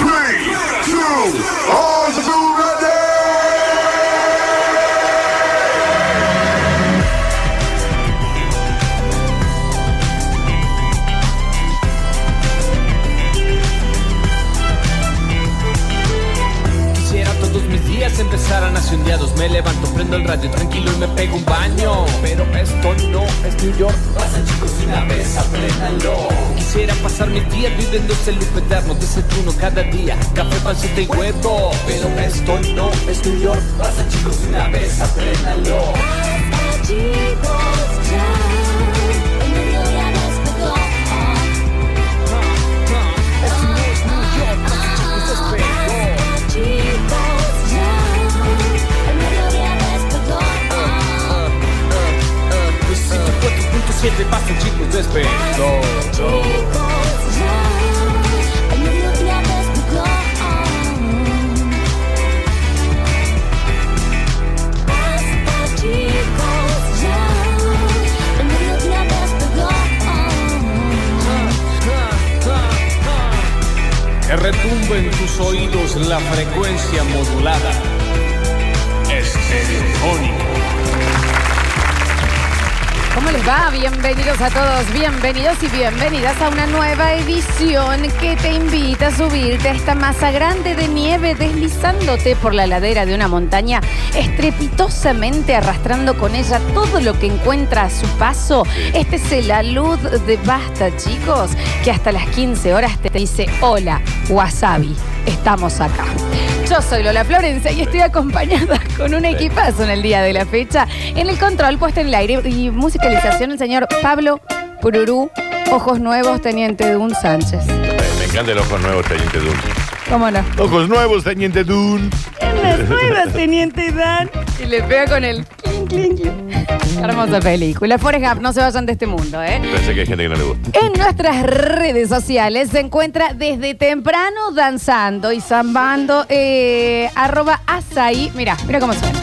three, two, all the ready. Quisiera todos mis días empezaran hacia un día dos Me levanto, prendo el radio tranquilo y me pego un baño Pero esto no es New York Pasa chicos una vez, apréndanlo Quisiera pasar mis días viviendo ese loop eterno De ese turno cada día, café, pancita y huevo Pero esto no es New York Pasa chicos una vez, apréndanlo Chicos, ya el mediodía despertó. Chicos, ya el mediodía despertó. Pues siete pasa chicos despegó Chicos, ya el mediodía despertó. Basta, chicos, ya el mediodía despertó. Que retumbe en tus oídos la frecuencia modulada. Estereofónica. ¿Cómo les va? Bienvenidos a todos, bienvenidos y bienvenidas a una nueva edición que te invita a subirte a esta masa grande de nieve deslizándote por la ladera de una montaña, estrepitosamente arrastrando con ella todo lo que encuentra a su paso. Este es el alud de Basta, chicos, que hasta las 15 horas te dice hola, wasabi, estamos acá. Yo soy Lola Florencia y estoy acompañada con un equipazo en el día de la fecha. En el control, puesto en el aire y musicalización, el señor Pablo Pururú, Ojos Nuevos, Teniente Dun Sánchez. Eh, Me encanta el ojo nuevo, Teniente Dun. ¿Cómo no? Ojos nuevos, Teniente Dun. En las nuevas, Teniente Dan. Y le pega con el clink, clink, clink. Hermosa película. Forrest Gump, no se vayan de este mundo, ¿eh? Pensé que hay gente que no le gusta. En nuestras redes sociales se encuentra desde temprano danzando y zambando eh, arroba azaí. Mira, mira cómo suena.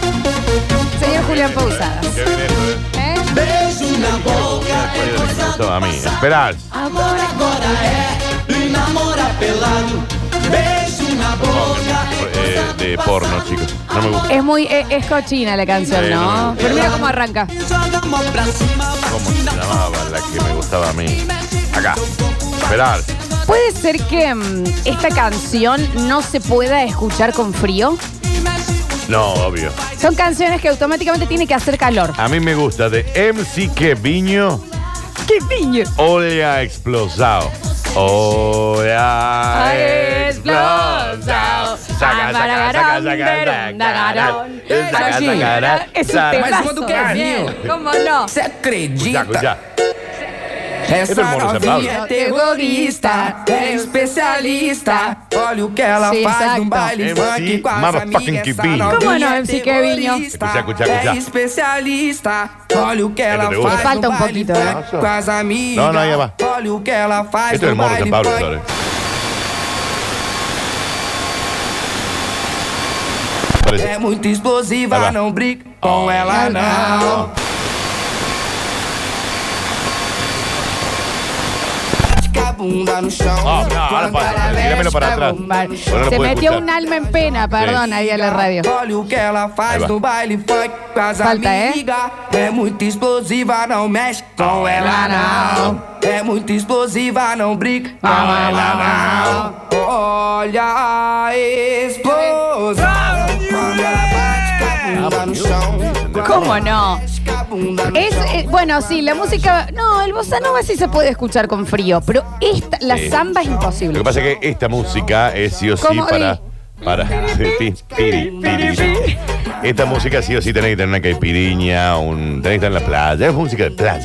Señor Julián Pausadas. Qué bien esto, eh. ¿eh? Beijo na boca, Oye, lo que me gustó a mí. Esperad. agora, agora é. E namora pelado. Beijo na boca. Eh, de porno, chicos. No me gusta. Es muy, eh, es, cochina la canción, Sí, ¿no? no. Pero mira cómo arranca. E joga a mão pra cima. ¿Cómo se llamaba la que me gustaba a mí? Acá. Esperad. ¿Puede ser que mm, esta canción no se pueda escuchar con frío? No, obvio. Son canciones que automáticamente tiene que hacer calor. A mí me gusta de MC Keviño, ¡Qué niño! Olea Explosado. Olea Explosado. Saca, saca, saca, saca, saca. Saca, saca, Es un saca. temazo. do que é Bien, vinho. ¿Cómo no? Você Escuchá, acredita? escuchá. Essa Todo mundo sabe. novinha é terrorista, é especialista. Olha o que ela Sim, faz exato. num baile MC tá funk com as motherfucking amigas. Essa Kibinho. novinha Como não, MC Kevinho? terrorista, Escucha, escucha, escucha. É especialista. Olha o que ela te gusta? faz Falta num um baile pouquinho, né? funk com as amigas. Não, não, ia lá. Olha o que ela faz Esto es num hermoso, San baile Pablo, funk. ¿sabes? É É, Parece- muito Vai lá. explosiva, não briga com ela não. Fica a bunda no chão. Ah, não, agora pode. Quando ela Dígamelo para mexe, atrás. bomba no chão. Ahora lo Se puede metió escuchar. un alma en pena, perdón, Sí. ahí a la radio. Olha o que ela Aí faz vai. no baile funk com as Falta, ¿eh? é? amigas. É muito explosiva, não mexe com ela não. É muito explosiva, não briga com ela não. Olha a explosão. Quando Ah, ela bate com a bunda no chão. ¿Cómo no? Com a bunda no Es, chão. eh, bueno, sí, la música. No, el bossa nova sí se puede escuchar con frío, pero esta, la Sí. samba es Lo imposible. que pasa es que esta música es sí o sí ¿Cómo? para. Para. Ti, tiri, tiri. Esta música sí o sí tenés que tener una caipiriña, un, tenés que estar en la playa. Es música de playa.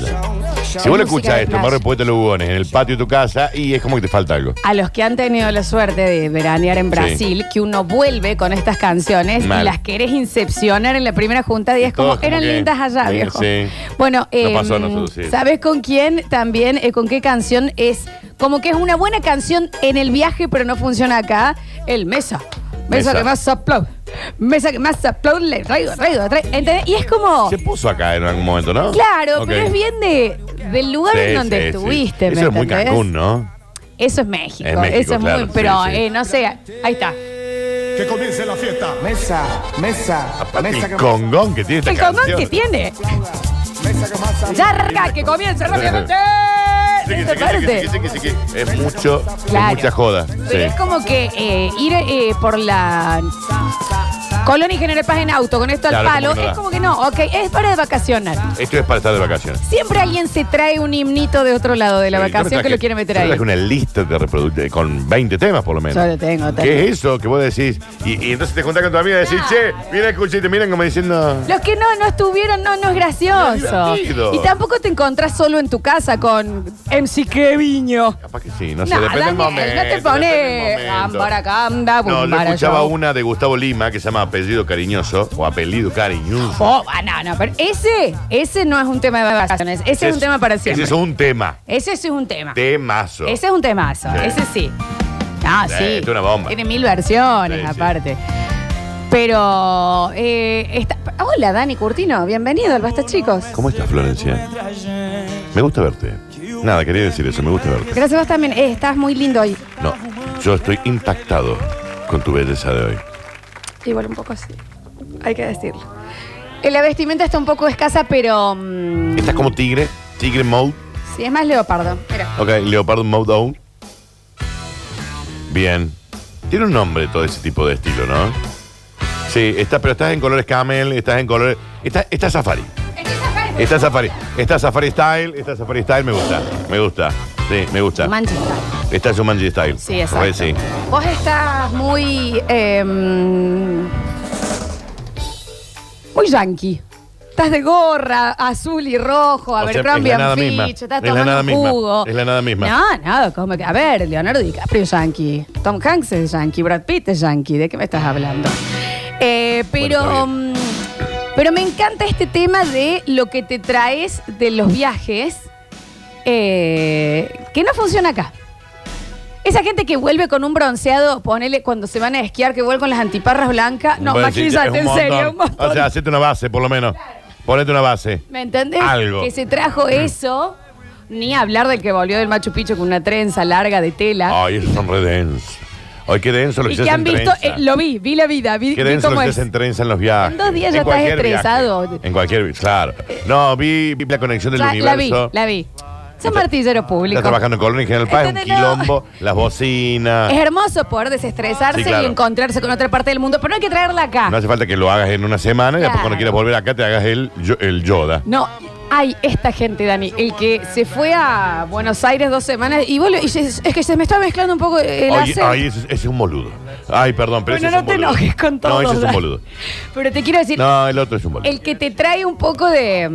Si vos Música lo de escuchas esto, playa. más repuesto los bubones, en el patio de tu casa y es como que te falta algo. A los que han tenido la suerte de veranear en Brasil, que uno vuelve con estas canciones y Mal. las querés incepcionar en la primera junta y es como, Todos como eran que- lindas allá, Sí, viejo. sí. Bueno, eh, pasó a nosotros, sí. ¿sabes con quién también, eh, con qué canción es? Como que es una buena canción en el viaje, pero no funciona acá. El Mesa. Mesa, Mesa. que más aplaude. Mesa que más aplaude. Le traigo, traigo, traigo. ¿Entendés? Y es como... Se puso acá en algún momento, ¿no? Claro, Ok. pero es bien de. Del lugar en Sí, donde sí, sí. estuviste, ¿me Eso es muy entendés? Cancún, ¿no? Eso es México. Es México, eso es claro, muy. Pero, sí, sí. eh, no sé, ahí está. Que comience la fiesta. Mesa, mesa, Aparte mesa el congón que tiene esta El congón canción. que tiene. mesa que masa. Ya arranca, que comienza rápidamente. Sí, que sí, Esta que sí, que parte. sí, que sí, que sí, que sí. Es mucho, Claro. es mucha joda. Pero es Sí. como que eh, ir eh, por la Colonia y General Paz en auto con esto al Claro, palo como que no es da. como que no, ok, es para de vacacionar. Esto es para estar de vacaciones. Siempre alguien se trae un himnito de otro lado de la Eh, yo me vacación traje- que lo quiere meter yo me ahí. traje una lista de reproductores con 20 temas por lo menos. Yo lo tengo, tengo. ¿Qué es eso que vos decís? Y, y entonces te juntás con tu amiga y decís, Claro. che, mira, escuché, y te miran como diciendo. Los que no, no estuvieron, no, no es No gracioso. es divertido. Y tampoco te encontrás solo en tu casa con MC Keviño. Capaz que sí, no sé, No, depende Daniel, del momento. no te depende del pones momento. ambaracanda, No, yo bumbara, escuchaba yo. una de Gustavo Lima que se llama Apellido Cariñoso o Apellido Cariñoso. Oh, ah, no, no, pero ese, ese no es un tema de vacaciones. Ese es, un tema para siempre. Ese es un tema. Ese sí es un tema. Temazo. Ese es un temazo. Sí. Ese sí. Ah, Sí, sí. esto es una bomba. Tiene mil versiones, Sí, sí. aparte. Pero. eh, está- Hola, Dani Curtino. Bienvenido al Basta, chicos. ¿Cómo estás, Florencia? Me gusta verte. Nada, quería decir eso, me gusta verte. Gracias a vos también. Eh, estás muy lindo hoy. No, yo estoy impactado con tu belleza de hoy. Igual un poco así. Hay que decirlo. Eh, La vestimenta está un poco escasa, pero. mm, Estás como tigre, tigre mode. sí, es más leopardo. Mira. Ok, leopardo mode aún. Bien. Tiene un nombre todo ese tipo de estilo, ¿no? Sí, está, pero estás en colores camel, estás en colores... Está, está safari. Está safari. Está safari style, está safari style, me gusta. Me gusta. Sí, me gusta. Manchester. Está su manji style. Sí, exacto. Re, sí. Vos estás muy. eh, muy yankee. Estás de gorra, azul y rojo, sea, Abercrombie es la nada and misma. Fitch, estás Es la tomando nada un misma. jugo. Es la nada misma. No, no, como que, a ver, Leonardo DiCaprio es yankee, Tom Hanks es yankee, Brad Pitt es yankee, ¿de qué me estás hablando? Eh, pero, está mm, pero me encanta este tema de lo que te traes de los viajes eh, que no funciona acá. Esa gente que vuelve con un bronceado, ponele cuando se van a esquiar, que vuelve con las antiparras blancas. No, Bueno, sí, ya es maquillate, en un serio, un montón. montón. O sea, hacete una base, por lo menos. Ponete una base. ¿Me entendés? algo. Mm. Que se trajo eso, ni hablar del que volvió del Machu Picchu con una trenza larga de tela. Ay, esos son re densos. Ay, qué denso lo que y se que hace han en visto, trenza. eh, lo vi, vi la vida, vi, Qué vi denso lo cómo que es. se entrenza en los viajes. En dos días ya En estás cualquier viaje. estresado. En cualquier vi- claro. No, vi, vi la conexión del Ya, la vi, universo. ah, la vi. Son martilleros públicos. Está trabajando en Colonia y General Paz, es un Entonces, no. quilombo, las bocinas. Es hermoso poder desestresarse Ah. Sí, claro. y encontrarse con otra parte del mundo, pero no hay que traerla acá. No hace falta que lo hagas en una semana y después Claro. cuando quieras volver acá te hagas el, yo- el Yoda. No, hay esta gente, Dani, el que se fue a Buenos Aires dos semanas y volvió. Y se- es que se me está mezclando un poco el Ay, acento. ay, ese, ese es un boludo. Ay, perdón, pero bueno, ese es no un te boludo. enojes con todo. No, ese es un Dani. boludo. Pero te quiero decir, No, el otro es un boludo. el que te trae un poco de.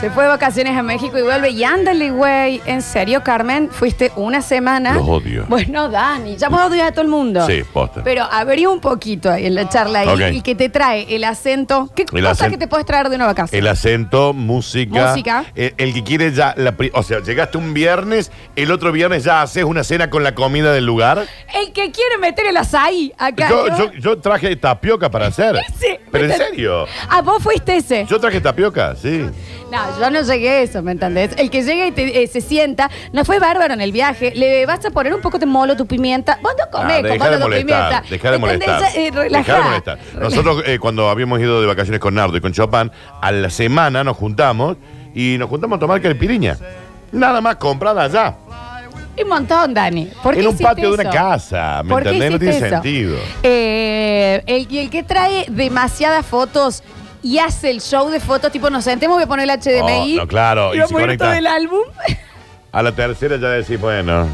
Se fue de vacaciones a México y vuelve. Y ándale, güey. En serio, Carmen, fuiste una semana. Los odio. Bueno, Dani, ya vos odias a todo el mundo. Sí, posta. Pero abrí un poquito ahí en la charla ahí. Ok. El que te trae el acento. ¿Qué cosa acento. que te puedes traer de una vacación? El acento, música. Música. El, el que quiere ya. La pri- o sea, llegaste un viernes, el otro viernes ya haces una cena con la comida del lugar. El que quiere meter el azaí acá. Yo, ¿no? yo- yo traje tapioca para hacer. Ese, Pero en ¿me entendés? serio. Ah, vos fuiste ese. Yo traje tapioca, sí. No, yo no llegué a eso, ¿me entendés? El que llega y te- eh, se sienta, no fue bárbaro en el viaje, le vas a poner un poco de molo tu pimienta. Vos no comés Ah, con deja molo de tu pimienta. molestar. Deja de ¿Entendés? molestar. Ya, eh, Deja de relajá. molestar. Nosotros, eh, cuando habíamos ido de vacaciones con Nardo y con Chopin, a la semana nos juntamos y nos juntamos a tomar calpiriña. Nada más comprada allá. Un montón, Dani. ¿Por qué En un hiciste patio de una eso? casa, ¿me ¿Por qué entendés? No hiciste tiene eso? sentido. Eh, el, y el que trae demasiadas fotos y hace el show de fotos, tipo, nos sentemos, voy a poner el HDMI. Oh, no, claro, Y, y vamos si a poner conecta- todo el álbum. A la tercera ya decís, bueno,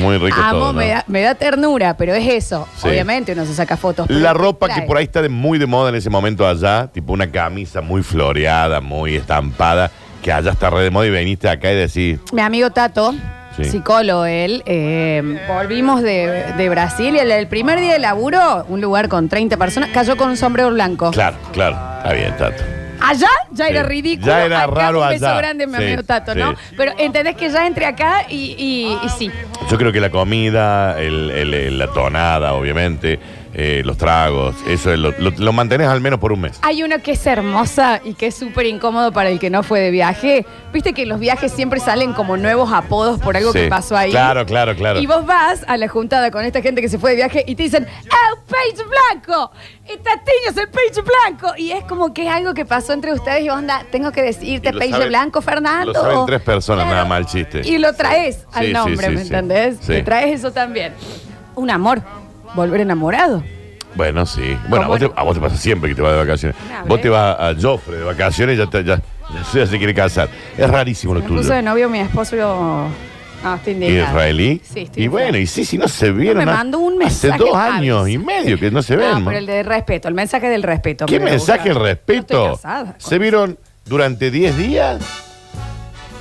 muy rico Amo, todo. ¿no? me, da, me da ternura, pero es eso. Sí. Obviamente uno se saca fotos. pero La ¿qué ropa que trae? por ahí está de muy de moda en ese momento allá, tipo una camisa muy floreada, muy estampada, que allá está re de moda y veniste acá y decís, Mi amigo Tato, Sí. psicólogo él, eh, volvimos de, de Brasil y el, el primer día de laburo, un lugar con 30 personas, cayó con un sombrero blanco. claro, claro, está bien, Tato. Allá ya era Sí. ridículo. Ya era acá raro un beso allá. grande, mi Sí, amigo Tato, ¿no? sí. Pero entendés que ya entré acá y, y- y sí. Yo creo que la comida, el- el- el- la tonada, obviamente, eh, los tragos, eso lo, lo, lo mantenés al menos por un mes. Hay una que es hermosa y que es súper incómodo para el que no fue de viaje. Viste que los viajes siempre salen como nuevos apodos por algo Sí. que pasó ahí. Claro, claro, claro. Y vos vas a la juntada con esta gente que se fue de viaje y te dicen, ¡El Page Blanco! ¡Tatiño es el Page Blanco! Y es como que es algo que pasó entre ustedes y onda, tengo que decirte Y lo Page saben- Blanco, Fernando. Lo saben tres personas Claro. nada más el chiste. Y lo traes al Sí, sí, nombre, sí, ¿me sí. entendés? Sí. Le traes eso también. Un amor. Volver enamorado. Bueno, sí. Bueno, a vos, te, ¿Cómo? a vos te pasa siempre que te vas de vacaciones. Una Vos vez. te vas a Joffre de vacaciones y ya, te- ya, ya, se quiere casar. Es rarísimo lo Me tuyo. puso de novio mi esposo. yo- No, estoy indignada. ¿Israelí? Sí, estoy Y bueno, y sí, si no se vieron. me ha- mandó un Hace mensaje, dos Javi. años y medio que no se ven. No, man. pero el de respeto, el mensaje del respeto. ¿Qué me mensaje el gusta. No respeto? estoy casada. ¿Se vieron durante 10 días?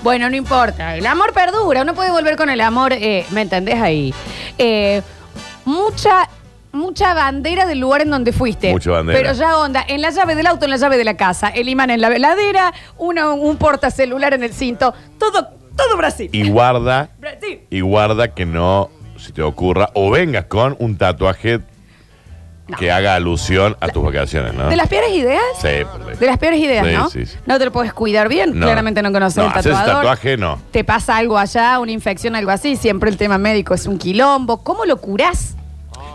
Bueno, no importa. El amor perdura. Uno puede volver con el amor. eh, ¿Me entendés ahí? Eh, mucha. Mucha bandera del lugar en donde fuiste. Mucha bandera. Pero ya onda, en la llave del auto, en la llave de la casa, el imán en la veladera, una- un portacelular en el cinto, todo, todo Brasil. Y guarda, Brasil. y guarda que no se te ocurra o vengas con un tatuaje No. que haga alusión a tus vacaciones, ¿no? ¿De las peores ideas? Sí, por ley. De las peores ideas, Ah. Sí, ¿no? sí, sí. No te lo puedes cuidar bien, No. claramente no conoces No, el haces tatuador. tatuaje, no. Te pasa algo allá, una infección, algo así, siempre el tema médico es un quilombo. ¿Cómo lo curás?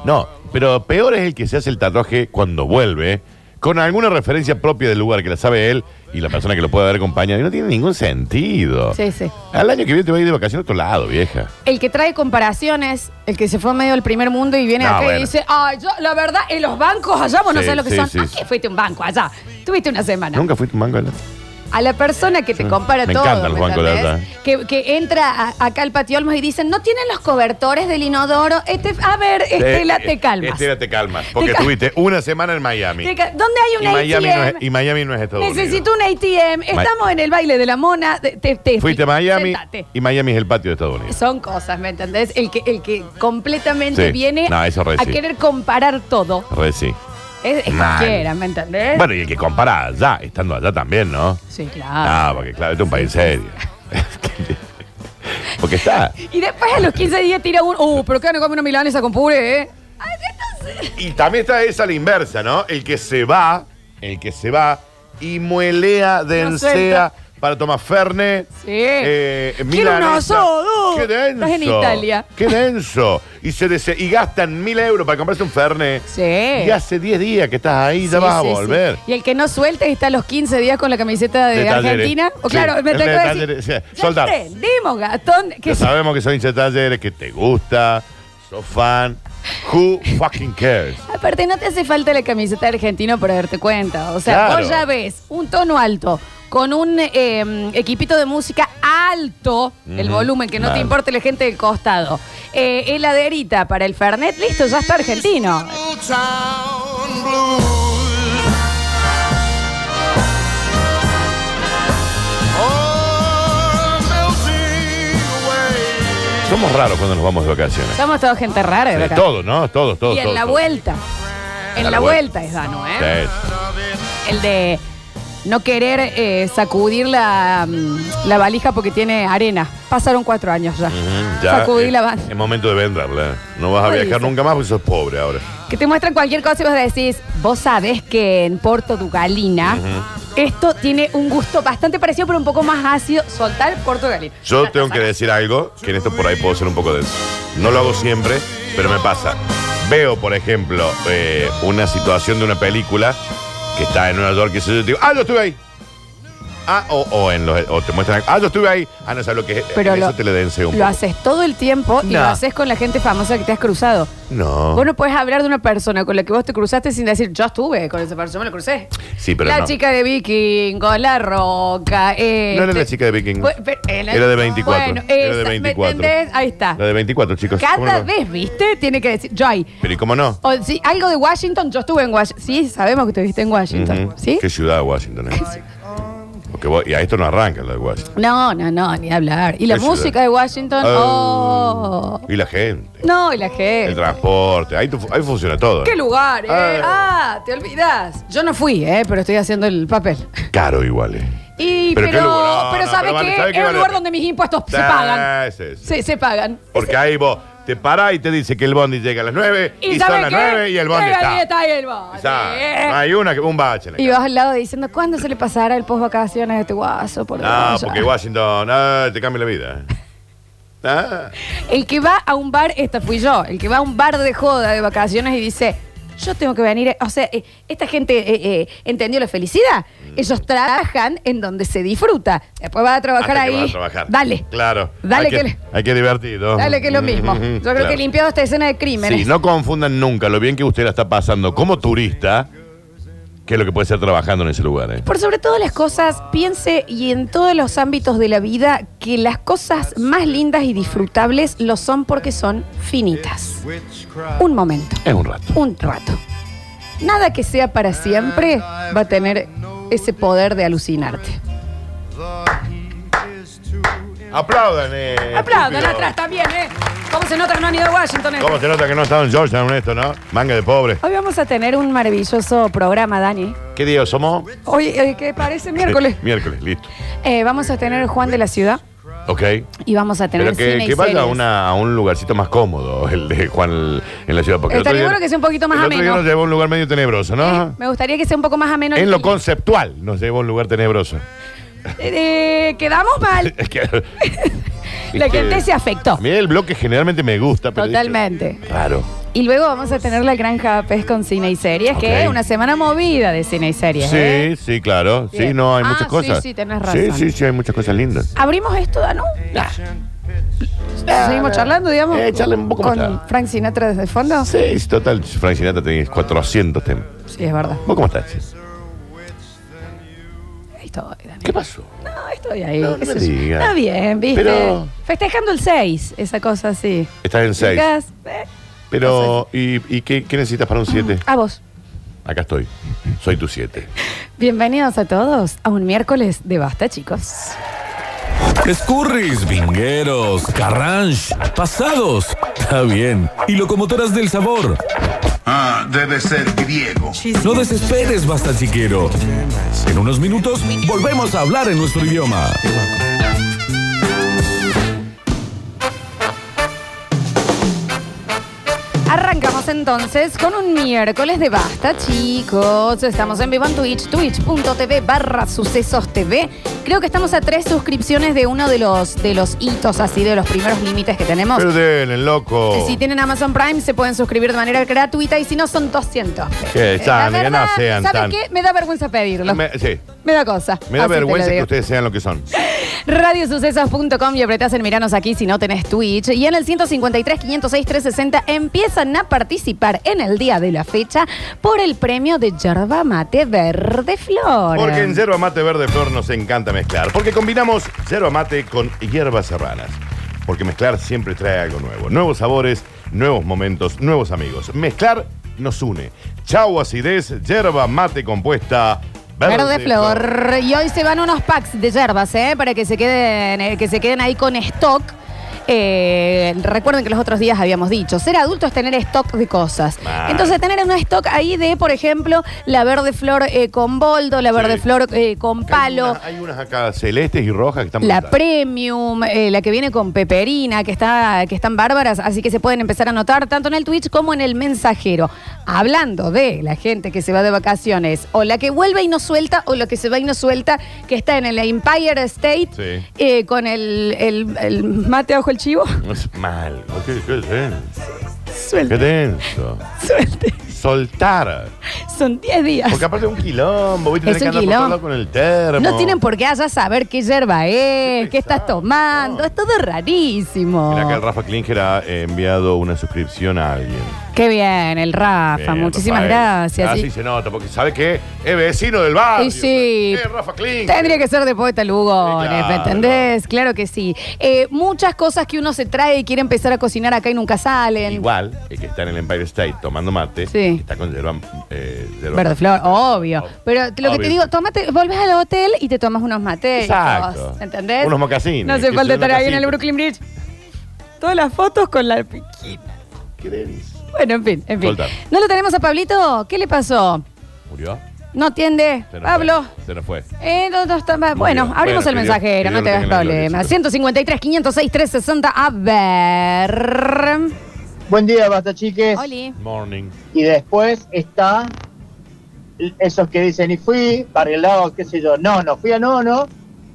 No, pero peor es el que se hace el tatuaje cuando vuelve, con alguna referencia propia del lugar que la sabe él y la persona que lo puede haber acompañado. Y no tiene ningún sentido. Sí, sí. Al año que viene te vas a ir de vacaciones a otro lado, vieja. El que trae comparaciones, el que se fue medio del primer mundo y viene No, acá y Ah, bueno. dice, ay, yo, la verdad, en los bancos allá vos no Sí, sabés lo que sí, son. sí, ¿A sí. qué fuiste a un banco allá? Tuviste una semana. Nunca fuiste un mango al- A la persona que te compara Me todo. encantan ¿me los bancos de entendés? allá. Que, que entra a- acá al patio Olmos y dicen, no tienen los cobertores del inodoro. Este, a ver, Estela, Eh, te calmas. Estela, te calmas. Porque Te cal- estuviste una semana en Miami. Te ca- ¿Dónde hay Y una Miami, no ATM? es, y Miami no es Estados Necesito Unidos. un ATM. Estamos en el baile de la mona. Te- te- te- Fuiste a Miami sentate. y Miami es el patio de Estados Unidos. Son cosas, ¿me entendés? El que, el que completamente Sí. viene No, eso re a sí. querer comparar todo. Re sí. Es, es Mal. cualquiera, ¿me entendés? Bueno, y el que compara allá, estando allá también, ¿no? sí, claro. Ah, porque claro, este es un país serio. porque está. Y después a los 15 días tira un. Uh, pero que no come una milanesa con puré, ¿eh? Ay, entonces- Y también está esa la inversa, ¿no? El que se va, el que se va y muelea de No encea suelta. para tomar Fernet. Sí. Eh, Quiero milanesa. un oso, uh, ¡Qué denso! estás en Italia. ¡Qué denso! Y, se dese- y gastan mil euros para comprarse un Fernet. Sí. Y hace 10 días que estás ahí, ya Sí, vas a sí, sí. volver. Y el que no suelta y está a los 15 días con la camiseta de, De Talleres. Argentina. O Sí, claro, me el tengo de que decir. Talleres, sí, ya soldado. entendimos, Gastón. Que Ya sabemos que son hinchas de talleres, que te gusta, sos fan. Who fucking cares? Aparte, no te hace falta la camiseta argentina para darte cuenta. O sea, Claro. vos ya ves un tono alto con un eh, equipito de música alto, el Ujú, volumen que no te claro. importe la gente del costado. Eh, heladerita para el Fernet, listo, ya está argentino. Somos raros cuando nos vamos de vacaciones. Somos todos gente rara, de De verdad. todo, ¿no? Todos, todos. y en todos, la todos. vuelta. En la, la vuelta. vuelta. es Danu, ¿eh? Sí. El de no querer eh, sacudir la, mm, la valija porque tiene arena. Pasaron cuatro años ya. Ujú, Sacudí eh, la valija. Es momento de venderla. ¿eh? No vas a Ay, viajar sí. nunca más porque sos pobre ahora. Que te muestran cualquier cosa y vos decís, vos sabés que en Porto Dugalina esto tiene un gusto bastante parecido, pero un poco más ácido. Soltar Porto Dugalina. Yo tengo que decir algo que en esto por ahí puedo ser un poco denso. No lo hago siempre, pero me pasa. Veo, por ejemplo, eh, una situación de una película que está en Nueva York y yo digo, ah, yo estuve ahí. Ah, o, o en los, o te muestran, ah, yo estuve ahí. Ah, no sabes lo que es. Pero eso lo, te le dense un lo poco. haces todo el tiempo y No. lo haces con la gente famosa que te has cruzado. No. Vos no podés hablar de una persona con la que vos te cruzaste sin decir, yo estuve con esa persona, yo me la crucé. Sí, pero La no. chica de Vikingo, la roca. eh, No era la te- chica de Viking. Pues, pero- eh, la- Era de 24. Bueno, era esa, de ¿me 24. entendés? Ahí está. La de 24, chicos. ¿Cómo Cada no? vez, ¿viste? Tiene que decir, yo ahí. Pero ¿y cómo no? O si algo de Washington, yo estuve en Washington. Sí, sabemos que estuviste en Washington. Ujú. ¿Sí? ¿Qué ciudad de Washington es? Porque vos- y a esto no arranca la de Washington. No, no, no, ni hablar. Y la ¿Qué música ciudad? de Washington, oh. Y la gente, No, y la Oh. el gente. transporte, ahí, tu- ahí funciona todo. ¿Qué lugar, eh? Ah. Ah, te olvidas. Yo no fui, eh, pero estoy haciendo el papel. Caro igual. eh. Y, Pero pero, qué pero, lugar, no, no, ¿sabes pero vale, qué? ¿sabe qué es un vale? lugar donde mis impuestos se Ah, pagan. sí, sí. Se, se pagan. Porque ahí vos te te para y te dice que el bondi llega a las 9 y, son sabe las qué? 9 y el bondi Llega está. y ahí el bondi. Está. No hay una, que- un bache. en la Y vas al lado diciendo, ¿cuándo se le pasará el post vacaciones a este guaso? Por No, Dios? porque Washington, ah, te cambia la vida. Ah, El que va a un bar, esta fui yo, el que va a un bar de joda de vacaciones y dice, yo tengo que venir, o sea, eh, esta gente eh, eh, entendió la felicidad. Mm. Ellos trabajan en donde se disfruta. Después va a trabajar hasta que ahí. vas a trabajar. Dale. Claro. Dale hay que, que le- hay que divertido. Dale que es lo mismo. Mm, Yo creo claro. que he limpiado esta escena de crímenes. Sí, no confundan nunca lo bien que usted la está pasando como turista, que es lo que puede ser trabajando en ese lugar. ¿eh? Por sobre todas las cosas, piense y en todos los ámbitos de la vida que las cosas más lindas y disfrutables lo son porque son finitas. Un momento, Es un rato. un rato. Nada que sea para siempre va a tener ese poder de alucinarte. Aplaudan, eh. Aplaudan estúpido. atrás también, ¿eh? ¿Cómo se nota que no han ido a Washington? eh? ¿Cómo se nota que no estaban Georgetown en esto, no? Manga de pobre. Hoy vamos a tener un maravilloso programa, Dani. ¿Qué día somos? Hoy, eh, que parece miércoles. Miércoles, listo. Eh, vamos a tener Juan de la Ciudad Ok. y vamos a tener Pero que, cine y que vaya a, series. una- a un lugarcito más cómodo, el de Juan el- en la ciudad. Porque el Estaría otro día- bueno que sea un poquito más el otro día ameno. nos llevó a un lugar medio tenebroso, Eh, ¿no? me gustaría que sea un poco más ameno. el En lo clima. conceptual nos llevó a un lugar tenebroso. Eh, quedamos mal. Es que, La es que- gente se afectó. A mí el bloque generalmente me gusta, pero. Totalmente. Claro. Y luego vamos a tener la granja Pez con cine y series, que Ok. es una semana movida de cine y series. ¿eh? Sí, sí, claro. Sí, Bien. no, hay Ah, muchas sí, cosas. sí, tenés Sí, razón. sí, sí, hay muchas cosas lindas. ¿Abrimos esto, Danu? Seguimos charlando, digamos. Eh, charla un poco más Con tarde. Frank Sinatra desde el fondo. Sí, es total. Frank Sinatra tenés 400 temas. Sí, es verdad. ¿Vos cómo estás? Ahí estoy, Dani. ¿Qué pasó? No, estoy ahí. No, no qué me sé yo. digas. Está bien, ¿viste? Pero- Festejando el 6, esa cosa así. Estás en 6. Chicas, eh, Pero, ¿y, y qué, qué necesitas para un 7? a vos. Acá estoy. Soy tu 7. Bienvenidos a todos a un miércoles de Basta, chicos. Escurris, vingueros, carranche, pasados, está bien, y locomotoras del sabor. Ah, debe ser griego. No desesperes, basta chiquero. En unos minutos volvemos a hablar en nuestro idioma. Arrancamos entonces con un miércoles de basta, chicos. Estamos en vivo en Twitch, twitch.tv barra sucesos TV. Creo que estamos a tres suscripciones de uno de los, de los hitos, así, de los primeros límites que tenemos. Pero denle, loco. Si tienen Amazon Prime, se pueden suscribir de manera gratuita y si no, son 200. pesos. Que Eh, sean, la que verdad, no sean ¿Sabes tan- qué? Me da vergüenza pedirlo. Me, Me, sí. da cosa. Me da Así te lo vergüenza que digo. ustedes sean lo que son. Radiosucesos.com y apretás en Miranos aquí si no tenés Twitch. Y en el 153, 506, 360 empiezan a participar en el día de la fecha por el premio de yerba mate verde flor. Porque en yerba mate verde flor nos encanta mezclar. Porque combinamos yerba mate con hierbas serranas. Porque mezclar siempre trae algo nuevo. Nuevos sabores, nuevos momentos, nuevos amigos. Mezclar nos une. Chau acidez, yerba mate compuesta. Verde, flor. Y hoy se van unos packs de yerbas, ¿eh? Para que se queden, eh, que se queden ahí con stock. Eh, recuerden que los otros días habíamos dicho, ser adulto es tener stock de cosas. Mal. Entonces, tener un stock ahí de, por ejemplo, la verde flor eh, con boldo, la verde Sí. flor eh, con Hay, palo. unas- hay unas acá celestes y rojas que están La brutales. Premium, eh, la que viene con Peperina, que, está, que están bárbaras, así que se pueden empezar a notar tanto en el Twitch como en el mensajero. Hablando de la gente que se va de vacaciones, o la que vuelve y no suelta, o la que se va y no suelta, que está en el Empire State, Sí. eh, con el, el- el mate bajo el chivo. No es mal. ¿Qué, qué denso? Qué Suelte, denso. suelte. Soltar. Son 10 días. Porque aparte es un quilombo, ¿viste? Es Tenés que un quilombo. andar por todos lados con el termo. No tienen por qué allá saber qué yerba es, Qué qué estás pesado. tomando, es todo rarísimo. Mira que el Rafa Klinger ha eh, enviado una suscripción a alguien. Eh, Qué bien, el Rafa, Bien, muchísimas Rafael. gracias. Así Y- Ah, se nota, porque ¿sabe qué? Es vecino del barrio. Y sí. Es Rafa Klinger. Tendría que ser de poeta Lugones, Sí, claro. ¿me entendés? Claro que sí. Eh, muchas cosas que uno se trae y quiere empezar a cocinar acá y nunca salen. Igual, el que está en el Empire State tomando mate, Sí. está con yerba, eh, yerba Verde flor, obvio. Pero lo que Obvio. te digo, tómate, volvés al hotel y te tomas unos mates. Exacto. ¿Entendés? Unos mocasines, No que hace son falta una estar ahí en casita. el Brooklyn Bridge. Todas las fotos con la piquita. ¿Qué denso. Bueno, en fin, en fin. Soltar. ¿No lo tenemos a Pablito? ¿Qué le pasó? ¿Murió? No atiende. Se nos Pablo. fue, se nos fue. Eh, no, no está mal. Bueno, bien. abrimos Bueno, el que mensajero, Dios- no te que Dios hagas lo tenga en la problema. gloria, 153, 506, 360, a ver. Buen día, basta chiques. Oli. Morning. Y después está l- esos que dicen, y fui para el lado, qué sé yo, no, no fui a no, no.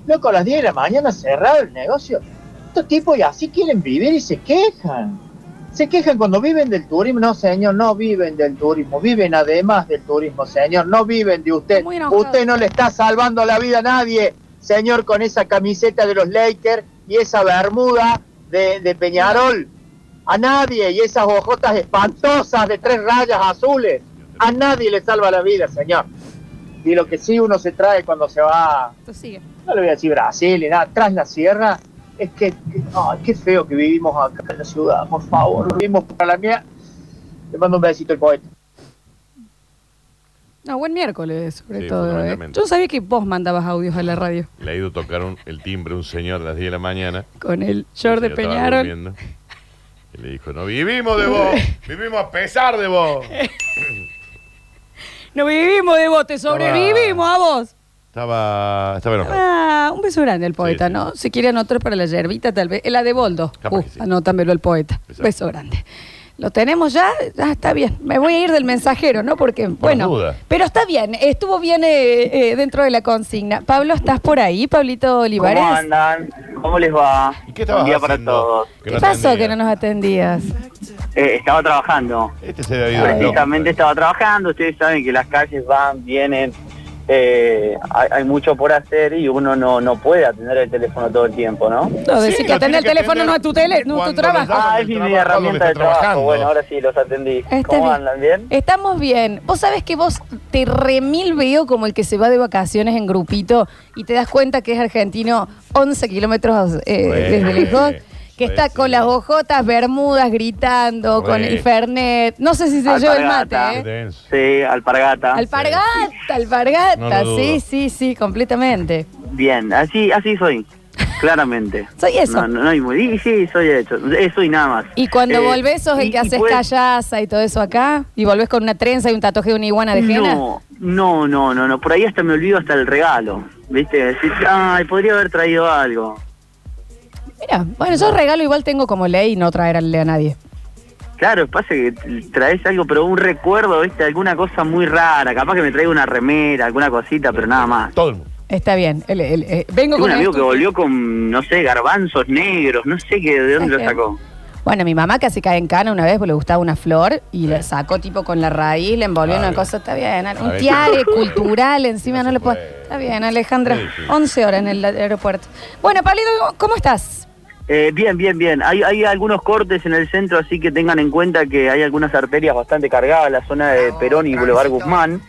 Loco, a las 10 de la mañana cerrado el negocio. Estos tipos y así quieren vivir y se quejan. Se quejan cuando viven del turismo. No, señor, no viven del turismo. Viven además del turismo, señor. No viven de usted. Muy enojado. Usted no le está salvando la vida a nadie, señor, con esa camiseta de los Lakers y esa bermuda de, de Peñarol. A nadie. Y esas hojotas espantosas de tres rayas azules. A nadie le salva la vida, señor. Y lo que sí uno se trae cuando se va Esto sigue. no le voy a decir Brasil ni nada, tras la sierra, es que, que- ay, qué feo que vivimos acá en la ciudad, por favor, vivimos para la mía. Le mando un besito al poeta. No, buen miércoles, sobre Sí, todo. ¿eh? fundamentalmente. Yo no sabía que vos mandabas audios a la radio Le ha ido a tocar un- el timbre a un señor a las 10 de la mañana. con el short de El señor estaba Peñarol. durmiendo. Y le dijo, no vivimos de vos, vivimos a pesar de vos. No vivimos de vos, te sobrevivimos Ah. a vos. Estaba, estaba enojado. Ah, un beso grande al poeta, sí. ¿no? Si quiere anotar para la yerbita, tal vez. Eh, La de Boldo. Capaz Uh, que sí. Anótamelo al poeta. Exacto. Beso grande. Lo tenemos ya, ya está bien. Me voy a ir del mensajero, ¿no? Porque, bueno. duda. Pero está bien, estuvo bien eh, eh, dentro de la consigna. Pablo, ¿estás por ahí, Pablito Olivares? ¿Cómo andan? ¿Cómo les va? ¿Y Buen qué estabas día para haciendo? todos. Que ¿Qué no pasó atendía. que no nos atendías? Eh, estaba trabajando. Este se había ido al loco. Precisamente estaba trabajando. Ustedes saben que las calles van, vienen. eh, hay, hay mucho por hacer y uno no, no puede atender el teléfono todo el tiempo, ¿no? No, Sí, decir que atender lo el tiene que teléfono no es tu tele, no es tu cuando trabajo. lo llaman Ah, del es mi trabajo donde herramienta está de trabajo. trabajando. Bueno, ahora sí los atendí. Está ¿Cómo bien. andan? ¿Bien? Estamos bien. Vos sabés que vos te remil veo como el que se va de vacaciones en grupito y te das cuenta que es argentino 11 kilómetros eh, Re, desde lejos, que re, está sí. con las ojotas, bermudas, gritando, Re. con el fernet. No sé si se lleva el mate, Alpargata. Qué ¿eh? denso. Sí, alpargata. Alpargata, alpargata. No lo dudo. sí, sí, sí, completamente. Bien, así, así soy. Claramente. Soy eso. No, no, no hay muy. y Sí, soy hecho. Eso y nada más. Y cuando Eh, volvés sos el y- que y pues haces puede- callaza y todo eso acá, y volvés con una trenza y un tatuaje de una iguana de henna. No, no, no, no, no. Por ahí hasta me olvido hasta el regalo. ¿Viste? Decís, ay, podría haber traído algo. Mira, bueno, yo regalo igual tengo como ley no traerle a nadie. Claro, pasa que traes algo, pero un recuerdo, ¿viste? Alguna cosa muy rara. Capaz que me traiga una remera, alguna cosita, pero nada más. Todo el mundo. Está bien. el- el- eh, vengo Tengo con un amigo que esto. volvió con, no sé, garbanzos negros, no sé qué, de dónde lo Está sacó. Bueno, mi mamá casi cae en cana una vez porque le gustaba una flor y la sacó tipo con la raíz, le envolvió en Está una bien. cosa, está bien. Está Un bien. tiare cultural encima, No no se le puedo. puede. Está bien, Alejandra. Sí, sí. 11 horas en el aeropuerto. Bueno, Pablito, ¿cómo estás? Eh, bien, bien, bien. Hay, hay algunos cortes en el centro, así que tengan en cuenta que hay algunas arterias bastante cargadas, la zona de Perón y Boulevard Guzmán,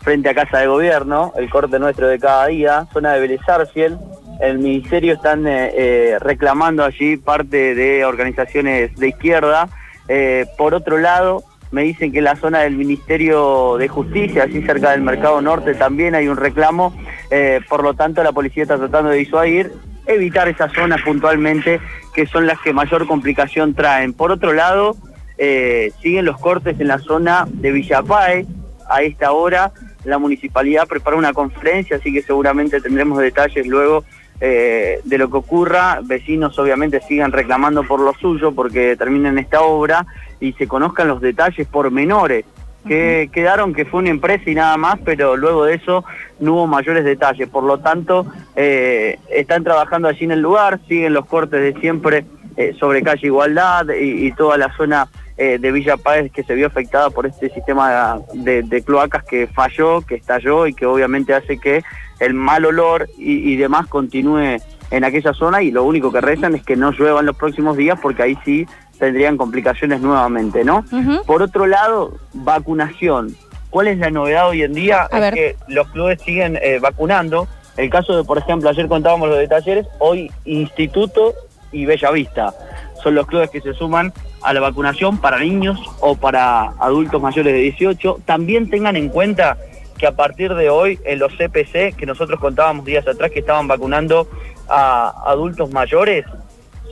frente a Casa de Gobierno, el corte nuestro de cada día, zona de Belezarfiel. El ministerio están eh, eh, reclamando allí parte de organizaciones de izquierda. Eh, por otro lado, me dicen que en la zona del Ministerio de Justicia, allí cerca del Mercado Norte, también hay un reclamo. Eh, por lo tanto, la policía está tratando de disuadir, evitar esas zonas puntualmente, que son las que mayor complicación traen. Por otro lado, eh, siguen los cortes en la zona de Villapáez. A esta hora, la municipalidad prepara una conferencia, así que seguramente tendremos detalles luego eh, de lo que ocurra. Vecinos obviamente sigan reclamando por lo suyo porque terminen esta obra y se conozcan los detalles pormenores. Que quedaron que fue una empresa y nada más, pero luego de eso no hubo mayores detalles. Por lo tanto, eh, están trabajando allí en el lugar, siguen los cortes de siempre eh, sobre calle Igualdad y, y toda la zona eh, de Villa Páez que se vio afectada por este sistema de, de cloacas que falló, que estalló y que obviamente hace que el mal olor y, y demás continúe en aquella zona y lo único que rezan es que no llueva en los próximos días porque ahí sí tendrían complicaciones nuevamente, ¿no? Ujú. Por otro lado, vacunación. ¿Cuál es la novedad hoy en día? A es ver. que los clubes siguen eh, vacunando. El caso de, por ejemplo, ayer contábamos los de talleres, hoy Instituto y Bellavista. Son los clubes que se suman a la vacunación para niños o para adultos mayores de 18. También tengan en cuenta que a partir de hoy en los CPC, que nosotros contábamos días atrás que estaban vacunando a adultos mayores,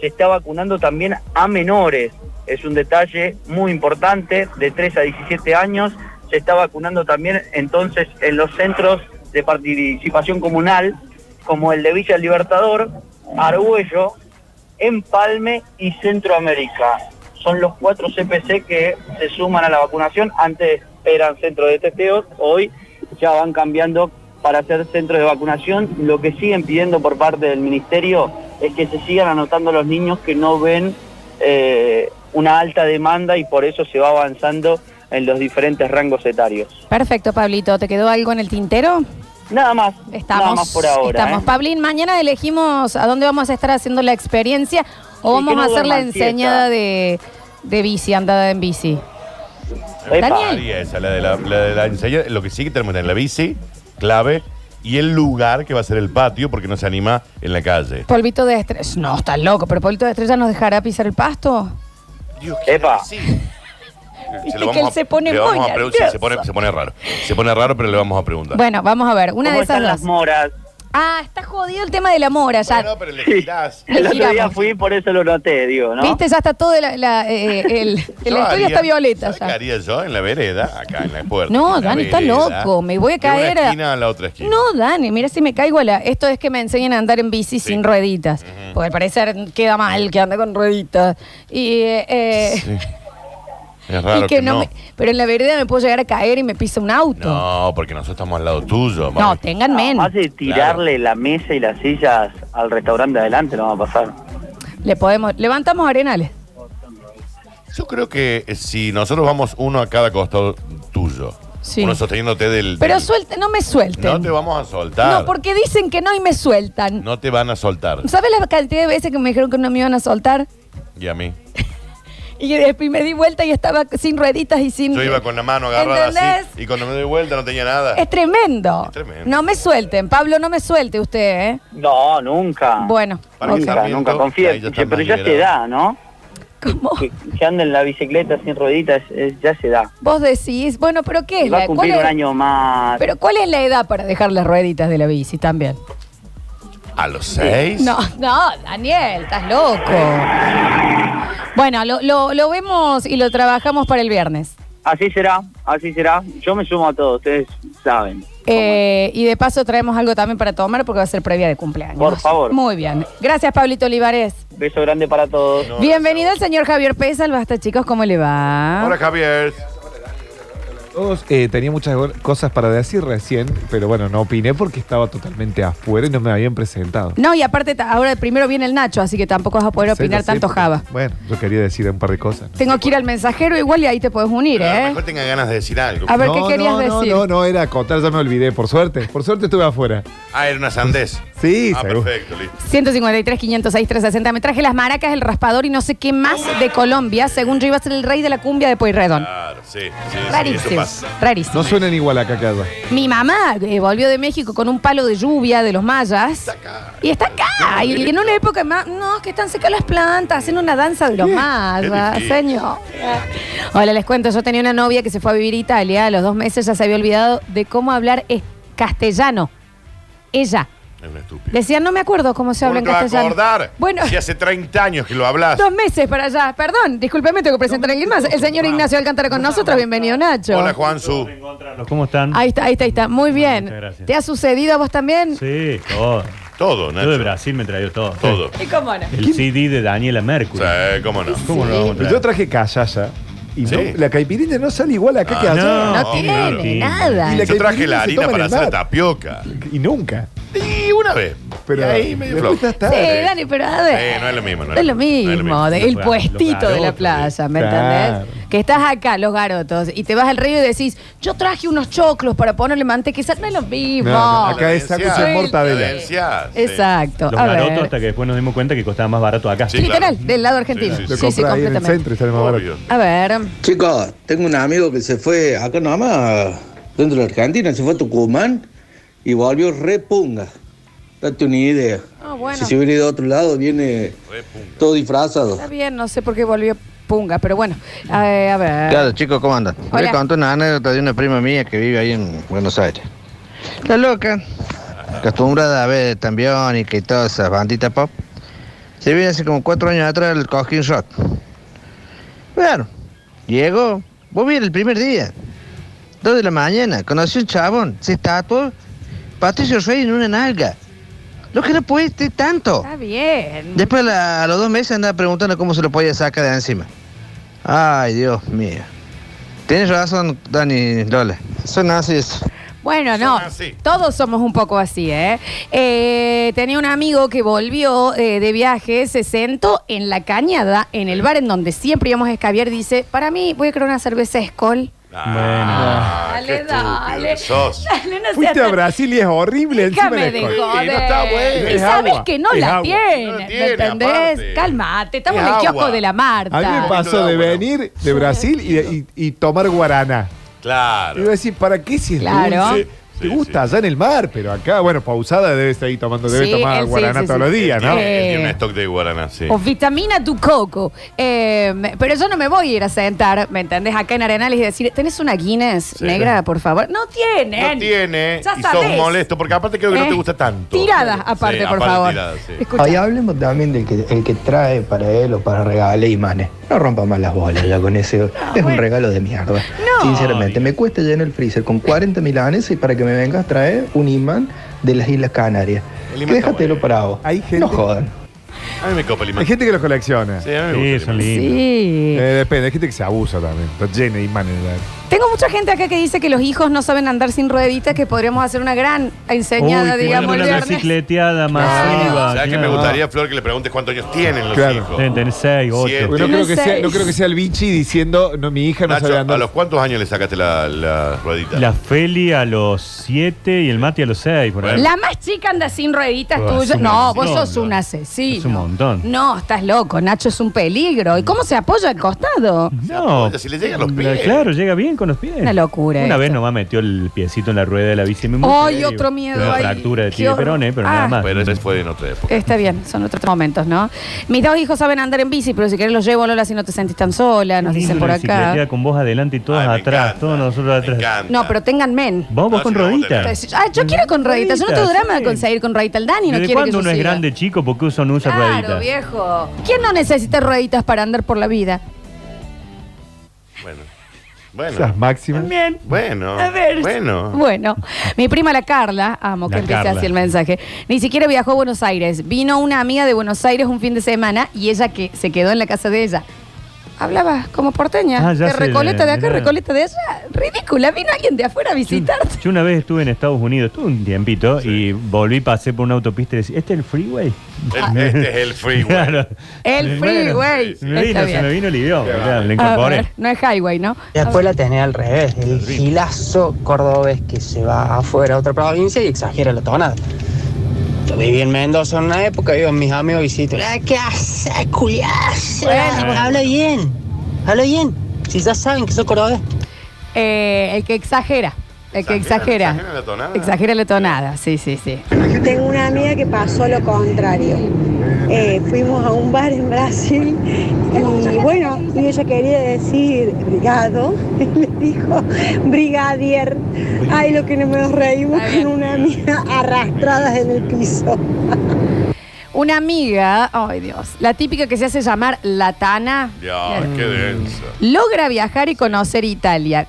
se está vacunando también a menores. Es un detalle muy importante, de 3 a 17 años se está vacunando también entonces en los centros de participación comunal, como el de Villa Libertador, Argüello, Empalme y Centroamérica. Son los cuatro CPC que se suman a la vacunación. Antes eran centros de testeos, hoy ya van cambiando para ser centros de vacunación. Lo que siguen pidiendo por parte del ministerio es que se sigan anotando los niños que no ven eh, una alta demanda y por eso se va avanzando en los diferentes rangos etarios. Perfecto, Pablito. ¿Te quedó algo en el tintero? Nada más. Estamos. nada más por ahora, Estamos. ¿eh? Pablín, mañana elegimos a dónde vamos a estar haciendo la experiencia o Sí, vamos que no a hacer la duerman siesta. enseñada de, de bici, andada en bici. Epa. Daniel. Y esa, la de la, la de la enseña- lo que sí que tenemos que tener la bici, clave, y el lugar que va a ser el patio, porque no se anima en la calle. Polvito de estrella. No, estás loco, pero Polvito de estrella nos dejará pisar el pasto. Epa. Se que él se pone le vamos muy a pregun- sí, se pone, se pone raro. Se pone raro, pero le vamos a preguntar. Bueno, vamos a ver. Una ¿Cómo de esas están las dos. moras? Ah, está jodido el tema de la mora ya. pero le girás. Le El otro día giramos. fui, por eso lo noté, digo, ¿no? Viste, ya está todo la, la, eh, el, el Yo estudio haría- está violeta ¿sabes ¿Qué ya. haría yo en la vereda? Acá en la puerta. No, en la Dani, está vereda, loco. Me voy a de una caer a- esquina a la otra esquina. No, Dani, mira si me caigo a la. Esto es que me enseñen a andar en bici sin rueditas. Porque al parecer queda mal que anda con rueditas. Y, eh, eh, Es y raro que, no, no. me- Pero en la vereda me puedo llegar a caer y me pisa un auto. No, No, porque nosotros estamos al lado tuyo. vamos. tengan menos. Más de tirarle la mesa y las sillas al restaurante adelante, no va a pasar. Le podemos. Levantamos arenales. Yo creo que si nosotros vamos uno a cada costado tuyo, Sí. uno sosteniéndote del. Pero del- suelte, no me suelten. no te vamos a soltar. No, porque dicen que no y me sueltan. No te van a soltar. ¿Sabes la cantidad de veces que me dijeron que no me iban a soltar? Y a mí. Y después me di vuelta y estaba sin rueditas y sin. Yo iba con la mano agarrada ¿Entendés? así. Y cuando me doy vuelta no tenía nada. Es tremendo. Es tremendo. No me suelten. Pablo, no me suelte usted, ¿eh? No, nunca. Bueno. Para que nunca, Sarmiento, nunca. Confía, ahí ya che, están pero más ya se liberados. da, ¿no? ¿Cómo? Que, que anden en la bicicleta sin rueditas, es- ya se da. Vos decís, bueno, pero ¿qué Y es va a la Eh, cuál cumplir es- un año más. Pero ¿cuál es la edad para dejar las rueditas de la bici también? ¿A los seis? No, no, Daniel, estás loco. Bueno, lo, lo- lo vemos y lo trabajamos para el viernes. Así será, así será. Yo me sumo a todos, ustedes saben. Eh, y de paso traemos algo también para tomar porque va a ser previa de cumpleaños. Por favor. Muy bien. Gracias, Pablito Olivares. Beso grande para todos. Bienvenido el señor Javier Pesal. Basta, chicos, ¿cómo le va? Hola, Javier. Todos, eh, tenía muchas go- cosas para decir recién, pero bueno, no opiné porque estaba totalmente afuera y no me habían presentado. No, y aparte, ta- ahora primero viene el Nacho, así que tampoco vas a poder Sí, opinar lo sé, tanto, pero- Java. Bueno, yo quería decir un par de cosas. Tengo que ir al mensajero igual y ahí te puedes unir, Pero a lo ¿eh? mejor tenga ganas de decir algo. A ver, No, ¿qué querías no, no, decir? No, no, era contar, ya me olvidé. Por suerte, por suerte estuve afuera. Ah, era una sandez. Sí, Ah, seguro. perfecto, listo. 153, 506, 360. Me traje las maracas, el raspador y no sé qué más de Colombia, según yo iba a ser el rey de la cumbia de Pueyrredón. Claro, sí, sí, sí. eso Rarísimo, pasa. rarísimo. No suenan igual acá que allá. Mi mamá eh, volvió de México con un palo de lluvia de los mayas. Y está acá. Y en una época más. No, que están secas las plantas, haciendo una danza de los mayas, difícil. señor. Hola, les cuento. Yo tenía una novia que se fue a vivir a Italia. A los dos meses ya se había olvidado de cómo hablar eh, castellano. Ella. Es un estúpido. Decía, no me acuerdo cómo se habla en ¿Cómo te vas a castellano. acordar? Bueno, Si hace 30 años que lo hablas. dos meses para allá. Perdón, discúlpeme, tengo que presentar a alguien más. El señor Ignacio Alcántara con nosotros. Bienvenido, Nacho. Hola, Juansu. ¿Cómo están? Ahí está, ahí está, ahí está. Muy bien. muchas gracias. ¿Te ha sucedido a vos también? Sí, todo. Todo, Yo de Brasil me traído todo. Todo. ¿Y cómo no? El CD de Daniela Mercury. Sí, cómo no. ¿Cómo no lo vamos Pero a traer? yo traje callaya y Sí. no- la caipirinha no sale igual acá que Ah, allá. no, No tiene nada. Y la Yo traje caipirinha la se harina toma en para el hacer mar. tapioca. Y nunca. Y una vez. Pero y ahí medio después flojo. está- Sí, Dani, pero a ver. Sí, no es lo mismo, no No es lo no es lo mismo, mismo. de- el Los puestito de la garotos, playa, ¿me Claro. entendés? Que estás acá, los garotos, y te vas al río y decís, yo traje unos choclos para ponerle mantequilla, no es lo mismo. No, no, acá es sándwich Cadencia, de mortadela. cadencia, sí. Exacto. Los a garotos ver. hasta que después nos dimos cuenta que costaba más barato acá. Sí, claro. Literal, del lado argentino. Sí, Lo sí, compré ahí en el completamente. centro y sale más barato. Obvio. A ver, Chicos, tengo un amigo que se fue acá nomás, dentro de la Argentina, se fue a Tucumán y volvió repunga. Date una idea. Ah, bueno. Si se hubiera ido a otro lado, viene todo disfrazado. está bien, no sé por qué volvió punga, pero bueno. Eh, a ver. Claro, chicos, ¿cómo andan? Hola. Le conté una anécdota de una prima mía que vive ahí en Buenos Aires. La loca, acostumbrada a ver Tambiónica y todas esas banditas pop, se viene hace como cuatro años atrás el Cojín Rock. Bueno, llegó, vos bien el primer día. 2 de la mañana, conocí un chabón, se tatuó Patricio Rey en una nalga. Lo que no puede ser tanto. Está bien. Después a, la- a los dos meses andaba preguntando cómo se lo podía sacar de encima. Ay, Dios mío. Tienes razón, Dani Lola. Son así eso. Bueno, no, todos somos un poco así, ¿eh? Eh, Tenía un amigo que volvió eh, de viaje, se sentó en la cañada, en el bar en donde siempre íbamos a escabiar, dice, para mí voy a crear una cerveza Skol. Ah, Dale, qué estúpido dale. que sos. Dale, no Fuiste seas a tan- Brasil y es horrible. Déjame encima de la escuela. joder. Y no está bueno. Y Es sabes agua, que no es la agua. tiene. No la ¿Me tiene, entendés? aparte. Calmate, estamos Es en el kiosco agua. de la Marta. A mí me pasó de venir de Brasil y, y- y tomar guarana. Claro. Iba a decir, ¿para qué si es Claro. dulce? Te gusta allá en el mar, pero acá, bueno, pausada debe estar ahí tomando, debe Sí, tomar él sí, guaraná sí, todos sí. los días, ¿no? Eh. Tiene un stock de guaraná, sí. O vitamina tu coco. Eh, pero yo no me voy a ir a sentar, ¿me entendés? Acá en Arenales y decir, ¿tenés una Guinness negra, por favor? No tienen. No tiene Ya y sabés. sos molesto, porque aparte creo que no Eh, te gusta tanto. Tiradas, aparte, Sí, por aparte favor. tiradas, sí. Escucha. Ahí hablemos también del que, el que trae para él o para regalar imanes. No rompa más las bolas ya con ese. es un regalo de mierda. Sinceramente, me cuesta llenar el freezer con 40 milanes y para que me vengas a traer un imán de las Islas Canarias. El imán Que está Déjatelo para vos. No jodan. A mí me copa el imán. Hay gente que los colecciona. Sí, a mí me gusta el imán. Sí. Eh, depende, hay gente que se abusa también. Está llena de imanes. Tengo mucha gente acá que dice que los hijos no saben andar sin rueditas, que podríamos hacer una gran enseñada, Uy, qué digamos, el buena viernes. bicicleteada masiva. ¿Sabes que me gustaría, Flor, que le preguntes cuántos años tienen los Claro. hijos? Deben tener 6, 8. Siete. Porque No creo, que sea, no seis. creo que sea el bichi diciendo, no, mi hija no Nacho, sabe ¿a andar. los cuántos años le sacaste la, la ruedita? La Feli a los 7 y el Mati a los 6. por ahí. La más chica anda sin rueditas Oh, es tuya. un No, vos montón, sos ¿no? un Es un asesino. montón. No, estás loco, Nacho es un peligro. ¿Y cómo se apoya al costado? No. Si le llegan los la- pies. Claro, llega bien con los pies. Una locura Una esto. vez nomás metió el piecito en la rueda de la bici. Me Ay, muero. otro miedo, Una ay, fractura de qué tibia y horror. peroné, pero Ah. nada más. Pero ese fue en otra época. Está bien, son otros momentos, ¿no? Mis dos hijos saben andar en bici, pero si querés los llevo, Lola, si no te sentís tan sola, nos dicen por Una acá. bicicleteada con vos adelante y todos atrás, todos nosotros atrás. No, pero tengan men. Vos, vos con rodita. Entonces, ah, yo quiero con rueditas. Yo no tengo drama de conseguir con ruedita. El Dani no quiere ¿Desde que cuándo yo uno es siga. grande chico? ¿Por qué usa- no usa Claro, rueditas? viejo. ¿Quién no necesita rueditas para andar por la vida? Bueno. Bueno. Esas máximas. También. Bueno. A ver. Bueno. Bueno, mi prima la Carla, amo que La empiece Carla. así el mensaje, ni siquiera viajó a Buenos Aires. Vino una amiga de Buenos Aires un fin de semana y ella que se quedó en la casa de ella. Hablaba como porteña, Ah, ya de sé, recoleta de acá, mirá. recoleta de allá. Ridícula, vino alguien de afuera a visitarte. Yo una vez estuve en Estados Unidos, estuve un tiempito, y volví, pasé por una autopista y decía, ¿este es el freeway? Este- este es el freeway. Claro. El Bueno, freeway. se me vino, Está se me bien. vino el idioma, Qué claro, le A incorporé. ver, no es highway, ¿no? Y después la tenés al revés, el gilazo cordobés que se va afuera a otra provincia y exagera la tonada. Yo viví en Mendoza en una época, iban mis amigos visitos. ¿Qué haces, culiás? Bueno. Habla bien, habla bien. Si ya saben que soy cordobés. Eh, el que exagera. El que Exagera, exagera. exagera la tonada. Exagera la tonada, sí, sí, sí. Tengo una amiga que pasó lo contrario. Eh, fuimos a un bar en Brasil y bueno, y ella quería decir brigado, le dijo brigadier. Ay, lo que no nos reímos con una amiga arrastradas en el piso. Una amiga, ay Dios, la típica que se hace llamar la Tana, Ya, qué denso. logra viajar y conocer Italia.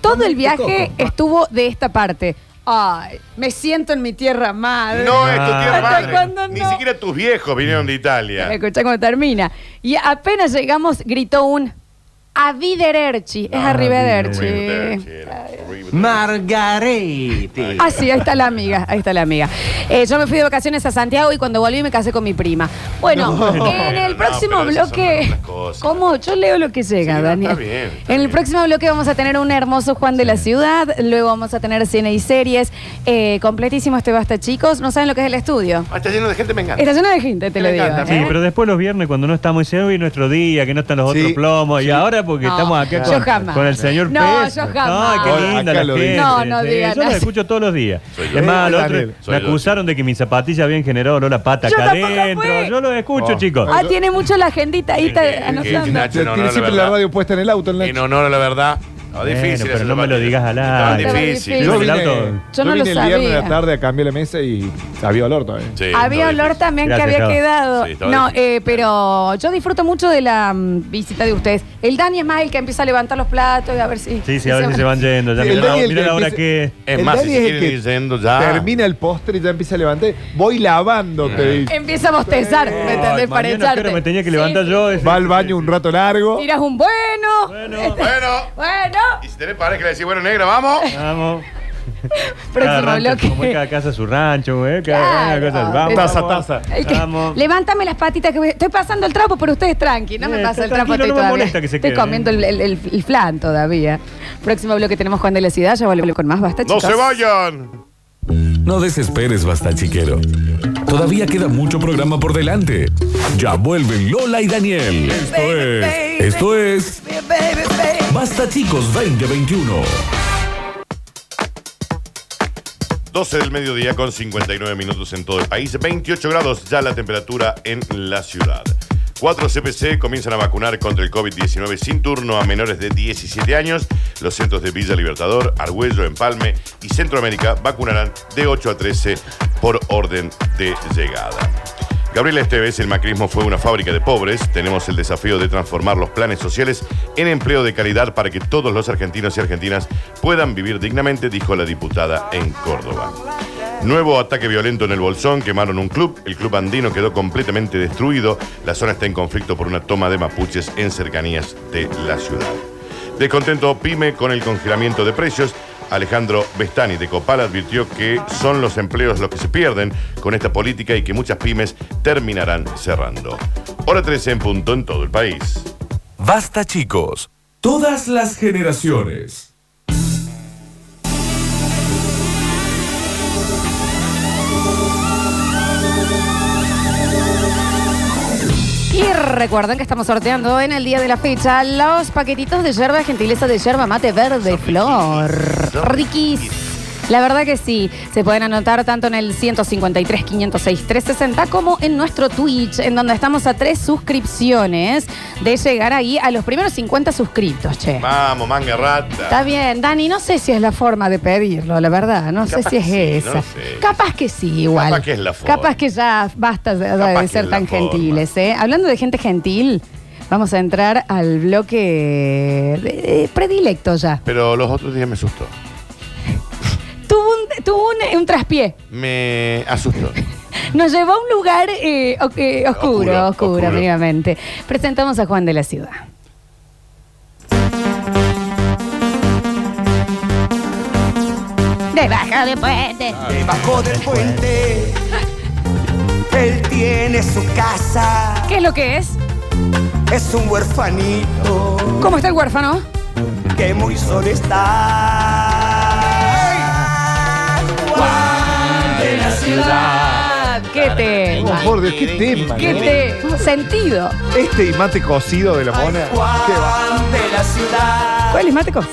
Todo el viaje estuvo de esta parte. Ay, me siento en mi tierra madre. No es tu tierra Hasta cuando madre. Ni siquiera tus viejos vinieron de Italia. Escucha cómo termina. Y apenas llegamos, gritó un Avidererci. Es Arrivederci. Margarete. Ah, sí, ahí está la amiga, ahí está la amiga. Eh, yo me fui de vacaciones a Santiago y cuando volví me casé con mi prima. Bueno, No, no. en el No, próximo pero esas son bloque. las cosas. ¿Cómo? Yo leo lo que llega, Sí, no, Daniel. está bien, está en el próximo bloque vamos a tener un hermoso Juan de la Ciudad, luego vamos a tener cine y series. Eh, completísimo este basta, chicos. No saben lo que es el estudio. Ah, está lleno de gente, me encanta. Está lleno de gente, te lo digo. Sí, ¿eh? pero después los viernes cuando no estamos, dicen hoy es nuestro día, que no están los otros plomos, y ahora porque No, estamos acá yo con, jamás. con el señor No, Pérez. yo jamás. qué linda Acá la lo gente. dice. No, no Sí, digas Yo los nada. escucho todos los días. yo. Es más, el Soy otro, Daniel. me Soy yo, acusaron de que mis zapatillas habían generado la pata Yo acá tampoco adentro. fui. Yo los escucho, Oh. chicos. Ah, tiene mucho la agendita ahí está Que anotando. Nacho, en honor a Tiene siempre la verdad. radio puesta en el auto. En honor a la verdad, No, difícil. pero eso no me de lo digas al Estaba aire. difícil. Estaba Yo difícil. vine, El auto- Yo no yo lo vine el viernes de la sabía. tarde a cambiar la mesa y había olor todavía. había olor también Gracias, que había Java. quedado. Sí, estaba no, eh, pero yo disfruto mucho de la mm, visita de ustedes. El Dani es más el que empieza a levantar los platos y a ver si. Sí, sí, a veces se van yendo. Ya El mirá la- Daniel mirá que la hora empieza- que. El Dani es el que Termina el postre y ya empieza a levantar. Voy Eh. lavando, te dice. Empieza a bostezar, ¿me entendés? Para mañana, echarte. pero me tenía que levantar yo. Va al baño un rato largo. Tiras un bueno. Bueno. Bueno. bueno. Y si tenés pareja, le decís, bueno, negra, vamos. Vamos. Próximo Cada rancho, bloque. como es cada casa su rancho, güey. Cada Claro. una cosa. Vamos. Taza, vamos. El que- Vamos. levántame las patitas que voy- estoy pasando el trapo, pero ustedes tranqui, no me Eh, pasa está el trapo tranquilo, estoy no me todavía. molesta que se estoy quede, ¿eh? comiendo el, el- el- el flan todavía. Próximo bloque tenemos Juan de la Ciudad, ya volvemos con más basta, chicos. vayan! No desesperes, basta chiquero. Todavía queda mucho programa por delante. Ya vuelven Lola y Daniel. Esto es. Esto es. Basta chicos 2021. 12 del mediodía con 59 minutos en todo el país, 28 grados ya la temperatura en la ciudad. 4 CPC comienzan a vacunar contra el COVID-19 sin turno a menores de 17 años. Los centros de Villa Libertador, Argüello, Empalme y Centroamérica vacunarán de 8 a 13 por orden de llegada. Gabriel Esteves, el macrismo fue una fábrica de pobres. Tenemos el desafío de transformar los planes sociales en empleo de calidad para que todos los argentinos y argentinas puedan vivir dignamente, dijo la diputada en Córdoba. Nuevo ataque violento en el Bolsón, quemaron un club, el club andino quedó completamente destruido, la zona está en conflicto por una toma de mapuches en cercanías de la ciudad. Descontento PYME con el congelamiento de precios. Alejandro Bestani de Copal advirtió que son los empleos los que se pierden con esta política y que muchas pymes terminarán cerrando. Hora 13 en punto en todo el país. Basta chicos. Todas las generaciones. Y recuerden que estamos sorteando en el día de la fecha los paquetitos de yerba gentileza de yerba mate verde flor. Riquis. La verdad que sí, se pueden anotar tanto en el 153 506 360 como en nuestro Twitch, en donde estamos a tres suscripciones de llegar ahí a los primeros 50 suscriptos, che. Vamos, manga rata. Está bien, Dani, no sé si es la forma de pedirlo, la verdad, no sé Capaz si es que sí, esa. no sé. Capaz que sí, igual. Capaz que es la forma. Capaz que ya basta de, de Capaz que ser es la tan forma. gentiles, ¿eh? Hablando de gente gentil, vamos a entrar al bloque de- de- predilecto ya. Pero los otros días me asustó. Tuvo un, tuvo un, un traspié, Me asustó. nos llevó a un lugar eh, o- eh, oscuro, Oscuro, oscuro, oscuro. amigamente. Presentamos a Juan de la Ciudad. Debajo de puente. Debajo del puente. Él tiene su casa. ¿Qué es lo que es? Es un huerfanito ¿Cómo está el huérfano? que muy solo está. Juan de la ciudad. ¿Qué tema? Oh, por Dios, qué tema. ¿Qué ¿no? te sentido? Este y mate cocido de la mona. Qué va- de la ciudad. ¿Cuál es mate con?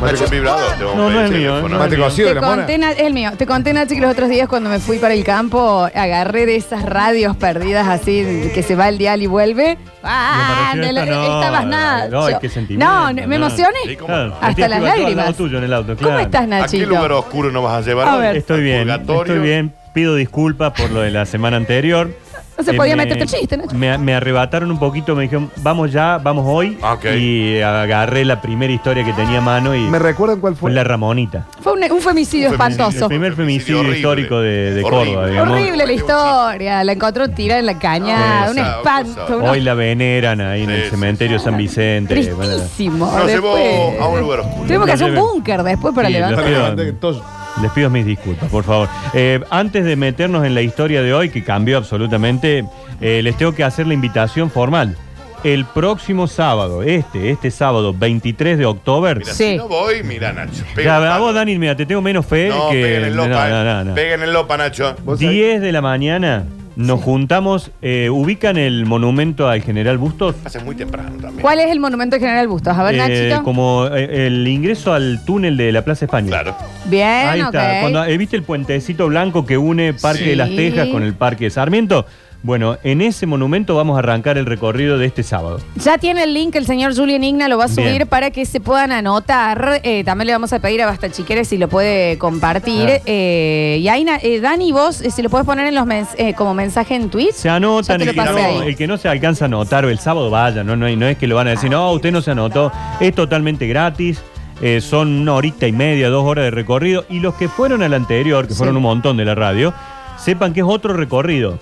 Mate con vibrador. te vamos a No, no pedir es mío, teléfono. ¿eh? Mate cocido Te conté, na- el mío, te conté Nachi que los otros días cuando me fui para el campo agarré de esas radios perdidas así que se va el dial y vuelve. Ah, Me de pareció la- esto, no, estabas nada. no, ay, Yo- qué sentimiento, No, no, me no. emocioné. Sí, cómo no. Sentías que Hasta iba las yo al lado lágrimas. tuyo en el auto, ¿Cómo claro. estás, ¿A qué Nachito? lugar oscuro nos vas a llevar? A hoy? ver. Estoy bien, Purgatorio. estoy bien. Pido disculpas por lo de la semana anterior. Eh, No se podía meter tu chiste, Nacho. Me, me arrebataron un poquito, me dijeron, vamos ya, vamos hoy. Ah, Y agarré la primera historia que tenía a mano y. ¿Me recuerdan cuál fue? La Ramonita. Fue un, un femicidio espantoso. El primer femicidio horrible. histórico de, de Horrible. Córdoba, digamos. Horrible la historia. La encontró tirada en la caña. Sí. un espanto. unos- Hoy la veneran ahí en el cementerio San Vicente. Bueno, Tristísimo. Nos llevó Después- a un lugar oscuro. Tuvimos que hacer un Nos llevó- búnker después para Sí, levantar. les, pido, les pido mis disculpas, por favor. Eh, antes de meternos en la historia de hoy, que cambió absolutamente, eh, les tengo que hacer la invitación formal. El próximo sábado, este, este sábado, 23 de octubre. Mira, Si no voy, mira, Nacho. Ya, Pega, a vos, Dani, mira, te tengo menos fe no, que. peguen el eh. lopa. no, no, no. Peguen el lopa, Nacho. 10 de la mañana nos juntamos, eh, ubican el monumento al general Bustos. Hace muy temprano también. ¿Cuál es el monumento de General Bustos? A ver, Eh, Nachito. como eh, el ingreso al túnel de la Plaza España. Claro. Bien, Ahí ok. está. Cuando, eh, ¿Viste el puentecito blanco que une Parque Sí. de las Tejas con el Parque de Sarmiento? Bueno, en ese monumento vamos a arrancar el recorrido de este sábado. Ya tiene el link, el señor Julian Igna lo va a Bien. subir para que se puedan anotar. Eh, también le vamos a pedir a Basta Chiqueres si lo puede compartir. Ah. Eh, y Aina, eh, Dani, vos, eh, si lo puedes poner en los mens- eh, como mensaje en Twitch. Se anotan, Ya el te que, lo pasé no, ahí. el que no se alcanza a anotar el sábado vaya, no, no, hay- no es que lo van a decir, Ah, no, usted no se anotó, es totalmente gratis, eh, son una horita y media, dos horas de recorrido, y los que fueron al anterior, que fueron un montón de la radio, sepan que es otro recorrido.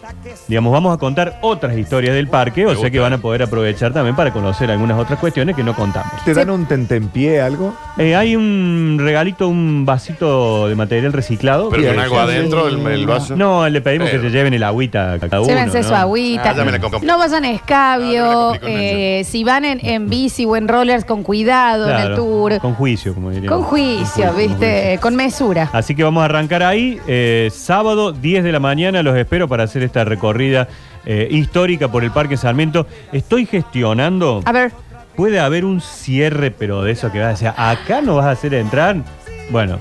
Digamos, vamos a contar otras historias del parque, o sea que van a poder aprovechar también para conocer algunas otras cuestiones que no contamos. ¿Te dan un tentempié, algo? Eh, hay un regalito, un vasito de material reciclado. ¿Pero Que- con algo adentro, el- el vaso? No, le pedimos Pero- Ah, que se lleven el agüita a cada uno. Llévense ¿no? su Ah, agüita. no vayan a escabio. eh, si van en, en bici o en rollers, con cuidado en el Claro, tour. Con, Con juicio, como diríamos. juicio, ¿viste? Con mesura. Así que vamos a arrancar ahí. eh, sábado, 10 de la mañana, los espero para hacer esta recorrida eh, histórica por el Parque Sarmiento. Estoy gestionando. A ver. Puede haber un cierre, pero de eso que vas a decir, acá no vas a hacer entrar. Bueno,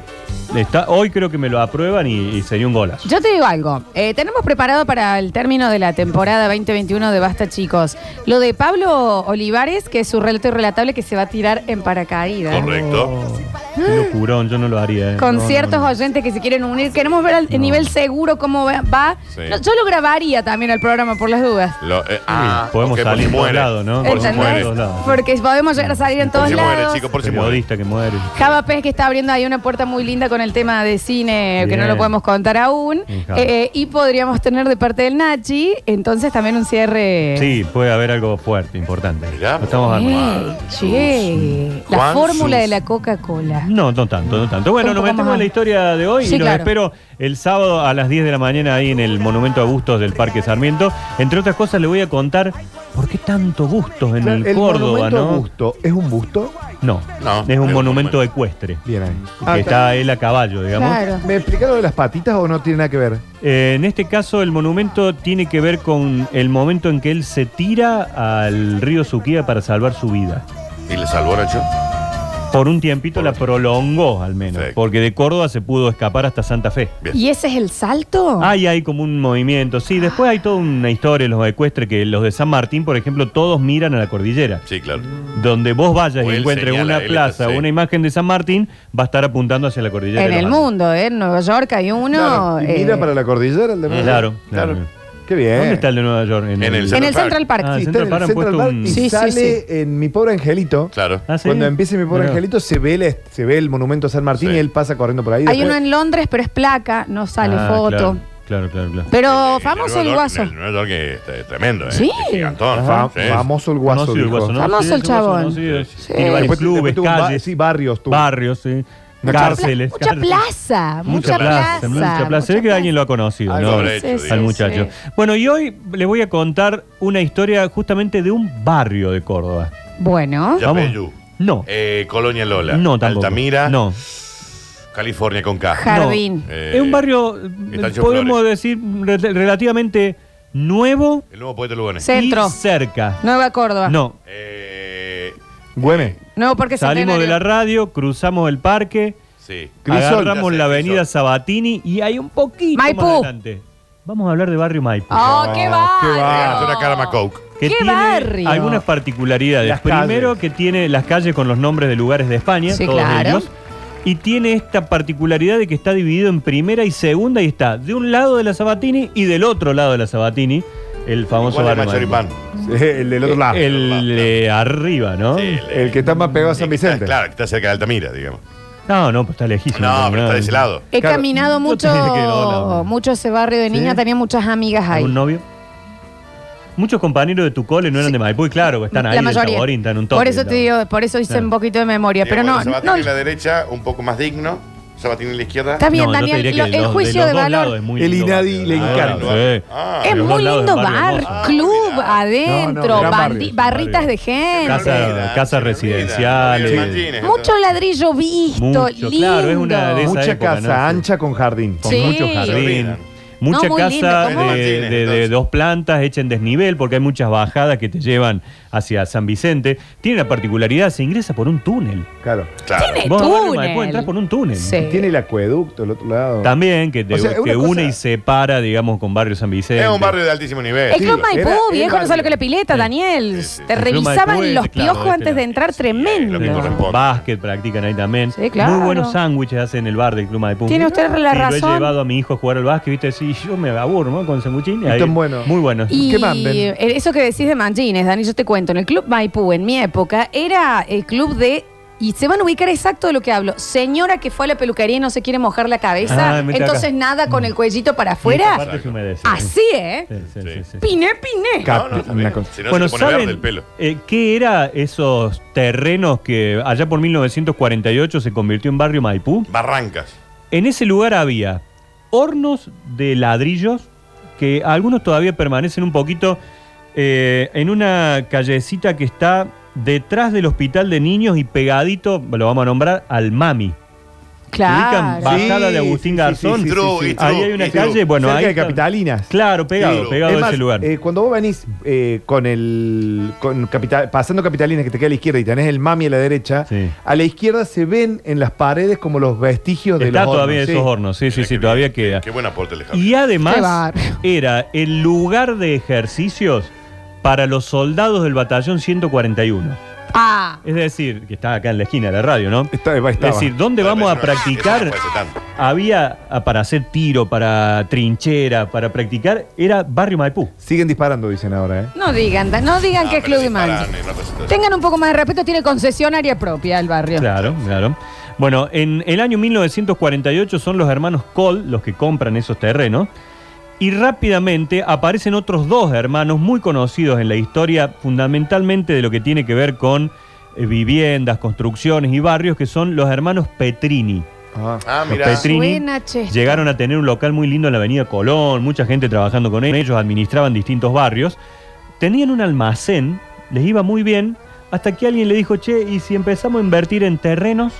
está, hoy creo que me lo aprueban y, y sería un golazo. Yo te digo algo. eh, tenemos preparado para el término de la temporada 2021 de Basta, chicos. Lo de Pablo Olivares, que es su relato irrelatable que se va a tirar en paracaídas. Correcto. Qué locurón, yo no lo haría. eh. Con No, no, ciertos no. oyentes que se quieren unir. Queremos ver al el nivel seguro cómo va- va. Sí. No, yo lo grabaría también al programa por las dudas. Lo- eh, ah, Sí, podemos ok, por salir si por muere. lado, ¿no? Por si ¿Entendés? muere. Porque podemos llegar a salir en Por todos si muere, lados. chicos, por si muere. Periodista que muere. Java Pérez que está abriendo ahí una puerta muy linda con el tema de cine, que no Bien. lo podemos contar aún. Sí, Java. Eh, y podríamos tener de parte del Nachi, entonces también un cierre. Sí, puede haber algo fuerte, importante. Lo estamos armando. Eh, che, la Juan fórmula Sus. de la Coca-Cola. No, no tanto, no tanto. Bueno, Un nos poco metemos más. en la historia de hoy Sí, y los claro. espero el sábado a las 10 de la mañana ahí en el Monumento a Bustos del Parque Sarmiento. Entre otras cosas, le voy a contar por qué tanto bustos en el, el Córdoba, monumento a ¿no? busto, ¿es un busto? No, No, es es un un monumento ecuestre. Bien ahí. Que Ah, está él a caballo, digamos. ¿Me explicaron lo de las patitas o no tiene nada que ver? Eh, en este caso, el monumento tiene que ver con el momento en que él se tira al río Suquía para salvar su vida. ¿Y le salvó Nacho? Por un tiempito la prolongó, al menos, porque de Córdoba se pudo escapar hasta Santa Fe. ¿Y ese es el salto? Ahí hay como un movimiento. Sí, después hay toda una historia de los ecuestres que los de San Martín, por ejemplo, todos miran a la cordillera. Sí, claro. Donde vos vayas O y él encuentres señala, una él plaza, está- sí. una imagen de San Martín, va a estar apuntando hacia la cordillera. En de el los Andes. mundo, ¿eh? En Nueva York hay uno. Claro, y eh, mira para la cordillera el de Nueva Claro, York. claro. Qué bien. ¿Dónde está el de Nueva York? En el En el Central Park. Ah, Sí, en está en Central el Park han Central puesto Park un... y sale en Mi Pobre Angelito. Claro. Ah, ¿sí? Cuando empiece Mi Pobre Mirá. Angelito se ve, el, se ve el monumento a San Martín y él pasa corriendo por ahí. Hay después- uno en Londres, pero es placa, no sale Ah, foto. claro. Claro, claro, claro. Pero Nueva famoso el York- guaso. El Nueva York que está- es tremendo, ¿eh? Sí. Es gigantón. Ajá. Sí. Famoso el guaso. Famoso el dijo. guaso, ¿no? Famoso Sí, el el guaso, chabón. ¿no? Sí, Sí. Tiene varios Después- clubes, después tuvo un ba- calles. sí, barrios. tuvo. Barrios, sí. Una Cárceles. Mucha plaza, mucha, plaza. Mucha plaza. Se ve que alguien lo ha conocido, Algo ¿no? habrá hecho, Sí, sí, Al sí. muchacho. Bueno, y hoy les voy a contar una historia justamente de un barrio de Córdoba. Bueno. Yapeyú. No. Eh, Colonia Lola. No, tampoco. Altamira. No. California con K. Eh, Jardín. Ah, No. es un barrio, Estancia podemos decir, re- relativamente nuevo El nuevo poeta Lugones. y cerca. Nueva Córdoba. No. Güeme. No, porque Salimos de la radio, cruzamos el parque, Sí. agarramos la avenida Sabatini y hay un poquito Maipú. más adelante. Vamos a hablar de barrio Maipú. ¡Oh, qué barrio! Es una cara más coke. que ¡Qué tiene barrio! algunas particularidades. Las Primero que tiene las calles con los nombres de lugares de España, Sí, todos claro. ellos. Y tiene esta particularidad de que está dividido en primera y segunda y está de un lado de la Sabatini y del otro lado de la Sabatini, el famoso ¿Cuál es barrio. Eh, Machoripán? Sí, el del otro lado. El de arriba, ¿no? El que está más pegado a San Vicente. Claro, que está cerca de Altamira, digamos. No, no, pues está lejísimo. No, pero está de ese lado. He Claro. caminado No tenés que ir a otro mucho, lado. mucho ese barrio de niña, tenía muchas amigas ahí. ¿Un novio? Muchos compañeros de tu cole no eran de Maipú y claro, están ahí la en mayoría. Taborín, están en un toque. Por eso te digo, por eso hice Claro. un poquito de memoria, pero no, Digamos, de Sabatini no, en la derecha, un poco más digno. Sabatini en la izquierda. Está bien, No, yo te Daniel, diría que lo- de el los- de juicio los de dos valor- lados es muy El lindo inadible barrio, Incarno. ¿no? Sí. Ah, es los muy lados lindo del barrio bar, hermoso. club adentro, No, no, barri- gran barrio, es un barritas de Casa, gente. casa residencial. eh, Mucho ladrillo visto, Mucho, lindo. claro, es una Ah, de esas Mucha épocas, casa ¿no? ancha con jardín. con mucho jardín. Mucha No, muy casa lindo, ¿cómo? de, Martínez, de- de entonces. dos plantas hecha en desnivel porque hay muchas bajadas que te llevan hacia San Vicente. Tiene la particularidad, se ingresa por un túnel. Claro. Tiene Vos, Barrio túnel. Maipú, entrás por un túnel. Sí. Tiene el acueducto al otro lado. También que te, O sea, es te una une cosa- y separa, digamos, con Barrio San Vicente. Es un barrio de altísimo nivel. El Club Era- Maipú, era viejo, no el sabe lo que es la pileta, Daniel. Te El Club Maipú revisaban es, los claro, piojos este antes de entrar, tremendo. Básquet practican ahí también. Sí, claro. Muy buenos sándwiches hacen en el bar del Club Maipú. Tiene usted la Y Lo razón. he llevado a mi hijo a jugar al básquet, viste, sí, yo me aburro, ¿no? Con sanguchín. Están buenos. Muy buenos. Y eh, eso que decís de Mangines, Dani, yo te cuento. En el Club Maipú, en mi época, era el club de. Y se van a ubicar exacto de lo que hablo. Señora que fue a la peluquería y no se quiere mojar la cabeza, Ah, mete entonces acá. nada con el cuellito para Esta afuera. parte se humedece. Así, ¿eh? Sí, sí, sí, sí. Piné, piné. Cap- una cosa. Si no, bueno, se te pone ¿saben verde el pelo. eh, qué era esos terrenos que allá por 1948 se convirtió en barrio Maipú? Barrancas. En ese lugar había hornos de ladrillos que algunos todavía permanecen un poquito eh, en una callecita que está detrás del hospital de niños y pegadito, lo vamos a nombrar, al Mami. Claro. Ubican bajada Sí, de Agustín sí, Garzón. sí, sí, sí, sí, sí. Ahí hay una calle, bueno, Cerca ahí de está- Capitalinas. Claro, pegado, Sí. pegado Es a más, ese lugar. eh, cuando vos venís eh, con el. Con capital, pasando Capitalinas que te queda a la izquierda y tenés el mami a la derecha, a la izquierda se ven en las paredes como los vestigios de los Está todavía hornos, esos sí. hornos, sí, sí, sí, todavía queda. Qué buen aporte le Y Qué además bárbaro. era el lugar de ejercicios para los soldados del batallón 141. Ah. Es decir, que está acá en la esquina de la radio, ¿no? es estaba. decir, ¿dónde vamos a practicar? Había ah, para hacer tiro, para trinchera, para practicar, era Barrio Maipú. Siguen disparando, dicen ahora, ¿eh? Ah, No digan, da- no digan que es Club de Mangines. Tengan un poco más de respeto, tiene concesionaria propia el barrio. Claro, claro. Bueno, en el año 1948 son los hermanos Cole los que compran esos terrenos y rápidamente aparecen otros dos hermanos muy conocidos en la historia, fundamentalmente de lo que tiene que ver con eh, viviendas, construcciones y barrios, que son los hermanos Petrini. Ah, Los mirá. Petrini Buena, che. llegaron a tener un local muy lindo en la Avenida Colón, mucha gente trabajando con ellos, administraban distintos barrios. Tenían un almacén, les iba muy bien, hasta que alguien le dijo, che, ¿y si empezamos a invertir en terrenos?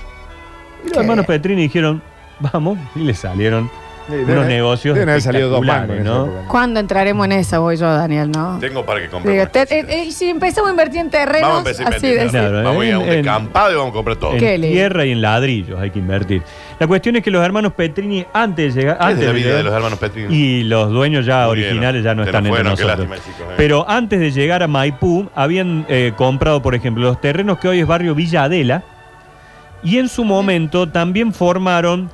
Y los hermanos Petrini dijeron, vamos, y le salieron deben unos haber- negocios deben haber salido dos mangos en espectaculares, esa ¿no? época. ¿Cuándo entraremos en esa voy yo, Daniel, no? Tengo para que comprar. Digo, unas te- eh, eh, y si empezamos a invertir en Vamos a terrenos, empezar a así invertir, de claro. Vamos a ir a un en- descampado y vamos a comprar todo. En Qué lindo. tierra y en ladrillos hay que invertir. La cuestión es que los hermanos Petrini, antes de llegar. ¿Qué es antes de la vida llegar- de los hermanos Petrini? Y los dueños ya Murieron. originales ya no Se están nos entre fueron, qué nosotros. lástima, chicos, eh. Pero antes de llegar a Maipú, habían eh, comprado, por ejemplo, los terrenos que hoy es barrio Villa Adela. Y en su momento también formaron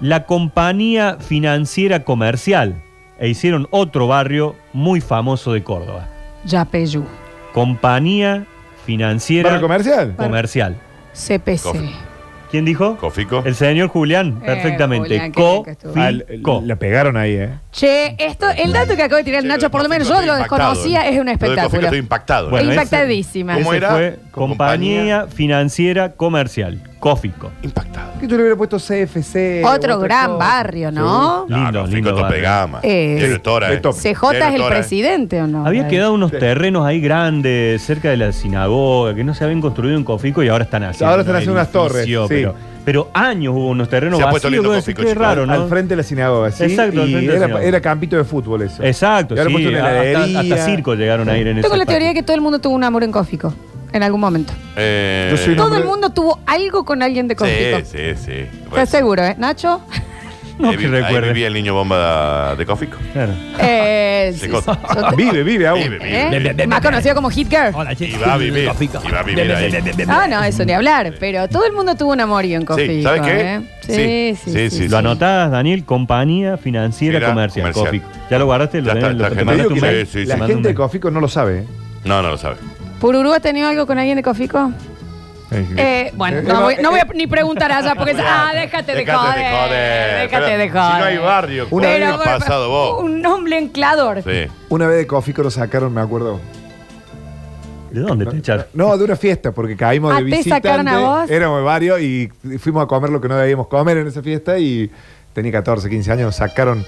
la compañía financiera comercial. E hicieron otro barrio muy famoso de Córdoba. Yapeyú, Compañía financiera. ¿Barrio comercial? Comercial. CPC. ¿Quién dijo? Cofico. El señor Julián, Eh, perfectamente. Julián, qué bien que estuvo. Co- Ah, l- Co. La pegaron ahí, ¿eh? Che, esto, el dato que acabo de tirar el Nacho, por lo menos yo lo desconocía, es un espectáculo. impactado. ¿no? Impactadísima. ¿Cómo ese era? Fue compañía Financiera Comercial, Cófico. Que yo le hubiera puesto CFC. Eh, Otro otra gran cosa. barrio, ¿no? Lindo, lindo. Tope barrio. gama. Eh, Tiene tora, eh. CJ es Tiene el tora, eh. presidente, ¿o no? Había Ahí. quedado unos terrenos ahí grandes, cerca de la sinagoga, que no se habían construido en Cofico y ahora están haciendo. Ahora están haciendo unas torres, edificio, sí. Pero, pero años hubo unos terrenos Se ha vacíos. puesto lindo vos decís, Cofico, qué chicos. raro, ¿no? Al frente de la sinagoga, sí. Exacto, al y frente de la era, sinagoga. era campito de fútbol eso. Exacto, Y ahora sí, puso una hasta- heladería. hasta, circo llegaron a ir en ese Yo con la parque. teoría que todo el mundo tuvo un amor en Cófico, en algún momento. Eh, Yo soy un Todo el mundo tuvo algo con alguien de Cófico. Sí, sí, sí. ¿Estás seguro, eh? Nacho. ahí, vi- ahí vivía el niño bomba de Cofico. Eh, sí, Secota. sí, yo te- Vive, vive aún. ¿Eh? Más conocido como Hit Girl. Y va a vivir. Y va a vivir ahí. Ah, no, eso ni hablar. Pero todo el mundo tuvo un amorío en Cófico. Sí, ¿sabes qué? ¿eh? Sí, sí, sí. Lo anotás, Daniel, compañía financiera Era comercial, comercial. Cofico. Ya lo guardaste, lo Ya tenés, está, lo- está te agendado. mandaste un Sí, mail. sí, sí. Te La mando un gente de Cofico no lo sabe. ¿eh? No, no lo sabe. ¿Pururú ha tenido algo con alguien de Cófico? Eh, bueno, no voy, no voy a ni preguntar allá porque es, ah, déjate de Déjate de joder. joder. Déjate de Pero si no hay joder. barrio, Una ¿cuál vez ha por- pasado vos? Un hombre anclador. Una vez de Cofico lo sacaron, me acuerdo. ¿De dónde te echaron? No, de una fiesta, porque caímos Ah, de ¿te visitante. sacaron a vos? Éramos varios y fuimos a comer lo que no debíamos comer en esa fiesta y tenía 14, 15 años, nos sacaron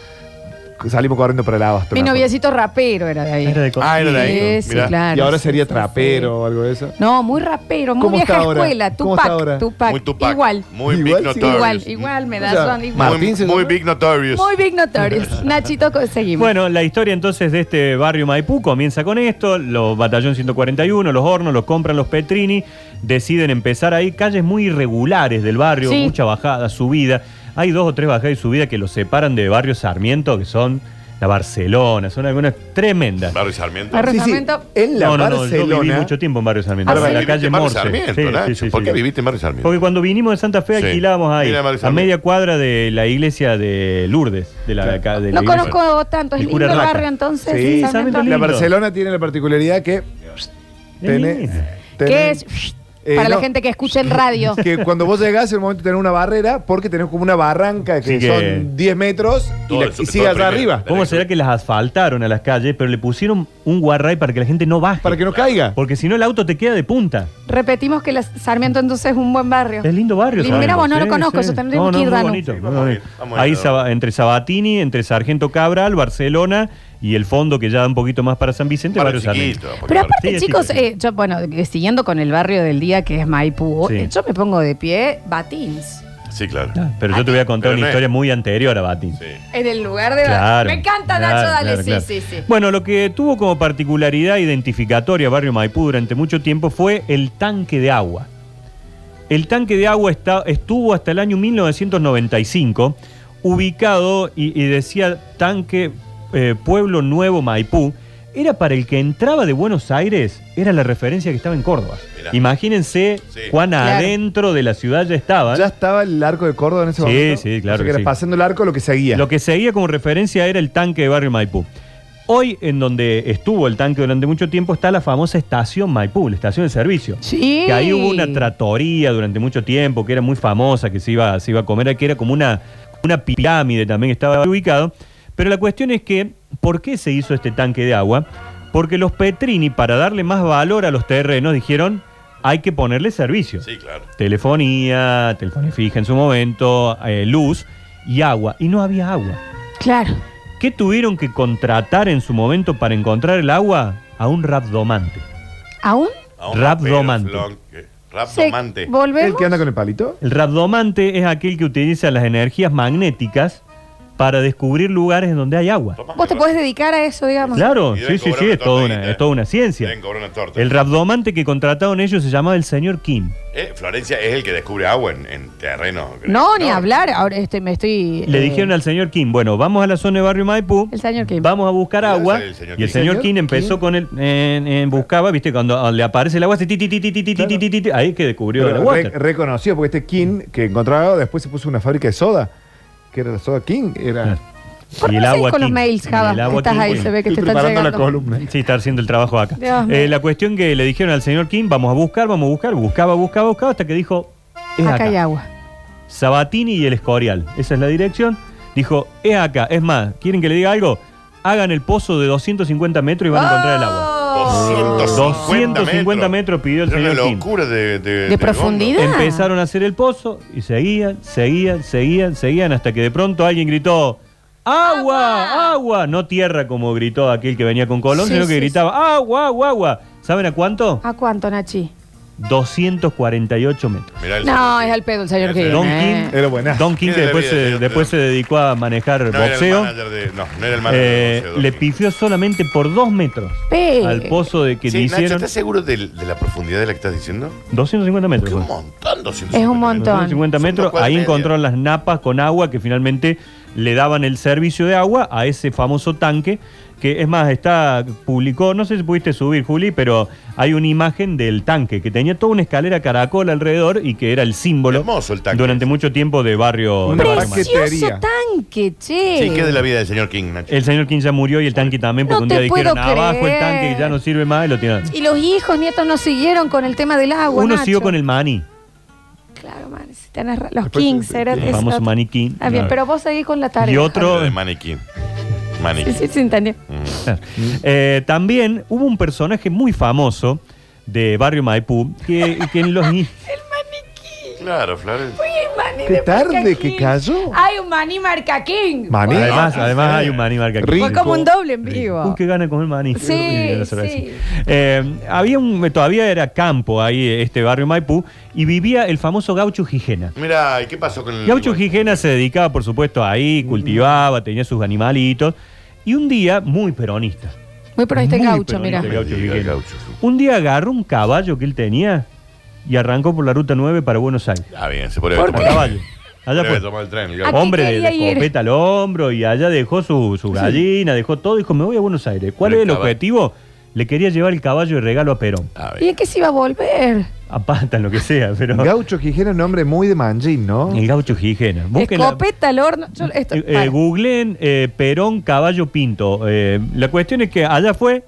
salimos corriendo para el Abastro. Mi noviecito rapero era de ahí. Ah, era de ahí. Sí, Mirá. claro. Y ahora sí, sería sí, trapero o algo de eso. No, muy rapero, muy ¿Cómo vieja está ahora? escuela. ¿Cómo está Tupac, ahora? Tupac. Muy Tupac. Igual. Muy Igual, Big sí. Notorious. Igual, igual, me O da sea, son igual. Muy, muy Big Notorious. Muy Big Notorious. Nachito, seguimos. Bueno, la historia entonces de este barrio Maipú comienza con esto, los Batallón 141, los hornos, los compran los Petrini, deciden empezar ahí, calles muy irregulares del barrio, Sí. mucha bajada, subida, hay dos o tres bajadas y subidas que los separan de barrio Sarmiento, que son la Barcelona, son algunas tremendas. Barrio Sarmiento. Barrio Sí, sí, Sarmiento. en la no, no, no, yo viví Barcelona- mucho tiempo en barrio Sarmiento, Ah, en sí. la ¿Viviste calle en Barrio Morse. Sarmiento, Sí, sí, Nacho? sí, ¿Por sí. qué viviste en Barrio Sarmiento? Porque cuando vinimos de Santa Fe Sí. alquilábamos ahí, Era Barrio a Sarmiento. media cuadra de la iglesia de Lourdes, de la, ca- de la No iglesia. conozco tanto. Es El lindo cura el Raca. barrio entonces. Sí, Sarmiento Sarmiento lindo. La Barcelona tiene la particularidad que. Tiene. Que es Eh, para la no. gente que escucha en radio. Que cuando vos llegás, en el momento tenés una barrera, porque tenés como una barranca que Sí que- son 10 metros y, la- y sigue allá arriba. ¿Cómo será que las asfaltaron a las calles, pero le pusieron un guarray para que la gente no baje? Para que no caiga. Porque si no, el auto te queda de punta. Repetimos que la Sarmiento entonces es un buen barrio. Es lindo barrio. Lindo. Mira, vos no lo conozco, eso eso tendríamos que ir, Danu. Ahí Saba- entre Sabatini, entre Sargento Cabral, Barcelona y el fondo que ya da un poquito más para San Vicente. Barrio Barrio Sarmiento. chiquito, Pero aparte, Sí, es chicos, chiquito, eh, yo, bueno, eh, siguiendo con el barrio del día que es Maipú, Sí. eh, yo me pongo de pie, Batins. Sí, claro. Ah, Pero yo te voy a contar Pero una no es- historia muy anterior a Batín. En el lugar de Claro, Me encanta, claro, Nacho, dale, claro, sí, claro. sí, sí. Bueno, lo que tuvo como particularidad identificatoria Barrio Maipú durante mucho tiempo fue el tanque de agua. El tanque de agua está- estuvo hasta el año 1995 ubicado y, y decía tanque eh, Pueblo Nuevo Maipú. Era para el que entraba de Buenos Aires, era la referencia que estaba en Córdoba. Mirá. Imagínense cuán Claro. adentro de la ciudad ya estaba. Ya estaba el arco de Córdoba en ese Ah, Sí, momento. sí, claro O sea que que era sí. pasando el arco lo que seguía. Lo que seguía como referencia era el tanque de Barrio Maipú. Hoy, en donde estuvo el tanque durante mucho tiempo, está la famosa estación Maipú, la estación de servicio. Sí. Que ahí hubo una tratoría durante mucho tiempo, que era muy famosa, que se iba, se iba a comer, que era como una, una pirámide también que estaba ubicado. Pero la cuestión es que, ¿por qué se hizo este tanque de agua? Porque los Petrini, para darle más valor a los terrenos, dijeron, hay que ponerle servicio Sí, claro. telefonía, telefonía fija en su momento, eh, luz y agua. Y no había agua. Claro. ¿Qué tuvieron que contratar en su momento para encontrar el agua? A un rabdomante. ¿Aún? Rabdomante. Rapdomante. ¿Volvemos? anda con el palito? El rabdomante es aquel que utiliza las energías magnéticas para descubrir lugares donde hay agua. Vos te podés dedicar a eso, digamos. Claro, Y sí, deben sí, cobrar sí, una es toda una, es toda una ciencia. Deben cobrar una torta. El rabdomante que contrataron ellos se llamaba el señor Kim. Eh, Florencia es el que descubre agua en, en terreno. No, ni hablar. Ahora este, me estoy. Le eh, dijeron al señor Kim, bueno, vamos a la zona de barrio Maipú, El señor que. vamos a buscar agua. el señor Y el Kim. señor ¿Señor Kim empezó con el. en- en- buscaba, viste, cuando le aparece el agua, hace ti, ti, ti, ti, ti, ti, ti, ti, ti, ti, ahí que descubrió el Pero agua. re- reconocido, porque este King que encontraba agua, después se puso una fábrica de soda, que era la soda King. Era... Ah. Y el No agua con los Kim. mails, Y el Java. agua Estás Kim, ahí, bueno. se ve que te están llegando. Sí, está haciendo el trabajo acá. Dios mío. Eh, la cuestión que le dijeron al señor Kim, vamos a buscar, vamos a buscar, buscaba, buscaba, buscaba, hasta que dijo, es Acá acá. hay agua. Sabatini y el Escorial. Esa es la dirección. Dijo, es acá. Es más, ¿quieren que le diga algo? Hagan el pozo de 250 metros y van a encontrar el agua. 250 250 metros pidió el Era una señor Kim. locura de, de, De profundidad. Empezaron a hacer el pozo y seguían, seguían, seguían, seguían hasta que de pronto alguien gritó ¡Agua! ¡Agua! No tierra como gritó aquel que venía con Colón, Sí, sino que sí, gritaba ¡Agua! ¡Agua! ¡Agua! ¿Saben a cuánto? ¿A cuánto, Nachi? 248 metros. No, es al pedo el señor que. Don King, eh. era buena. Don King que Era de después, vida, se, señor, después se dedicó a manejar No era el boxeo. manager de. No, no era el manager Eh, de boxeo. le pifió solamente por dos metros Pe- al pozo de que Sí, le Nacho, hicieron ¿estás seguro de, de la profundidad de la que estás diciendo? 250 metros. Qué fue. montón, 250 Es un montón. 250 metros, ahí encontró las napas con agua que finalmente le daban el servicio de agua a ese famoso tanque. Que es más, está publicó, no sé si pudiste subir, Juli, pero hay una imagen del tanque que tenía toda una escalera caracol alrededor y que era el símbolo durante mucho tiempo de barrio. de barrio Mar. Precioso tanque, che. Sí, ¿qué es de la vida del señor King, Nacho? El señor King ya murió y el tanque también, porque No un día te dijeron puedo abajo el creer. tanque y ya no sirve más y lo tiraron. Y los hijos, nietos no siguieron con el tema del agua. Uno Nacho. siguió con el maní, Claro, man, si tenés ra- los Kings eran. el famoso esos- maniquín. Está Ah, bien, pero vos seguís con la tarea. Y otro. Javi. maniquín. Sí, sí, sí, entendió. Eh, también hubo un personaje muy famoso de Barrio Maipú que, que en los. Claro, Flores. Muy mal, maní Qué de tarde marca que King. cayó. Hay un maní marca King. Maní. Además, además eh, hay un maní marca aquí. Fue como un doble en Uy, vivo. qué gana de comer maní. Sí, no se lo sí. decía. Eh, había un, todavía era campo ahí, este barrio Maipú, y vivía el famoso gaucho Gijena. Mira, ¿y qué pasó con el.? Gaucho Gijena se dedicaba, por supuesto, Mm. ahí, cultivaba, tenía sus animalitos, y un día, muy peronista, Muy por este Muy gaucho, mira. peronista, gaucho Gijena. un día agarró un caballo que él tenía y arrancó por la ruta 9 para Buenos Aires. Ah, bien, se podría ¿Por haber qué? tomado el Caballo. tren. Allá Podría haber pues. tomado el tren. el Al gaucho. Hombre de, de quería ir. copeta al hombro y allá dejó su, su gallina, dejó todo y dijo, me voy a Buenos Aires. ¿Cuál Pero es el el caballo. objetivo? Le quería llevar el caballo de regalo a Perón. Ah, A, ¿Y es que se iba a volver? pata, lo que sea, pero... Gaucho Quijera es un nombre muy de manjín, ¿no? El gaucho Gijena. Busquen la- Escopeta al horno. Yo- esto- eh, eh, para. googleen eh, Perón Caballo Pinto. Eh, la cuestión es que allá fue,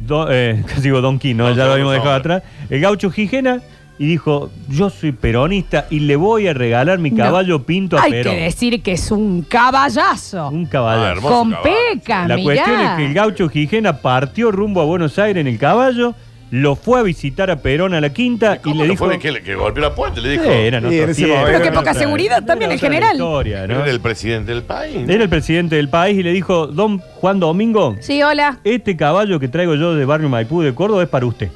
do- eh, casi digo Don Quino, ya lo habíamos dejado atrás, el gaucho Gijena y dijo, yo soy peronista y le voy a regalar mi No. caballo Pinto a Hay Perón. que decir que es un caballazo. Un Ah, caballo. Con peca, La cuestión es mirá. que el gaucho Gijena partió rumbo a Buenos Aires en el caballo, lo fue a visitar a Perón a la quinta y, ¿Cómo le no dijo... Fue que, le- que golpeó la puerta, le dijo. Sí, eran otros tiempos, Pero qué eran poca otras- seguridad también el otra general. historia, ¿no? Era el presidente del país. Era el presidente del país y le dijo, don Juan Domingo, Sí, hola. este caballo que traigo yo de Barrio Maipú de Córdoba es para usted.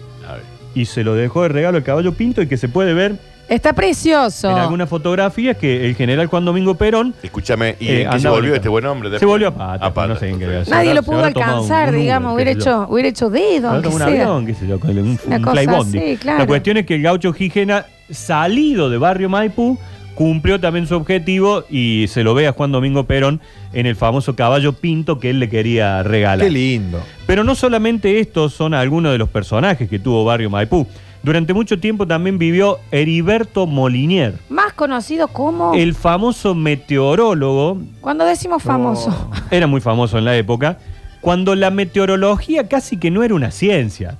Y se lo dejó de regalo el caballo pinto y que se puede ver Está precioso. en algunas fotografías que el general Juan Domingo Perón... Escúchame, ¿y Eh, en qué se andaba volvió ahorita. este buen hombre? Ah, Se volvió a patas. pata. no sé en qué era. Se Nadie habrá- lo se pudo habrá tomado un- alcanzar, un Uber, digamos. Hubiera qué sé yo. hecho, hubiera hecho dedo, Ahora aunque un sea. avión, qué sé yo, con un, Una un cosa flybondi. así, claro. La cuestión es que el gaucho Gijena, salido de Barrio Maipú, cumplió también su objetivo y se lo ve a Juan Domingo Perón en el famoso caballo pinto que él le quería regalar. Qué lindo. Pero no solamente estos son algunos de los personajes que tuvo Barrio Maipú. Durante mucho tiempo también vivió Heriberto Molinier, Más conocido como. el famoso meteorólogo Cuando decimos famoso. era muy famoso en la época, cuando la meteorología casi que no era una ciencia.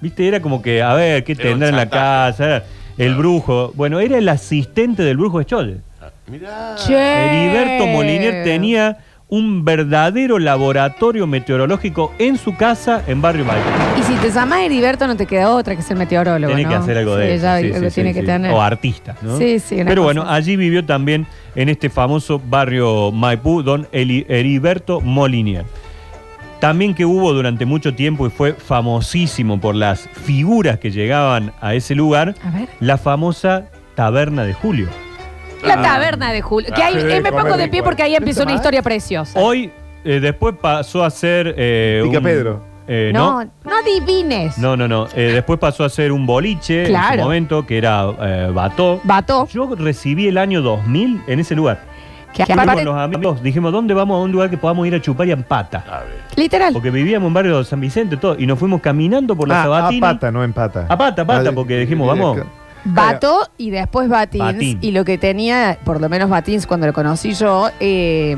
¿Viste? Era como que, a ver, ¿qué Era tendrá un en la casa? Era El brujo. Bueno, era el asistente del brujo Scholl. Mirá. Heriberto Molinier tenía un verdadero laboratorio meteorológico en su casa en Barrio Maipú. Y si te llamas Heriberto, no te queda otra que ser meteorólogo. Tiene ¿no? que hacer algo Sí, de eso. ya sí, algo sí, tiene sí, que sí. tener. O artista, ¿no? Sí, sí, una Pero cosa bueno, allí vivió también en este famoso barrio Maipú, don Eli- Heriberto Molinier. También que hubo durante mucho tiempo y fue famosísimo por las figuras que llegaban a ese lugar, A ver. la famosa Taberna de Julio. La Ah. taberna de Julio. Que ahí Ah, eh, me comer pongo de rico, pie eh. porque ahí empieza una historia preciosa. Hoy, eh, después pasó a ser... eh, Pica un- Pedro. eh, no, no, no, adivines. no, no, no. Eh, después pasó a ser un boliche en Claro. su momento, que era eh, Bató. Bató. Yo recibí el año 2000 en ese lugar. Que Fui aparte- con los amigos dijimos, ¿dónde vamos a un lugar que podamos ir a chupar y en pata? Literal. Porque vivíamos en barrio de San Vicente, todo, y nos fuimos caminando por la Ah, a Sabatina. pata, no empata. A pata, a pata, porque dijimos, vamos. Bató y después Batins. Batín. Y lo que tenía, por lo menos Batins cuando lo conocí yo, eh,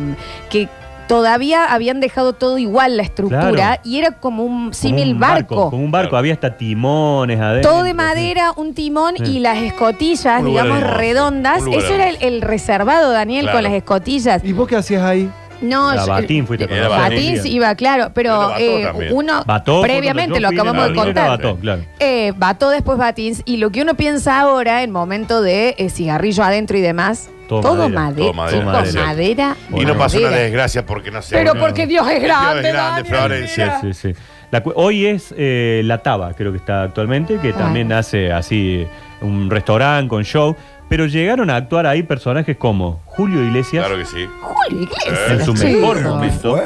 que todavía habían dejado todo igual la estructura Claro. y era como un Como símil un barco. Como un barco, había hasta timones adentro. Mm. Todo de madera, un timón Sí. y las escotillas, Un lugar digamos, hermoso, redondas. un lugar Eso era el, el reservado, Daniel, Claro. con las escotillas. ¿Y vos qué hacías ahí? No, La yo- Batín fuiste con Era nosotros. Batín sí, iba, claro, pero Bató eh, también. uno Bató, previamente lo cuando yo fui, acabamos de era contar. Bató, claro. Eh, Bató, después Batins. Y lo que uno piensa ahora, en momento de eh, cigarrillo adentro y demás, todo, Todo madera. madera, todo madera, chicos, madera. madera, Y no pasó una madera. desgracia porque no sé. Pero porque Dios es grande, Daniel, Florencia. Sí, sí. La cu- hoy es eh, La Taba, creo que está actualmente, que también hace así eh, un restaurante con show. Pero llegaron a actuar ahí personajes como Julio Iglesias. Claro que sí. Julio Iglesias. En su Este chico. mejor momento.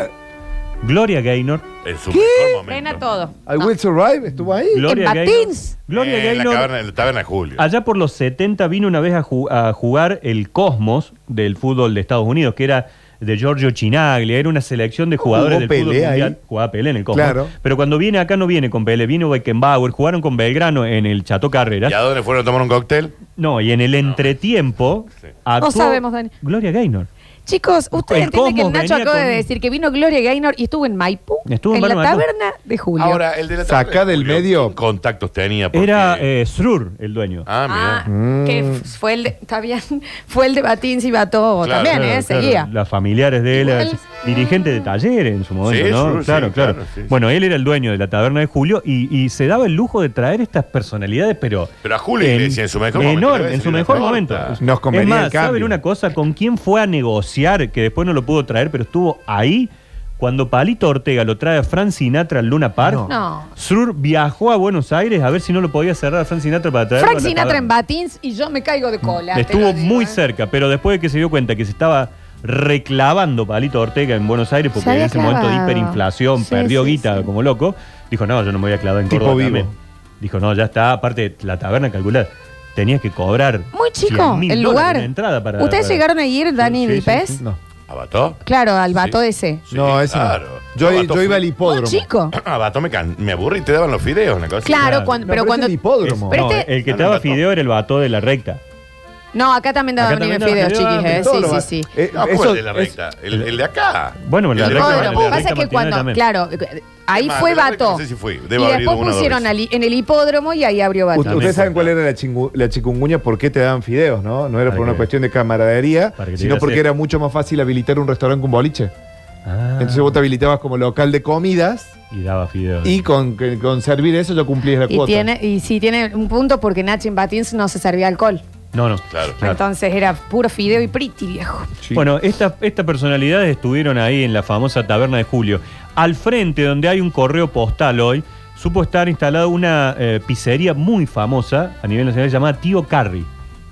Gloria Gaynor. En su Ven a todo. ¿I Will Survive? ¿Estuvo ahí? Gloria en Gaynor. Batins. en Gloria la Gaynor. taberna, en la taberna de Julio. Allá por los 70 vino una vez a, ju- a jugar el Cosmos del fútbol de Estados Unidos, que era de Giorgio Chinaglia, era una selección de jugadores Uh, Jugó del fútbol Pelé mundial. ahí. Jugaba Pelé en el Cosmos. Claro. Pero cuando viene acá no viene con Pelé, vino Beckenbauer, jugaron con Belgrano en el Chato Carreras. ¿Y a dónde fueron a tomar un cóctel? No, y en el entretiempo actuó No sabemos, Dani. Gloria Gaynor. Chicos, usted El entiende que el Cosmos Nacho venía acaba de con- decir que vino Gloria Gaynor y estuvo en Maipú, Estuvo en en, la Maipú. taberna de Julio. Ahora, el de la Saca del medio. contactos tenía? Porque- Era eh, Srur el dueño. Ah, Ah, que Mm. Mm. f- fue el de, está bien, fue el de Batín y Bató Claro, también, claro, ¿eh? claro. Seguía. Las familiares de él, Igual- las- dirigente de talleres en su momento, Sí, ¿no? Srur, sí, claro, claro. claro, sí, sí. Bueno, él era el dueño de la taberna de Julio y, y se daba el lujo de traer estas personalidades, pero. Pero a Julio Iglesias en su mejor momento, le Enorme, voy a en su decir una mejor cosa. momento. Nos es convenía el más, cambio. ¿saben una cosa? ¿Con quién fue a negociar? Que después no lo pudo traer, pero estuvo ahí. Cuando Palito Ortega lo trae a Fran Sinatra al Luna Park, No. No. Srur viajó a Buenos Aires a ver si no lo podía cerrar a Fran Sinatra para traerlo. Frank a la Sinatra taberna. Mm. en Batins y yo me caigo de cola. te Estuvo lo digo, muy ¿eh? cerca, pero después de que se dio cuenta que se estaba reclavando Palito Ortega en Buenos Aires, porque Se en había ese momento de clavado. hiperinflación, Sí, perdió sí, guita como loco, dijo, no, yo no me voy a clavar en Tipo Córdoba vivo. también". Dijo, no, ya está, aparte la taberna calcular, tenías que cobrar Muy chico 100.000 el dólares lugar. una entrada para- ¿Ustedes para- llegaron a ir, Dani Sí, sí, Vilpes? sí. ¿Abató? Claro, al vato ese. no, eso Yo, iba al hipódromo. Muy chico. Abató me, can- me aburrí, te daban los fideos, una cosa. Ah, Claro, cuando- pero cuando- hipódromo. Pero No, este- el que te daba fideo era el vato de la recta. No, acá también Acá daban también nivel daban fideos, fideos, chiquis, daban ¿eh? todos los Sí, vatos. sí, sí. Eh, no, eso ¿cuál de la es- recta? el, el de acá. Bueno, el de El la de recta. la- el de la Pasa recta que Martínez cuando, también. claro, ahí más, fue de la recta vato. no sé si fui, debo y haber ido después una o dos pusieron veces. al- en el hipódromo y ahí abrió U- vato. Ustedes saben cuál era la, chingu- la chikungunya, por qué te daban fideos, ¿no? No era por una cuestión de camaradería, que te sino diga porque sí. era mucho más fácil habilitar un restaurante con boliche. Entonces vos te habilitabas como local de comidas Ah. Y daba fideos. y con, que- con servir eso ya cumplías la Y, cuota. tiene, y sí tiene un punto porque Nacho en Batins no se servía alcohol. No, no. Claro, Entonces era puro fideo y priti, viejo. Bueno, estas estas personalidades estuvieron ahí en la famosa taberna de Julio. Al frente, donde hay un correo postal hoy, supo estar instalada una eh, pizzería muy famosa a nivel nacional llamada Tío Carri.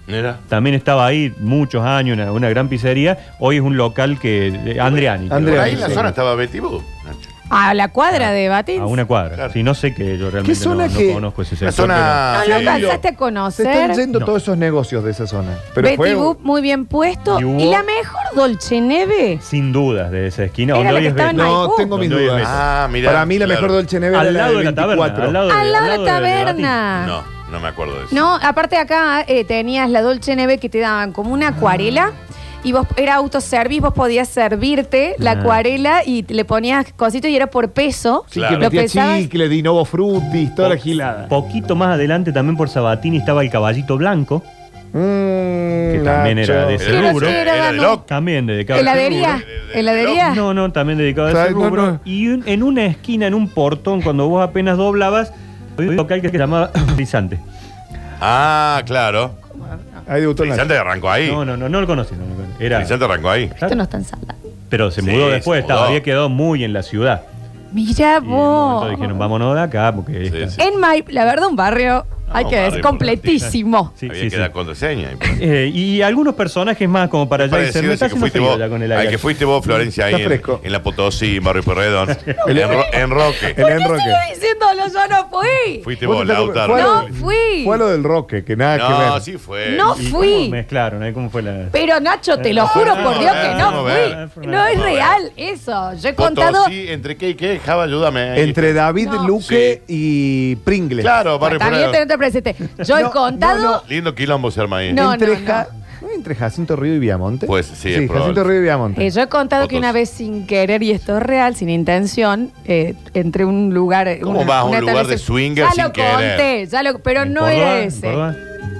Mira. También estaba ahí muchos años, una, una gran pizzería. Hoy es un local que. de Andriani. creo. Por ahí en la zona estaba Betty Boo. A la cuadra de Batins. A una cuadra. Si no sé que yo realmente zona no, no que- conozco ese Una sector. zona- pero- ¿No Ah, alcanzaste a Se están conocer? yendo todos esos negocios de esa zona. Pero Betty fue- Boop muy bien puesto. Y Y, hubo- la mejor Dolce Neve. Sin dudas de esa esquina. Era donde la hoy que es estaba en Beto. No, Maipú. tengo mis Donde hoy es dudas. Beto. Ah, mirá. Para mí la Claro. mejor Dolce Neve Al era la lado del de la taberna, 24. al lado Al lado de la taberna. No, no me acuerdo de eso. No, aparte acá eh, tenías la Dolce Neve que te daban como una acuarela y vos era autoservice, vos podías servirte la Ah. acuarela y le ponías cositos y era por peso. Sí, que Lo metía pesabas. chicle, dinovo frutis, toda la gilada. Poquito más adelante también por Sabatini estaba el caballito blanco. Mm. que también Mm, Nacho. era de ese Era rubro. que era, Era de Danu. Loc. También dedicado a ese Heladería. rubro. Heladería. No, no, también dedicado a O sea, ese no, rubro. no. Y un- en una esquina, en un portón, cuando vos apenas doblabas, había un local que se llamaba Frisante. Ah, claro. Ahí debutó Vicente arrancó ahí. No, no, no, no lo conocí. No, lo conocí. Era, Vicente arrancó ahí. Esto no está en sala. pero se Sí, mudó se después, mudó. estaba- había quedado muy en la ciudad. Mira Entonces vos. dijeron, vámonos de acá, porque. En My, la verdad, un barrio, hay que un decir, barrio completísimo. Había que dar contraseña. y- Eh, y algunos personajes más, como para allá Parecido me ese está que haciendo fuiste frío vos, ya con el al aire. que fuiste vos, Florencia, ahí Está en, fredón. en la Potosí, en Barrio Perredón. El- en, Ro- en Roque. El ¿Qué enroque. sigo diciéndolo? Yo no fui. Fuiste vos, te acuerdas? Lautaro. Fue a lo- No fui. Fue a lo del roque, que nada que ver. No, sí fue. No ¿Y fui. cómo mezclaron, ¿eh? ¿Cómo fue la.? Ah, Pero Nacho, te lo juro por Dios que no Vamos a ver. fui. No es real eso. Yo he contado. Potosí, entre qué y qué, Java, ayúdame. ahí. Entre David Luque y Pringle. Claro, Barrio También te, Perredón. no te presente. Yo he contado. Lindo quilombo se arma ahí. No, entre, no, Ja- ¿no entre Jacinto Río y Viamonte. Pues sí, es probable. Jacinto Río y Viamonte. eh, yo he contado que una vez sin querer, y esto es real, sin intención, eh, entré a un lugar. ¿Cómo una- vas a un una lugar de establec- swinger Ya sin lo querer? conté, ya lo- pero no era ese.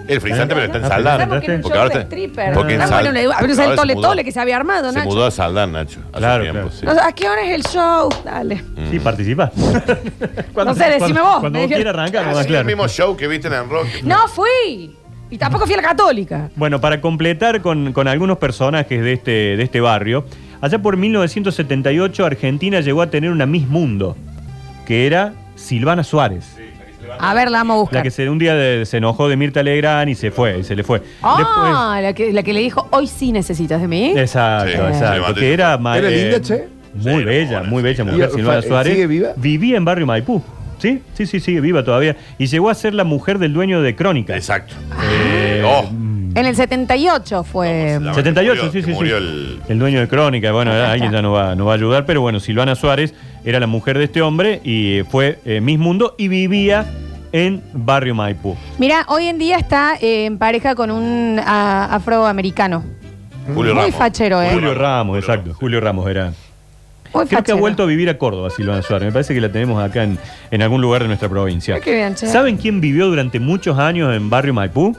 El frisante, pero está en Ah, Saldán. pensamos que era un Porque show ahora de te- stripper. Porque en Ah, Sal- bueno, le digo, abrió ahora el se tole mudó. tole que se había armado, Se Nacho. mudó a Saldán, Nacho. Hace tiempo, sí. Mm. No, ¿A qué hora es el show? Dale. Sí, participás. No sé, decime cuando- vos, Cuando me vos dijeron. quieras arrancar, Ah, nomás, sí, claro. el mismo show que viste en el rock. No fui. Y tampoco fui a la católica. Bueno, para completar con, con algunos personajes de este, de este barrio, allá por 1978 Argentina llegó a tener una Miss Mundo, que era Silvana Suárez. A ver, la vamos a La buscar. que se, un día de- se enojó de Mirta Legrand y se fue, y se le fue. Ah, la, que, la que le dijo, hoy sí necesitas de mí. Exacto, Sí, se exacto. levantó y Que se era, fue. ma- ¿Era eh, linda, che? Muy bella, muy bella mujer, Y, Silvana fa- Suárez. ¿sigue viva? Vivía en barrio Maipú. Sí, sí, sí, sigue viva todavía. Y llegó a ser la mujer del dueño de Crónica. Eh, Exacto. En el 78 fue. 78, sí, sí, sí. El... dueño de Crónica, bueno, eh, Acá está. alguien ya no va, no va a ayudar, pero bueno, Silvana Suárez era la mujer de este hombre y fue eh, Miss Mundo y vivía en Barrio Maipú. Mira, hoy en día está eh, en pareja con un ah, afroamericano. Julio Muy Ramos. fachero, ¿eh? Julio Ramos, exacto. Julio Ramos era. Muy Creo que ha fachero. vuelto a vivir a Córdoba, Silvana Suárez. Me parece que la tenemos acá en, en algún lugar de nuestra provincia. Ay, qué bien, che. ¿Saben quién vivió durante muchos años en barrio Maipú?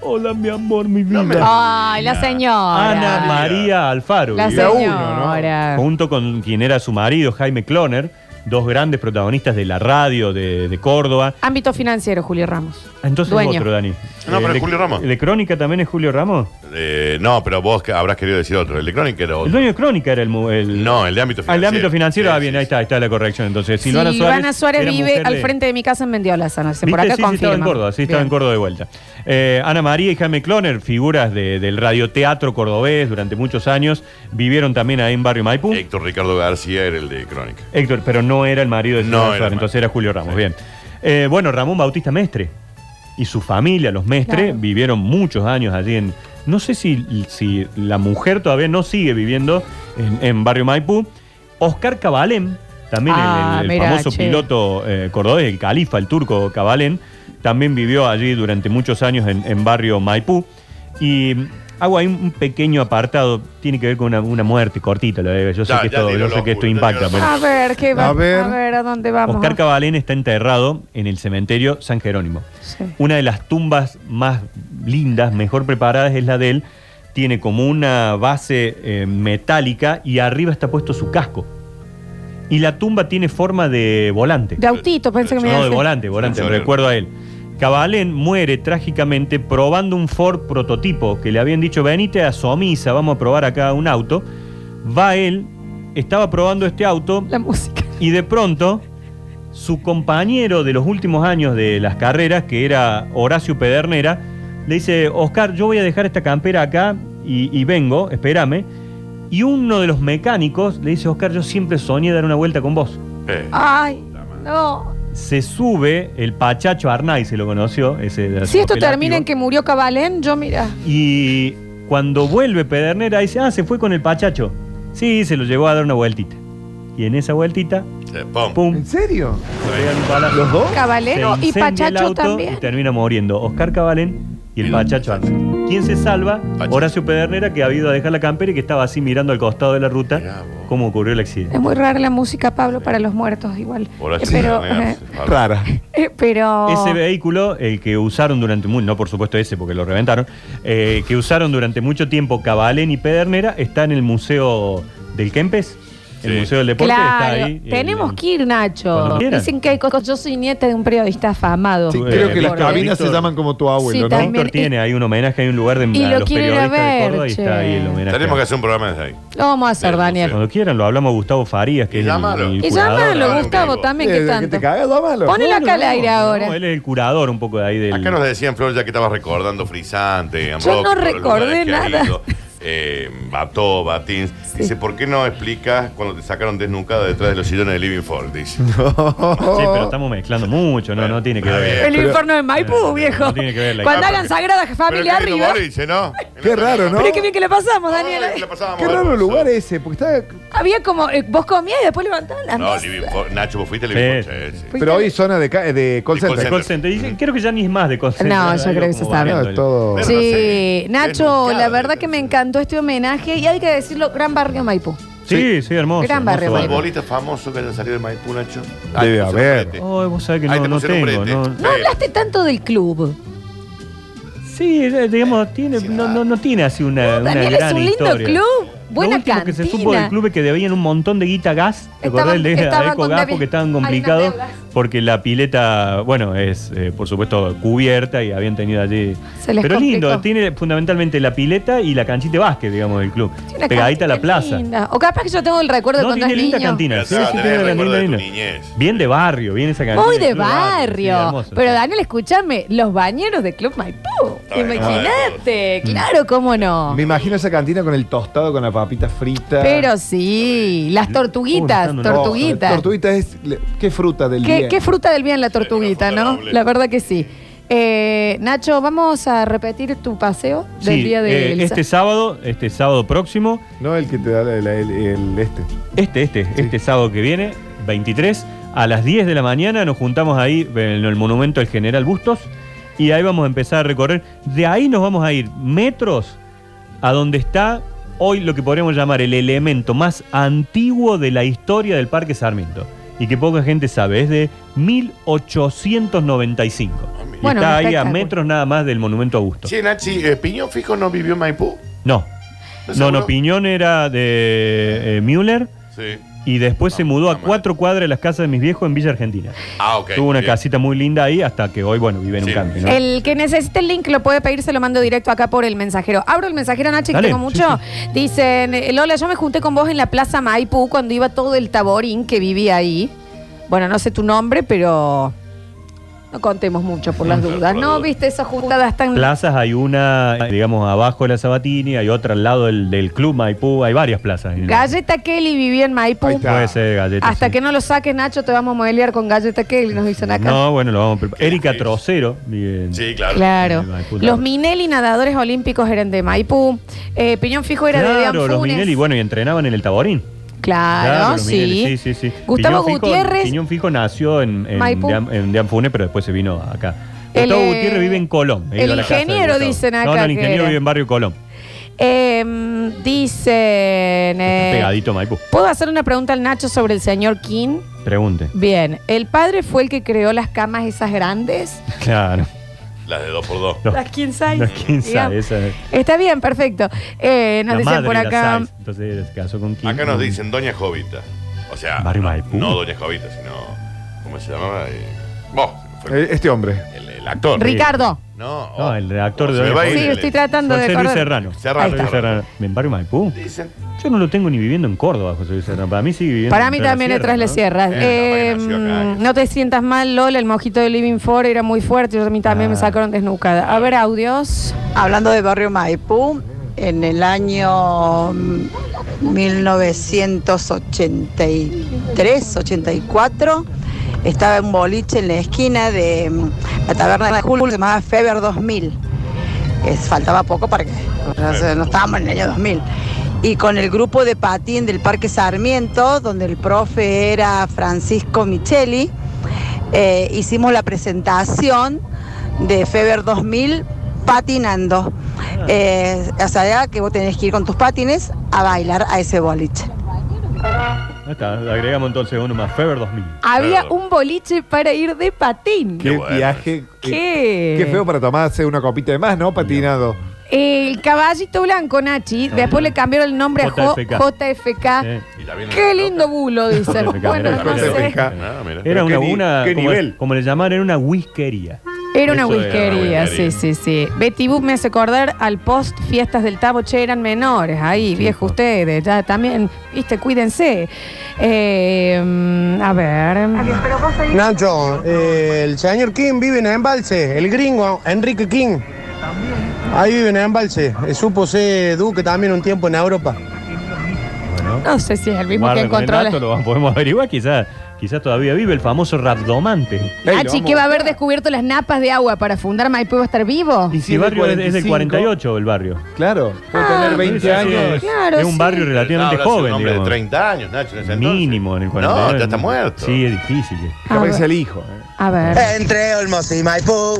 Hola, mi amor, mi vida. Ay, la señora. Ana María Alfaro. Ah. La vivió. señora. Junto con quien era su marido, Jaime Cloner, dos grandes protagonistas de la radio de, de Córdoba. Ámbito financiero, Julio Ramos. Entonces Dueño. otro, Dani. No, pero es Julio Ramos. ¿De Crónica también es Julio Ramos? Eh, no, pero vos que habrás querido decir otro. El de Crónica era El otro. dueño de Crónica era el... mu- el No, el de ámbito Ah, el financiero. de ámbito financiero, ah, bien, ahí está, ahí está la corrección. Entonces, Silvana, Silvana, Suárez, era vive mujer al de- frente de mi casa en Mendiolaza, no sé, por ¿Viste? acá sí, sí, confirma. estaba en Córdoba, sí, estaba en Córdoba de vuelta. Eh, Ana María y Jaime Cloner, figuras de- del radioteatro cordobés durante muchos años, vivieron también ahí en Barrio Maipú. Héctor Ricardo García era el de Crónica. Héctor, pero no era el marido de No Silvana era el Suárez, entonces era Julio Ramos, bien. Eh, bueno, Ramón Bautista Mestre y su familia, los Mestre, Claro. vivieron muchos años allí en... No sé si, si la mujer todavía no sigue viviendo en, en Barrio Maipú. Oscar Cabalén, también el- Ah, el, el mirá, famoso che. piloto eh, cordobés, el califa, el turco Cabalén, también vivió allí durante muchos años en, en Barrio Maipú. Y mm, hago ahí un un pequeño apartado, tiene que ver con una, una muerte cortita, la de- yo sé Ya, que ya esto, di yo lo sé que esto locura, ya di impacta. lo pero- A ver, ¿qué va? A A ver. ver, a, dónde vamos. Oscar Cabalén está enterrado en el cementerio San Jerónimo. Sí. Una de las tumbas más lindas, mejor preparadas es la de él. Tiene como una base eh, metálica y arriba está puesto su casco. Y la tumba tiene forma de volante. De autito, pensé que me iba a No, de decir. volante, volante, Sí, recuerdo a él. Cabalén muere trágicamente probando un Ford prototipo que le habían dicho, venite a Somisa, vamos a probar acá un auto. Va él, estaba probando este auto. La música. Y de pronto, su compañero de los últimos años de las carreras, que era Horacio Pedernera, le dice, Oscar, yo voy a dejar esta campera acá y, y vengo, espérame. Y uno de los mecánicos le dice, Oscar, yo siempre soñé dar una vuelta con vos Ay, no. se sube el Pachacho Arnay, se lo conoció. Ese, Si esto apelativo. termina en que murió Cabalén, yo mira. Y cuando vuelve Pedernera, dice, ah, se fue con el Pachacho. Sí, se lo llevó a dar una vueltita. Y en esa vueltita, pum. ¿En serio? ¿Los dos? Cabalero y Pachacho también. Y termina muriendo Oscar Cabalén y el Pachacho Arnay. ¿Quién se salva? Horacio Pedernera, que ha ido a dejar la campera y que estaba así mirando al costado de la ruta cómo ocurrió el accidente. Es muy rara la música, Pablo, para los muertos igual. Eh, Horacio Pero, Pedernera, eh, Pablo. Rara. eh, pero Ese vehículo, el que usaron durante mucho, no por supuesto ese porque lo reventaron, eh, que usaron durante mucho tiempo Cabalén y Pedernera, está en el Museo del Kempes, el Museo del Deporte claro, está ahí. eh, tenemos que ir, Nacho. Cuando quieran. Dicen que hay cosas. Yo soy nieta de un periodista afamado. Sí, Creo que las eh, Víctor, cabinas se Víctor. llaman como tu Sí, abuelo, ¿no? también. Víctor tiene ahí un homenaje, hay un lugar de Y a lo los quiero ir a periodistas de ver, Córdoba y está ahí el homenaje. Tenemos que hacer un programa desde ahí. Lo vamos a hacer, Daniel. Cuando quieran, lo hablamos a Gustavo Farías, que es el, el Y curador. llámalo, Gustavo, también, que tanto. Ponelo Bueno, acá al aire no, ahora. él es el curador un poco de ahí del... Acá nos decían, Flor, ya que estabas recordando frisante, Ambrosio, no por los recordé lugares que ha nada. ido, Eh, Bató, Batins. Dice, ¿por qué no explicas cuando te sacaron desnucada detrás de los sillones de Living Ford? Dice. Sí, pero estamos mezclando mucho, no, no tiene que ver. Ah, El informe de Maipú, viejo. No tiene que ver la Ah, Cuando historia. hagan Sagrada Familia Pero qué lindo arriba. boliche, ¿no? Qué raro, ¿no? Pero es que bien que la pasamos, Daniel. ¿eh? Qué raro lugar ese, porque está Había como, eh, vos comías y después levantabas la No, mesa. Living Ford. Nacho, vos fuiste a Living Ford. sí, sí. Pues Pero hoy zona de, ca- eh, de call call center. center. Call center. Y creo que ya ni es más de call center. No, yo Ahí creo que como se variando No, el- es todo. Sí, Nacho, la verdad que me encantó este homenaje y hay que decirlo, gran barrio Maipú. Sí, sí, hermoso. Gran hermoso barrio, barrio. Futbolista famoso que haya salido de Maipú, Nacho. Ah, Ahí Debe te pusieron haber. brete. Ay, vos sabés que Ahí no, te no pusieron tengo. brete. No. No hablaste tanto del club. Sí, eh, digamos, tiene, no, no, no tiene así una, una Daniel, es gran un lindo historia. club, buena Lo último que se supo del cantina. club es que debían un montón de guita gas. ¿Te Estaban- acordás el de estaban Adeco con Gas? debe- Porque estaban hay unas complicados. deudas. Porque la pileta, bueno, es eh, por supuesto cubierta y habían tenido allí. Se les Pero lindo, complicó. tiene fundamentalmente la pileta y la canchita de básquet, digamos, del club. Una Pegadita a la cantina plaza. linda. O capaz que yo tengo el recuerdo No, de cuando tiene es linda niño. cantina. Sí, Ya, sí, tenés tiene una recuerdo linda, de tu linda. niñez. Bien de barrio, bien esa cantina. Muy de Club sí, barrio. hermoso. Pero Daniel, escúchame, los bañeros de Club Maipú. Imagínate, Mm. claro, cómo no. Me imagino esa cantina con el tostado con la papita frita. Pero sí, las tortuguitas, No, tortuguitas. Tortuguitas es. le- ¿Qué fruta del ¿Qué, día? qué fruta del bien la tortuguita, no? La verdad que sí. Eh, Nacho, vamos a repetir tu paseo del Sí, día de eh, Elsa. este sábado, este sábado próximo, No, el que te da la- la- el, el este. este, este, este sábado que viene, 23, a las 10 de la mañana nos juntamos ahí en el monumento al general Bustos y ahí vamos a empezar a recorrer. De ahí nos vamos a ir metros a donde está hoy lo que podríamos llamar el elemento más antiguo de la historia del Parque Sarmiento. Y que poca gente sabe, es de 1895. Y Bueno, está un ahí a espectáculo. metros nada más del Monumento a Augusto. Che, Nachi, eh, Piñón Fijo no vivió en Maipú. No. No, seguro? no, Piñón era de eh, Müller. Sí. Y después se mudó a cuatro cuadras de las casas de mis viejos en Villa Argentina. Ah, ok. Tuvo una bien. casita muy linda ahí hasta que hoy, bueno, vive en un camping. ¿no? El que necesite el link lo puede pedir, se lo mando directo acá por el mensajero. Abro el mensajero, Nachi, que Dale, tengo mucho. Dicen, eh, Lola, yo me junté con vos en la Plaza Maipú cuando iba todo el taborín que vivía ahí. Bueno, no sé tu nombre, pero no contemos mucho por las No, dudas. por No, viste, esas juntadas tan... Plazas, hay una, digamos, abajo de la Sabatini, hay otra al lado del, del Club Maipú, hay varias plazas. en el- Galleta Kelly vivía en Maipú. Puede ser galletas. Hasta que no lo saques, Nacho, te vamos a modelear con Galleta Kelly, nos dicen acá. No, bueno, lo vamos a preparar. Erika Trocero. Sí, claro. Claro. Los Minelli nadadores olímpicos eran de Maipú. Eh, Piñón Fijo era de Dean Claro, los Funes. Minelli, bueno, y entrenaban en el Taborín. Claro, los sí. Minelli, sí, sí, sí. Gustavo Piñón Fijo- Gutiérrez. Piñón Fijo nació en, en, Maipú. Dean, en Dean Funes, pero después se vino acá. El, Gustavo eh, Gutiérrez vive en Colón. He el ido a la casa de ingeniero Gustavo. dicen No, acá no, el que ingeniero era. vive en Barrio Colón. Eh, dicen. eh, Este Pegadito a Maipú. ¿Puedo hacer una pregunta al Nacho sobre el señor King? Pregunte. Bien. ¿El padre fue el que creó las camas esas grandes? Claro. Las de 2x2. Las king size. Los 15 digamos. esa es. Está bien, perfecto. Eh, nos La dicen madre por era acá. Sáenz, entonces se casó con Kim. Acá nos dicen Doña Jovita. O sea, Barrio no, Maipú. no Doña Jovita, sino. ¿Cómo se llamaba? Eh, vos. Eh, Este hombre. El, el actor. Ricardo. No, No, el actor de Se me va a ir Sí, el- estoy tratando de José Luis acordar. Serrano. Serrano, Ahí está. Serrano. Serrano. ¿En Barrio Maipú? Dicen. Yo no lo tengo ni viviendo en Córdoba, José Luis Serrano. Para mí sigue viviendo Para en mí Tras la también Sierra, detrás de las ¿no? sierras. Eh, no te sientas mal, Lola. El mojito de Living For era muy fuerte. Yo a mí también me Ah. sacaron desnucada. A ver, audios. Hablando de Barrio Maipú, en el año mm, 1983, 84, estaba en boliche en la esquina de mm, la taberna de Julio, se llamaba Feber 2000. Es- faltaba poco para que no, se- no estábamos en el año 2000. Y con el grupo de patín del Parque Sarmiento, donde el profe era Francisco Micheli, eh, hicimos la presentación de Feber 2000 patinando. Ah. Eh, o sea, que vos tenés que ir con tus patines a bailar a ese boliche. Ahí está, le agregamos entonces uno más. Feber 2000. Eh, Había un boliche para ir de patín. Qué, viaje. ¿Qué? Qué feo para tomarse una copita de más, ¿no? Patinado. El caballito blanco, Nachi. Después le cambiaron el nombre a Jo- JFK. JFK. Qué lindo bulo, dicen. bueno, no sé. Era una, Pero qué ni- una qué como, nivel. como le llamaban, era una whiskería. Era una Eso era una whiskería, sí, sí, whiskería. sí. Betty Boop me hace acordar al post Fiestas del Tabo, che, eran menores. Ahí, viejo ustedes, ya también, viste, cuídense. Eh, mm, a ver. Nacho, eh, el señor King vive en Embalse, el gringo Enrique King. Ahí vive en Embalse. Eh, Supo ser duque también un tiempo en Europa. No sé si es el mismo Guarda que con el encontró la... dato, lo podemos averiguar, quizás quizás todavía vive el famoso Rabdomante. Nachi, que Ah, va a haber descubierto las napas de agua para fundar Maipú y va a estar vivo. Y si el barrio es- es del 48, el barrio. Claro, puede tener 20 años. Ah, claro, es un sí. barrio relativamente Habrá sido un joven. hombre de digamos. 30 años, Nacho, en ese entonces. Mínimo en el 49. No, ya está muerto. Sí, es difícil. Ah, Capaz que sea el hijo. eh. A ver. Entre Olmos y Maipú,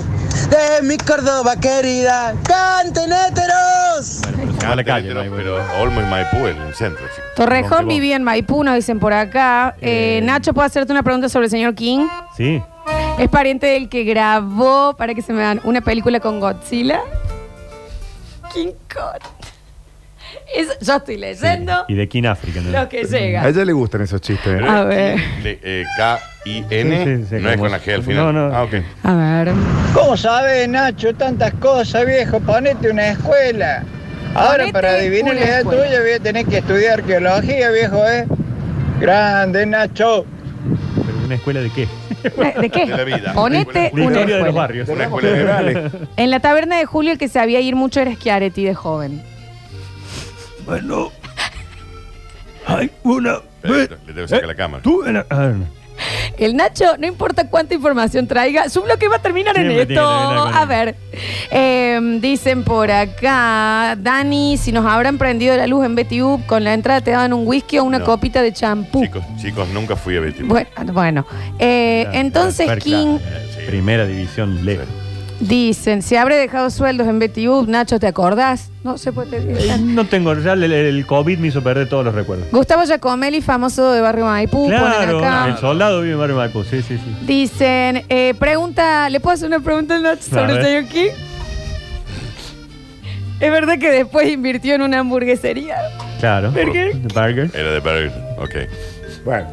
de mi Córdoba querida, canten héteros. Ah, pero- Pero Olmo y Maipú en el centro, sí. Torrejón Rompimos. vivía en Maipú, nos dicen por acá. Eh, Nacho, ¿puedo hacerte una pregunta sobre el señor King? Sí. ¿Es pariente del que grabó, para que se me dan, una película con Godzilla? King Kong. Es- yo estoy leyendo. Y de King África. ¿no? Lo que llega. A ella le gustan esos chistes. A ver. Le- eh, K-I-N. Sí, sí, sí, no es como- con la G al final. No, no. Ah, ok. A ver. ¿Cómo sabes, Nacho? Tantas cosas, viejo. Ponete una escuela. Ahora, Ponete para adivinar una la edad escuela. tuya, voy a tener que estudiar arqueología, viejo, ¿eh? Grande, Nacho. ¿Pero una escuela de qué? ¿De qué? De la vida. Ponete De una historia de los escuela. barrios. Una escuela de Dale. En la taberna de Julio el que sabía ir mucho era Schiaretti de joven. Bueno. Hay una. le debo sacar la cámara. Tú en la- a ver, El Nacho, no importa cuánta información traiga, su bloque va a terminar en Siempre tiene esto. que terminar con A ver, Eh, dicen por acá, Dani, si nos habrán prendido la luz en Betty Up, con la entrada te daban un whisky o una No. copita de champú. Chicos, chicos, nunca fui a Betty. Bueno, bueno. Eh, entonces Fer, King, claro, Primera división leve. Dicen, se habré dejado sueldos en Betty Boop, Nacho, ¿te acordás? No pues, se puede Eh, No tengo, ya el, el COVID me hizo perder todos los recuerdos. Gustavo Giacomelli, famoso de Barrio Maipú, claro, Uh, ponen acá. el soldado vive en Barrio Maipú, sí, sí, sí. Dicen, eh, pregunta, ¿le puedo hacer una pregunta al Nacho A sobre ver. Señor King? ¿Es verdad que después invirtió en una hamburguesería? Claro. Burger. Burger. Era de Burger, ok. Bueno.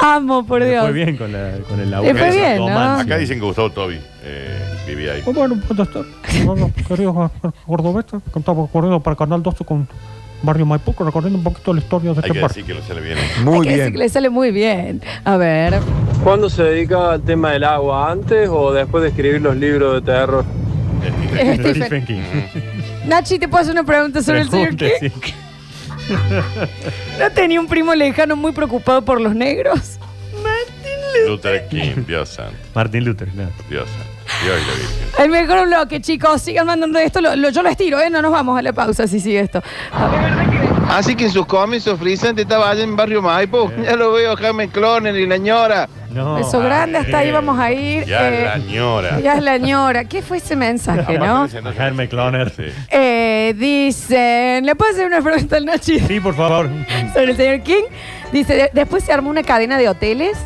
Amo, por Dios. Fue bien con, la, con el Le fue bien, ¿no? Acá dicen que Gustavo Toby eh, vivía ahí. Bueno, pues, doctor, bueno, eh, queridos cordobeses, que estamos corriendo para Canal 12 con Barrio Maipú, recorriendo un poquito la historia de Hay este que barrio. decir que lo se le viene. Muy Hay que decir que le sale muy bien. A ver. ¿Cuándo se dedica al tema del agua? ¿Antes o después de escribir los libros de terror? Stephen King. Mm. Nachi, ¿te puedo hacer una pregunta sobre el señor King? ¿No tenía un primo lejano muy preocupado por los negros? Luther King, Dios santo. Martin Luther, claro. Dios santo. Dios y la Virgen. El mejor bloque, chicos. Sigan mandando esto. Lo- lo- yo lo estiro, ¿eh? No nos vamos a la pausa si sigue esto. Así que en sus comienzos frisante estaba allá en Barrio Maipo. Ya lo veo, Jaime Clonen y la ñora. No. ah, eh, Beso grande, hasta ahí vamos a ir. Ah, Ya Eh, la ñora. ya es la ñora. ¿Qué fue ese mensaje, no? Jaime Cloner. Sí. Eh, dicen, ¿le puedo hacer una pregunta al Nachi? Sí, por favor. Sobre el señor King. Dice, "De- después se armó una cadena de hoteles.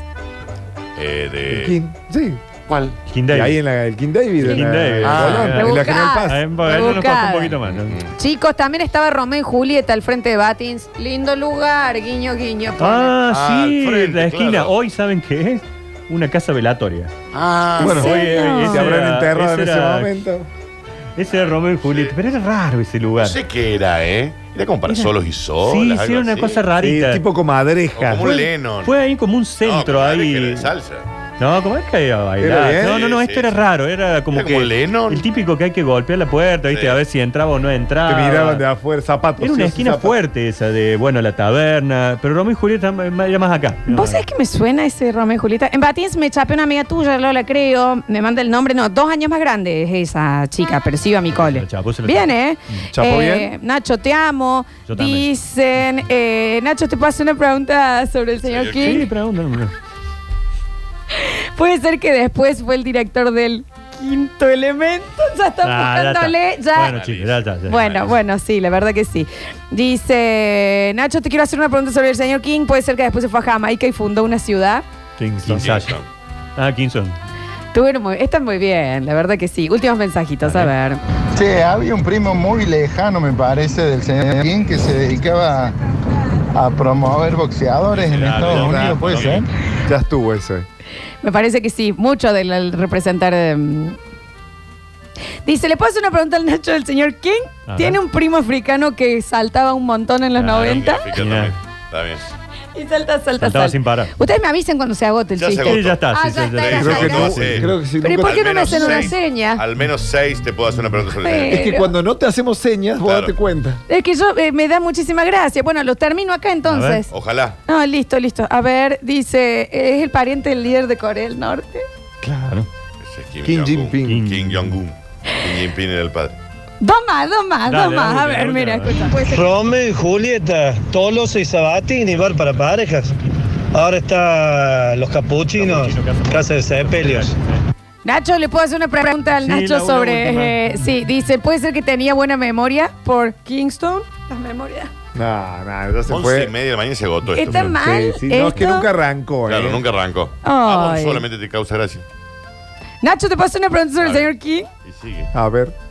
Eh, de. King- sí. ¿Cuál? King David. Ahí en la, el King David. en King la, David. en Ah, Colón, claro. en la Buscá. General Paz. Ah, en Bogotá nos costó Buscada. un poquito más, ¿no? Chicos, también estaba Romeo y Julieta al frente de Batins. Lindo lugar, guiño, guiño. Ah, pone. sí, al frente, la esquina. claro. Hoy, ¿saben qué es? Una casa velatoria. Ah, bueno, ¿en hoy serio? eh, ese Se habrán era- enterrado en ese ese era- momento. Ese era Romeo y Julieta, pero era raro ese No lugar. sé qué era, ¿eh? Era como para Era- solos y solas. Sí, algo sí, era una así. cosa rarita. tipo O comadreja. como un Lennon. Fue ahí como un centro ahí. Salsa. No, ¿cómo es que iba a ¿Era bailar? bien? No, no, no, Sí, esto sí, era raro, era como Era que. como El típico que hay que golpear la puerta, ¿viste? Sí. A ver si entraba o no entraba. Te miraban de afuera, zapatos. Era sí, una sí, esquina zapatos. fuerte esa de, bueno, la taberna. Pero Romeo y Julieta era más- era más acá. ¿Vos sabés que me suena ese Romeo y Julieta? En Batins me chapé una amiga tuya, Lola, creo. Me manda el nombre. No, dos años más grande es esa Ah. chica, pero sí iba a mi cole. se la Bien, chapó. Mm. ¿eh? ¿Chapó Eh, bien? Nacho, te amo. Yo también. Dicen, eh, Nacho, te paso una pregunta sobre el señor Sí, King. pregunta. Puede ser que después fue el director del quinto elemento. Ya están buscándole. Ya. Ah, Bueno, chicos, ya, ya, ya. Bueno, bueno, sí, la verdad que sí. Dice, Nacho, te quiero hacer una pregunta sobre el señor King. Puede ser que después se fue a Jamaica y fundó una ciudad. Kingston. Ah, Kingston. Estuvieron muy, están muy bien, la verdad que sí. Últimos mensajitos, a ver. Che, había un primo muy lejano, me parece, del señor King que se dedicaba a promover boxeadores en Estados Unidos, ¿puede ser? Ya estuvo ese. Me parece que sí, mucho del al representar. em. Dice, ¿le puedo hacer una pregunta al Nacho del señor King? Ajá. Tiene un primo africano que saltaba un montón en los 90 Fíjate, también. Está bien. y salta, salta, Saltaba salta. sin parar. Ustedes me avisen cuando se agote el Ya se chiste. agotó. Sí, ya está, Ah, sí, ya ya- está, ya- ya creo está, que ya no, está. sí. Creo que sí, Pero ¿y nunca- por qué no me menos hacen una seis. seña? Al menos seis te puedo hacer una pregunta sobre el Es que señor King. cuando no te hacemos señas, vos date cuenta. Es que yo eh, me da muchísima gracia. Bueno, los termino acá entonces. Ojalá. No, listo, listo. A ver, dice, es el pariente del líder de Corea del Norte. Claro. Ese es Kim, Jinping. Kim Jong-un. Kim Jinping era el padre. Dos más, dos más, Dale, dos más. dale, a ver, dale, mira, dale. escucha. Romeo y Julieta, Tolosa y Sabatini, bar para parejas. Ahora está Los Capuchinos, Casa de Sepelios. Nacho, ¿le puedo hacer una pregunta al Sí, Nacho la- una última. sobre... eh, sí, dice, ¿puede ser que tenía buena memoria por Kingston? Las memorias. No, no, ya se Once fue. y media de la mañana se agotó esto. Está mal Sí, sí, no, es que esto. nunca arrancó, Claro, ¿eh? nunca arrancó. A vos Ay. solamente te causa gracia. Nacho, ¿te puedo hacer una pregunta sobre el señor King? Y sigue. A ver.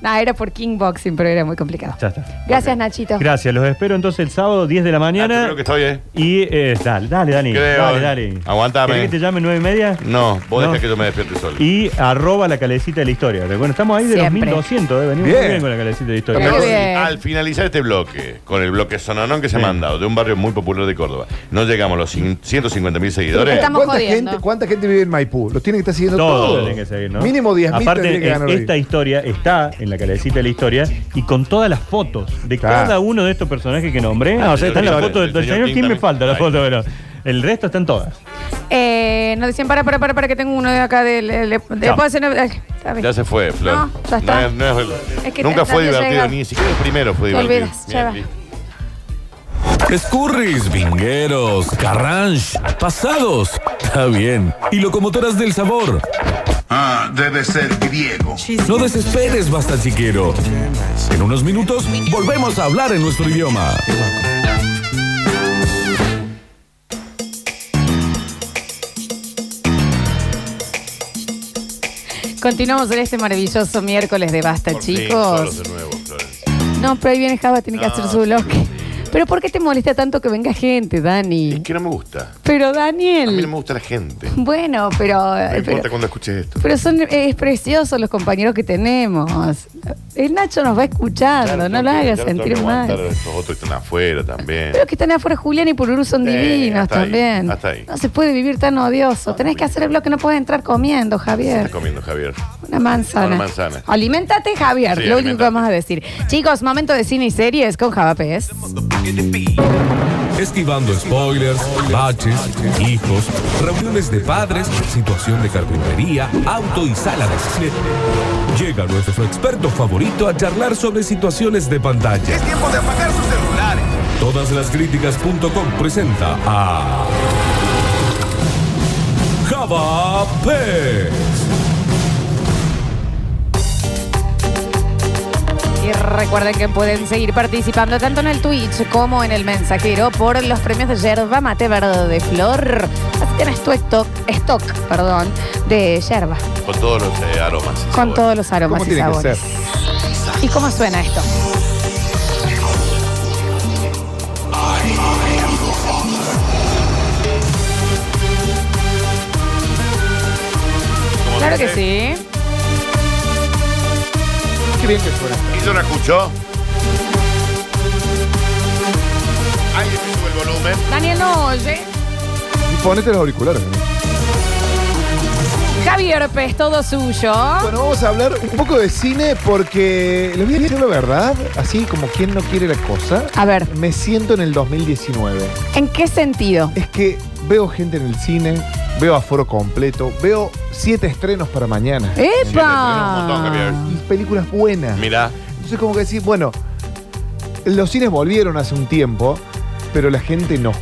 No, era por King Boxing, pero era muy complicado. eh. Ya está. Gracias, Nachito. Gracias, los espero entonces el sábado 10 de la mañana. creo Ah, que está bien. Y eh, dale, dale, Dani. Creo. eh. Dale, dale. Aguantame. ¿Querés que te llame 9 y media? No, vos No. dejas que yo me despierte solo. Y arroba la calecita de la historia. Bueno, estamos ahí de Siempre. los 1200, eh. venimos Bien. muy bien con la calecita de la historia. Pero al finalizar este bloque, con el bloque sononón que se me han dado de un barrio muy popular de Córdoba, no llegamos a los 150 mil seguidores. ¿Cuánta gente, ¿Cuánta gente vive en Maipú? Los tienen que estar siguiendo Todo todos. tiene que seguir, ¿no? Mínimo 10.000 Aparte, tendría que es- ganar hoy. esta historia está en la calecita de la historia y con todas las fotos de Claro. cada uno de estos personajes que nombré. Ah, Ah, o del sea, señor están las King, fotos del del señor señor King King, me también. falta la Ahí. foto, pero el resto están todas. Eh, nos decían, para, para, para, que tengo uno de acá. De, le- le- ¿le Ya. puedo hacer una- ay, está bien. Ya se fue, Flor. No, ya está. No es- no es- Es que nunca te- fue ya te divertido, llega. ni siquiera el primero fue Te divertido. olvidas, ya va. listo. Escurris, vingueros, carranche, pasados, está bien, y locomotoras del sabor. Ah, debe ser griego. No desesperes, basta chiquero. En unos minutos volvemos a hablar en nuestro idioma. Continuamos en este maravilloso miércoles de Basta, chicos. Solos de nuevo, Florencia. No, pero ahí viene Java, tiene que No, hacer su bloque. Pero ¿por qué te molesta tanto que venga gente, Dani? Que no me gusta. Pero A mí no Daniel. me gusta la gente. Bueno, pero, eh, No me importa pero, cuando escuches esto. pero son eh, es preciosos los compañeros que tenemos. El Nacho nos va escuchando, no lo hagas Ya tengo sentir que mal. aguantar a Estos otros que están afuera también. Pero que están afuera Julián y Pururú son Sí, divinos hasta ahí, también. hasta ahí. No se puede vivir tan odioso. Tenés que hacer el bloque, no puedes entrar comiendo, Estás Javier. comiendo, Javier. Una manzana. Una manzana. Alimentate, Javier, Sí, lo único que vamos a decir. Chicos, momento de cine y series con Java Pérez. Esquivando spoilers, baches, hijos, reuniones de padres, situación de carpintería, auto y sala de cine. Llega nuestro experto favorito a charlar sobre situaciones de pantalla. Es tiempo de apagar sus celulares. Todaslascríticas.com presenta a Java Pérez. Y recuerden que pueden seguir participando tanto en el Twitch como en el mensajero por los premios de yerba mate verde de flor. Así tenés tu stock, stock perdón, de yerba Con todos los eh, aromas. y con sabores. todos los aromas y sabores. ¿Y cómo suena esto? ¿Cómo Claro que dice? sí. Qué bien que suena. ¿Eso no escuchó? Ahí se sube el volumen. Daniel no oye. Y ponete los auriculares. ¿no? Javier Pes, todo suyo. Bueno, vamos a hablar un poco de cine porque les voy a decir la verdad, así como quien no quiere la cosa. A ver. Me siento en el 2019. ¿En qué sentido? Es que veo gente en el cine, veo aforo completo, veo siete estrenos para mañana. Ah. ¡Epa! Y películas buenas. Mirá. Entonces como que decís, bueno, los cines volvieron hace un tiempo, pero la gente no.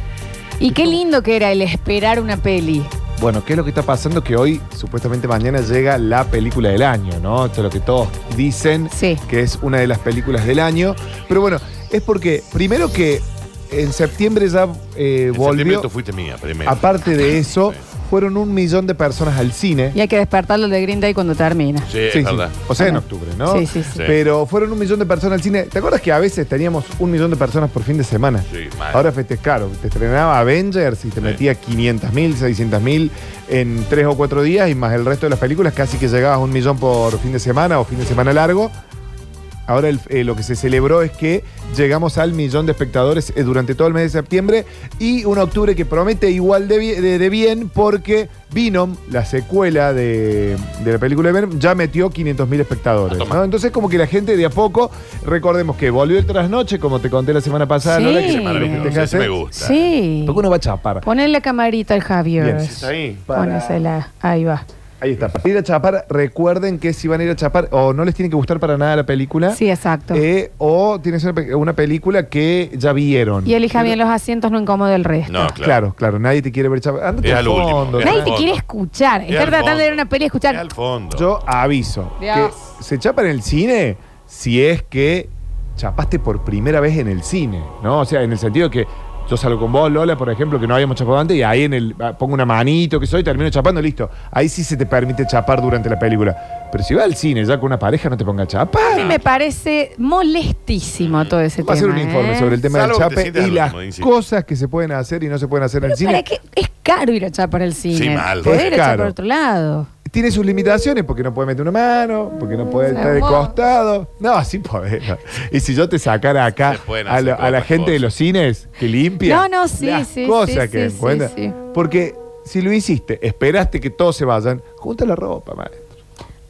Y qué lindo que era el esperar una peli. Bueno, ¿qué es lo que está pasando? Que hoy, supuestamente mañana, llega la película del año, ¿no? Esto es lo que todos dicen, que es una de las películas del año. Pero bueno, es porque, primero que en septiembre ya eh, En septiembre volvió. tú fuiste mía, primero. Aparte de eso, fueron un millón de personas al cine. Y hay que despertarlo de Green Day cuando termina. Sí, es verdad. O sea, en octubre, ¿no? Sí, sí, sí. Sí. Pero fueron un millón de personas al cine. ¿Te acuerdas que a veces teníamos un millón de personas por fin de semana? Sí, mal. Ahora festejaron. Te estrenaba Avengers y te metía 500 mil, 600 mil en tres o cuatro días y más el resto de las películas, casi que llegabas a un millón por fin de semana o fin de semana largo. Ahora el- eh, lo que se celebró es que llegamos al millón de espectadores eh, durante todo el mes de septiembre y un octubre que promete igual de, bi- de- de bien porque Venom, la secuela de, de la película de Venom, ya metió 500.000 espectadores. ¿no? Entonces como que la gente de a poco, recordemos que volvió el trasnoche, como te conté la semana pasada, Sí. Lola, que Ese lo maravilloso, festejaste. ese me gusta. Sí. Porque uno va a chapar. Ponen la camarita al Javier. Bien, si está ahí. Pónesela. Ahí va. Ahí está. Para ir a chapar, recuerden que si van a ir a chapar o no les tiene que gustar para nada la película. Sí, exacto. eh, o tienes una, pe- una película que ya vieron. Y elija bien los asientos, no incomoda el resto. No, claro. claro, nadie te quiere ver chapar. Ándate Es al al último, fondo. Nadie te quiere escuchar. Es Estar al tratando fondo. de ver una peli y escuchar. fondo. Yo aviso Dios. que se chapa en el cine si es que chapaste por primera vez en el cine, ¿no? O sea, en el sentido que yo salgo con vos, Lola, por ejemplo, que no habíamos chapado antes, y ahí en el ah, pongo una manito que soy, termino chapando, listo. Ahí sí se te permite chapar durante la película. Pero si vas al cine ya con una pareja, no te ponga chapa. A mí me parece molestísimo todo ese tema. Va a ser un ¿eh? informe sobre el tema Salvo que te del chape sientas y al las último, insisto. cosas que se pueden hacer y no se pueden hacer en el cine. ¿Para qué? Es caro ir a chapar al cine. Sí, mal. Poder Es ir a chapar caro. por otro lado. Tiene sus limitaciones porque no puede meter una mano, porque no puede Mm, estar de vos. costado. No, así podés. Y si yo te sacara acá pueden a, hacer la- a la otras gente de los cines que limpia. No, no, sí, las sí, Cosas sí, que sí, encuentran. sí, sí. Porque si lo hiciste, esperaste que todos se vayan, junta la ropa, madre.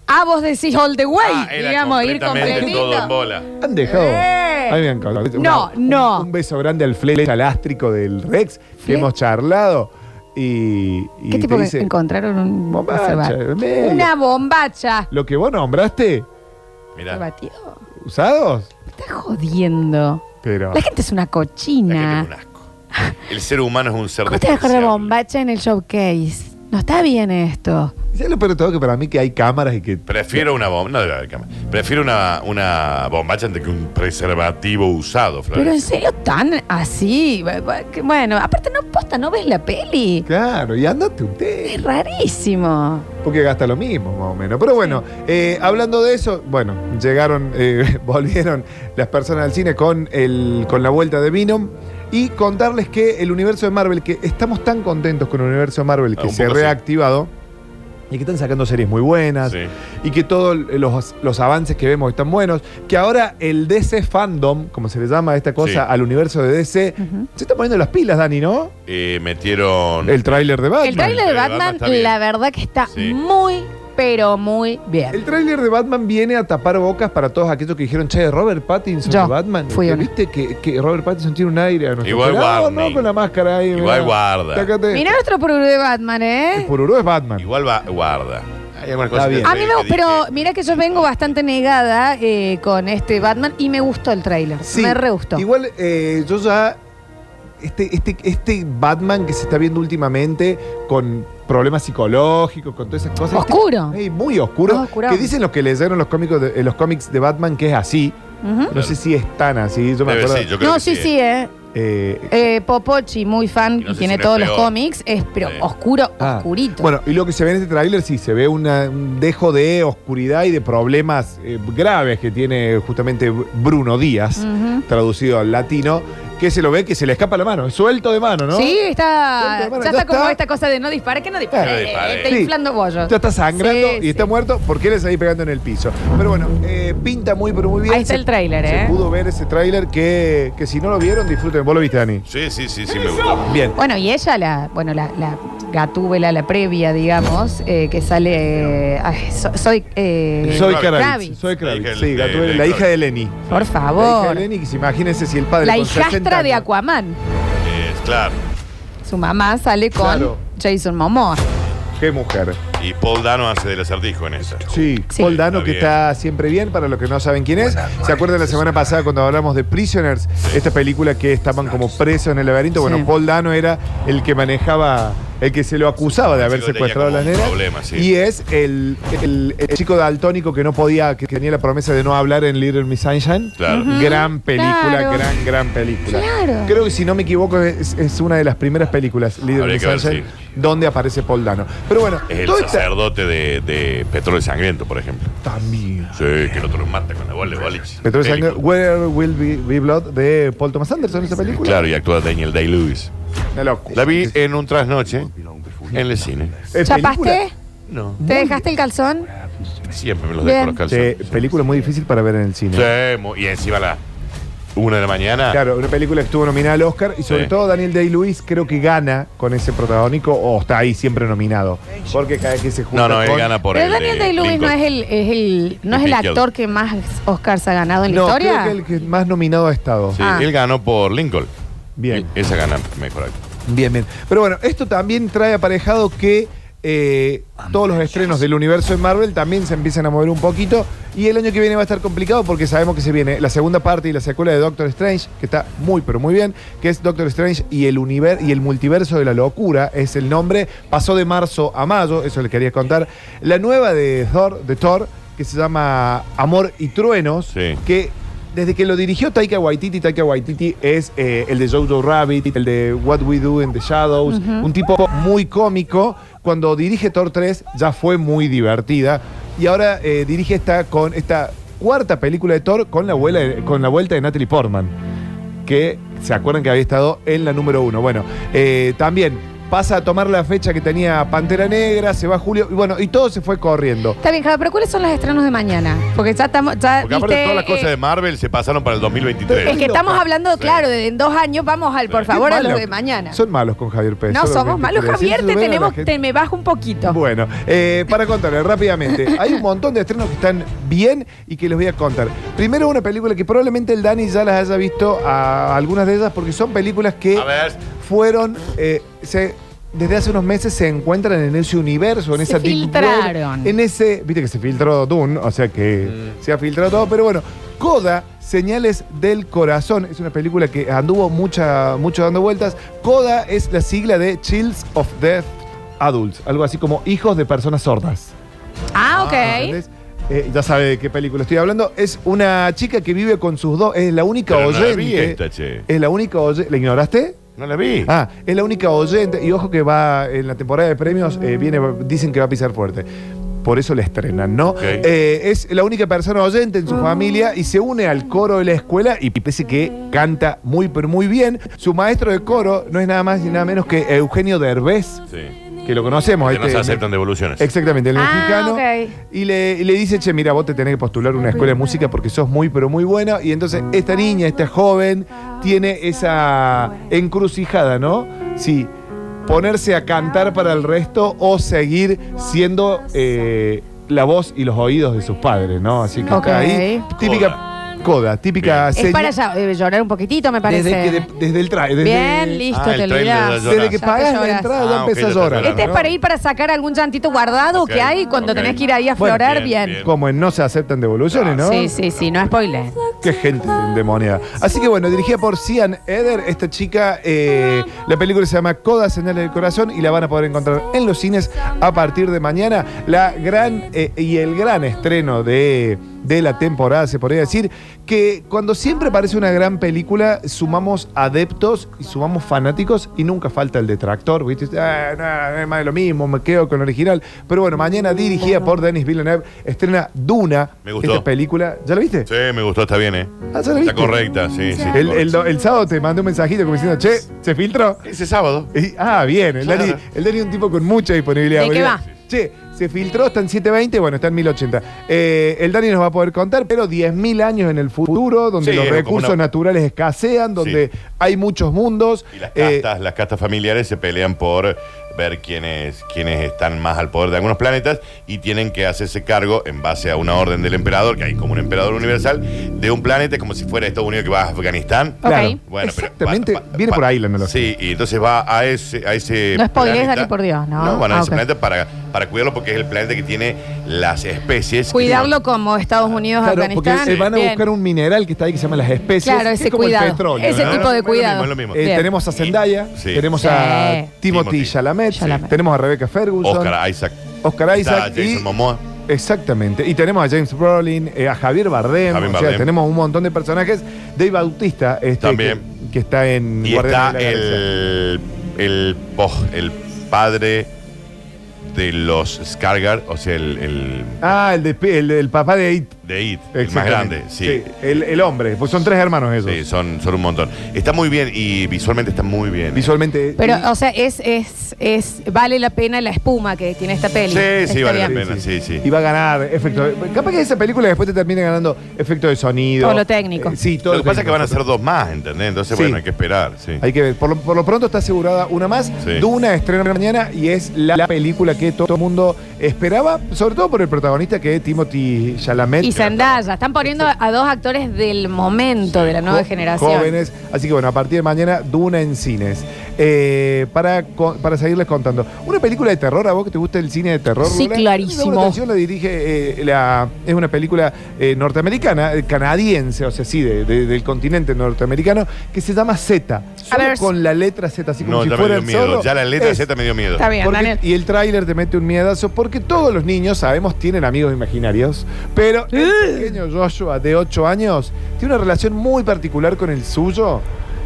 Ah, vos decís all the way. Ah, era digamos, ir completamente todo en completito. bola. Han dejado. Eh. Ahí me han contado. No, un- no. Un, beso grande al flecha elástrico del Rex que Fle- hemos charlado. Y, y ¿Qué te tipo que dice, encontraron un Bombacha, eh. ese bar? en medio. Una bombacha. Lo que vos nombraste, Se batió. usados, Está jodiendo. pero. La gente es una cochina. El ser humano es un ser ¿Cómo te vas a despreciable. acordar bombacha en el showcase? No está bien esto. ¿Sabes lo peor de todo? Que para mí que hay cámaras y que... Prefiero una bomba. No debe haber cámara. Prefiero una, una bombacha antes que un preservativo usado, Pero en Florencia. serio, tan así. Bu- bu- que- Bueno, aparte no posta, no ves la peli. Claro, y andate usted. Es rarísimo. Porque gasta lo mismo, más o menos. Pero bueno, eh, hablando de eso, bueno, llegaron, eh, volvieron las personas al cine con, el, con la vuelta de Venom. Y contarles que el universo de Marvel, que estamos tan contentos con el universo de Marvel que Ah, un se ha poco sí. reactivado y que están sacando series muy buenas y que todos los, los avances que vemos están buenos, que ahora el DC fandom, como se le llama a esta cosa, Sí. al universo de DC, se está poniendo las pilas, Dani, ¿no? Eh, metieron. El tráiler de Batman. El tráiler de Batman, está bien. la verdad que está Sí. muy, pero muy bien. El tráiler de Batman viene a tapar bocas para todos aquellos que dijeron, che, Robert Pattinson Yo de Batman. fui ¿Te una. ¿Viste que, que Robert Pattinson tiene un aire? a nuestro Igual pelado, warning. No, con la máscara ahí. Igual mirá. guarda. Tácate. Mira nuestro purú de Batman, ¿eh? Pururú es Batman. Igual va, guarda. Hay algunas Está cosas bien. que- A mí me que gusta, pero mira que yo vengo bastante negada eh, con este Batman y me gustó el tráiler. Sí, Me re gustó. Igual eh, yo ya. Este, este, este Batman que se está viendo últimamente con problemas psicológicos, con todas esas cosas. Oscuro. este- ey, muy oscuro. No, oscurón. que dicen los que leyeron los cómicos de- eh, los cómics de Batman que es así. Ujú. No sé si es tan así. Yo me Debe acuerdo. ser, yo creo ¿Mm? No, que sí, sí, ¿eh? eh, Eh, Popochi, muy fan, Y no sé tiene si no todos es los peor. cómics, es pero oscuro, Ah, oscurito. Bueno, y lo que se ve en este tráiler sí, se ve una- un dejo de oscuridad y de problemas eh, graves que tiene justamente Bruno Díaz, Ujú. traducido al latino, que se lo ve que se le escapa la mano, es suelto de mano, ¿no? Sí, está. Suelta Ya la mano, está, ya como está. esta cosa de no dispare, que no dispare. Eh, Claro, dispare. Está Sí. inflando bollos. Ya está sangrando Sí, y está muerto porque él es ahí pegando en el piso. Pero bueno, eh, pinta muy, pero muy bien. Ahí está el tráiler, Se ¿eh? pudo ver ese tráiler que, que si no lo vieron, disfruten. ¿Vos lo viste, Dani? Sí, sí, sí, sí, me gustó. Bien. Bueno, y ella, la, bueno, la, la gatúbela, la previa, digamos, eh, que sale. ay, so- soy. eh, Soy Kravitz. Kravitz. Soy La Kravitz. hija Sí, de- Gatúbela, de- la de- hija de Lenny. Por La hija de favor. Lenny, que se imagínense si el padre La con 60 hijastra de años- Aquaman. Eh, claro. Su mamá sale con Claro. Jason Momoa. Qué mujer. Y Paul Dano hace del acertijo en esa. Sí, Paul Dano, que está siempre bien, para los que no saben quién es. ¿Se acuerdan la semana pasada cuando hablamos de Prisoners? Esta película que estaban como presos en el laberinto. Bueno, Sí. Paul Dano era el que manejaba, el que se lo acusaba de haber chico tenía secuestrado a como las un nenas. problema, sí. Y es el, el- el chico daltónico que no podía, que tenía la promesa de no hablar en Little Miss Sunshine. Claro. Ujú, Gran película, claro. gran, gran película. Claro. Creo que si no me equivoco es, es una de las primeras películas, Little Habría Miss que ver, Sunshine, donde aparece Paul Dano. Pero bueno, Es el toda esta- sacerdote de, de Petróleo Sangriento, por ejemplo. También. Sí, que el otro lo mata con la bola de boliche. Petróleo Película. Sangre, Where Will Be, Be Blood de Paul Thomas Anderson, esa película. Claro, y actúa Daniel Day-Lewis. Una locura. La vi en un trasnoche en el cine. Eh, ¿Chapaste? No. Eh, ¿Te dejaste el calzón? Siempre me los Bien. dejo los calzones. Sí, película muy difícil para ver en el cine. Sí, mu- y encima a la una de la mañana. Claro, una película que estuvo nominada al Oscar y sobre Sí. todo Daniel Day-Lewis creo que gana con ese protagónico o está ahí siempre nominado. Porque cada vez que se junta No, no, él con- gana por Pero el Daniel de Day-Lewis no Lincoln. es el, es el, no El es el Lincoln. actor que más Oscars ha ganado en la No, historia. creo que el que más nominado ha estado. eh. Sí, Ah. él ganó por Lincoln. Bien. Y esa gana mejor actor. Bien, bien. Pero bueno, esto también trae aparejado que eh, todos los estrenos del universo de Marvel también se empiezan a mover un poquito. Y el año que viene va a estar complicado porque sabemos que se viene la segunda parte y la secuela de Doctor Strange, que está muy, pero muy bien, que es Doctor Strange y el, univer- y el multiverso de la locura, es el nombre. Pasó de marzo a mayo, eso le quería contar. La nueva de Thor, de Thor que se llama Amor y Truenos, que desde que lo dirigió Taika Waititi, Taika Waititi es eh, el de Jojo Rabbit, el de What We Do in the Shadows, un tipo muy cómico. Cuando dirige Thor 3 ya fue muy divertida y ahora eh, dirige esta con esta cuarta película de Thor con la, abuela, con la vuelta de Natalie Portman, que se acuerdan que había estado en la número uno. Bueno, eh, también pasa a tomar la fecha que tenía Pantera Negra, se va Julio y bueno y todo se fue corriendo. Está bien, Java, pero ¿cuáles son los estrenos de mañana? Porque ya estamos. Ya, Porque aparte viste, todas las eh, cosas de Marvel se pasaron para el 2023. Es que estamos hablando, claro, de en dos años vamos al, por favor, a Qué los malo. de mañana. Son malos con Javier Pérez. No Solo somos que malos, quiero decir, Javier, te ven a la tenemos, gente. te me bajo un poquito. Bueno, eh, para contarles rápidamente, hay un montón de estrenos que están bien y que les voy a contar. Primero una película que probablemente el Dani ya las haya visto a algunas de ellas porque son películas que fueron, eh, se- desde hace unos meses se encuentran en ese universo, en Se esa deep web, filtraron. en ese, viste que se filtró Dune, o sea que Mm. se ha filtrado todo, pero bueno, Coda, Señales del Corazón, es una película que anduvo mucha, mucho dando vueltas. Coda es la sigla de Chills of Death Adults, algo así como Hijos de Personas Sordas. Ah, ok. ¿entendés? Eh, ya sabe de qué película estoy hablando. Es una chica que vive con sus dos. Es la única Pero no la oyente. vi esta, che. Es la única oyente. ¿La ignoraste? No la vi. eh. Ah, es la única oyente. Y ojo que va en la temporada de premios, eh, viene, dicen que va a pisar fuerte. Por eso la estrenan, ¿no? Eh, es la única persona oyente en su familia y se une al coro de la escuela y pese que canta muy, pero muy bien. Su maestro de coro no es nada más ni nada menos que Eugenio Derbez, Sí. que lo conocemos. Que no se este- aceptan devoluciones. Exactamente, el Ah, mexicano. ok. Y le, y le dice, che, mira, vos te tenés que postular a una escuela de música porque sos muy, pero muy buena. Y entonces esta niña, esta joven, tiene esa encrucijada, ¿no? Sí, ponerse a cantar para el resto o seguir siendo eh, la voz y los oídos de sus padres, ¿no? Así que Ok. está ahí. Típica coda, típica Es seña- para ya- eh, llorar un poquitito, me parece. ¿eh? Desde, que de- desde el traje. Bien, listo, Ah, el te trailer olvidás. ya llorás. Desde Ya que te pagas la lloras. entrada ya Ah, ok, empezás ya a te llorar. Este es ¿no? para ir para sacar algún llantito guardado que hay cuando tenés que ir ahí a Bueno, florar bien. Ah, Como en No se aceptan devoluciones, ¿no? Sí, sí, sí, no spoiler. Qué gente endemoniada. Así que bueno, dirigida por Cian Eder, esta chica, eh, la película se llama Coda, Señales del Corazón y la van a poder encontrar en los cines a partir de mañana. La gran eh, y el gran estreno de, de la temporada, se podría decir, que cuando siempre parece una gran película, sumamos adeptos y sumamos fanáticos y nunca falta el detractor, ¿viste? Ah, no, es más de lo mismo, me quedo con el original. Pero bueno, mañana dirigida por Denis Villeneuve, estrena Duna, Me gustó. esta película. ¿Ya la viste? Sí, me gustó, está bien, ¿eh? Ah, ¿ya la Está viste? correcta, sí, sí. El, correcta. el do- el sábado te mandé un mensajito como diciendo, che, ¿se filtró? Ese sábado. ah, bien. El, Claro. Dani, el Dani es un tipo con mucha disponibilidad. ¿De qué boludo. va? Che, se filtró, está en 720, bueno, está en 1080. Eh, el Dani nos va a poder contar, pero 10.000 años en el futuro, donde Sí, los es como recursos una- naturales escasean, donde hay muchos mundos. Y las Eh, castas, las castas familiares se pelean por ver quiénes, quiénes están más al poder de algunos planetas y tienen que hacerse cargo en base a una orden del emperador, que hay como un emperador universal, de un planeta, es como si fuera Estados Unidos que va a Afganistán. Claro. Bueno, pero Exactamente, viene por ahí la analogía. Sí, y entonces va a ese, a ese No spoilees, eh, planeta. Dani, por Dios, ¿no? No, van a Ah, ese ok. planeta para, para cuidarlo porque es el planeta que tiene las especies. Cuidarlo como Estados Unidos, Claro, porque Afganistán. eh, van a Bien. buscar un mineral que está ahí que se llama las especies. Claro, que ese es como cuidado. El petróleo, Ese ¿no? tipo de cuidado. es lo mismo. Eh, Bien. tenemos a Zendaya, Sí. tenemos Sí. a Timothy Timothy. Chalamet, Sí. tenemos a Rebecca Ferguson, Oscar Isaac. Oscar Está Isaac y- Jason Momoa. Exactamente. Y tenemos a James Brolin, eh, a Javier Bardem. Javier o sea, Bardem. tenemos un montón de personajes. Dave Bautista, este, También. Que, que está en Y Guardianes de está la Galaxia. el, el, poj- el padre de los Skargar, o sea, el, el Ah, el, de Pi- el, el papá de It. de It, el más grande. Sí, el, el hombre. Pues son tres hermanos esos. Sí, son, son un montón. Está muy bien y visualmente está muy bien. ¿eh? Visualmente. Pero, o sea, es, es, es, vale la pena la espuma que tiene esta peli. Sí, sí, Está vale la bien. pena, sí, sí. Y va a ganar efecto. de- Capaz que esa película después te termine ganando efecto de sonido. Mm. Todo lo técnico. Eh, sí, todo Lo que pasa es que técnico. van a ser dos más, ¿entendés? Entonces, Sí. bueno, hay que esperar, sí. Hay que ver. Por lo, por lo pronto está asegurada una más. Sí. Duna estrena mañana y es la, la película que todo el mundo esperaba, sobre todo por el protagonista que es Timothy Chalamet. Y Zendaya. Están poniendo a dos actores del momento, de la nueva Jo- generación. Jóvenes. Así que bueno, a partir de mañana, Duna en cines. Eh, para, co- para seguirles contando. Una película de terror, ¿a vos que te gusta el cine de terror? Sí, Lola? clarísimo. Me llamó la atención, la dirige, eh, la- es una película eh, norteamericana, eh, canadiense, o sea, sí, de- de- del continente norteamericano, que se llama Z. Solo ver. con la letra Z, así como No, si ya me fuera dio el miedo. zorro. Ya la letra Es- Z me dio miedo. Está bien, porque- Daniel. Y el tráiler te mete un miedazo porque todos los niños, sabemos, tienen amigos imaginarios, pero el pequeño Joshua de 8 años tiene una relación muy particular con el suyo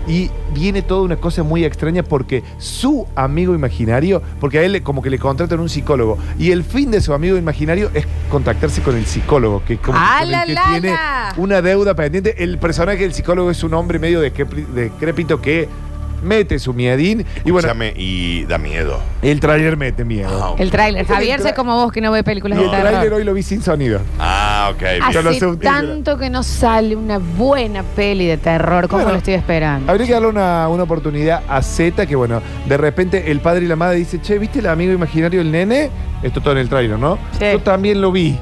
y viene toda una cosa muy extraña porque su amigo imaginario, porque a él le- como que le contratan un psicólogo y el fin de su amigo imaginario es contactarse con el psicólogo, que como que ¡Ah, con el la, que la, tiene la! una deuda pendiente. El personaje del psicólogo es un hombre medio decrépri- decrépito que mete su miedín y bueno, Escúchame, y da miedo. el tráiler mete miedo. Ah, El tráiler. Este Javier, sé como vos que no ve películas Y de el tráiler terror. hoy lo vi sin sonido. Ah, ok. bien. Yo no sé Hace un- tanto que no sale una buena peli de terror. ¿Cómo Bueno. lo estoy esperando? Habría que darle una, una oportunidad a Z, que bueno, de repente el padre y la madre dice, che, ¿viste el amigo imaginario del nene? Esto todo en el tráiler, ¿no? Yo también lo vi.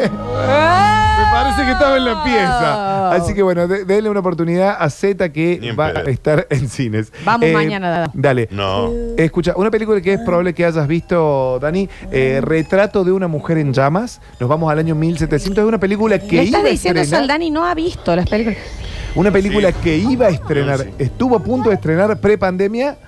Me parece que estaba en la Oh. pieza. Así que bueno, de- denle una oportunidad a Z que va a estar en cines. Vamos Eh, mañana, Dada. Dale. No. Escucha, una película que es Ah. probable que hayas visto, Dani, eh, Retrato de una mujer en llamas. Nos vamos al año 1700. Es una película que Le estás iba a diciendo eso estrenar- al Dani, no ha visto las películas. Una película que iba a estrenar, estuvo a punto de estrenar prepandemia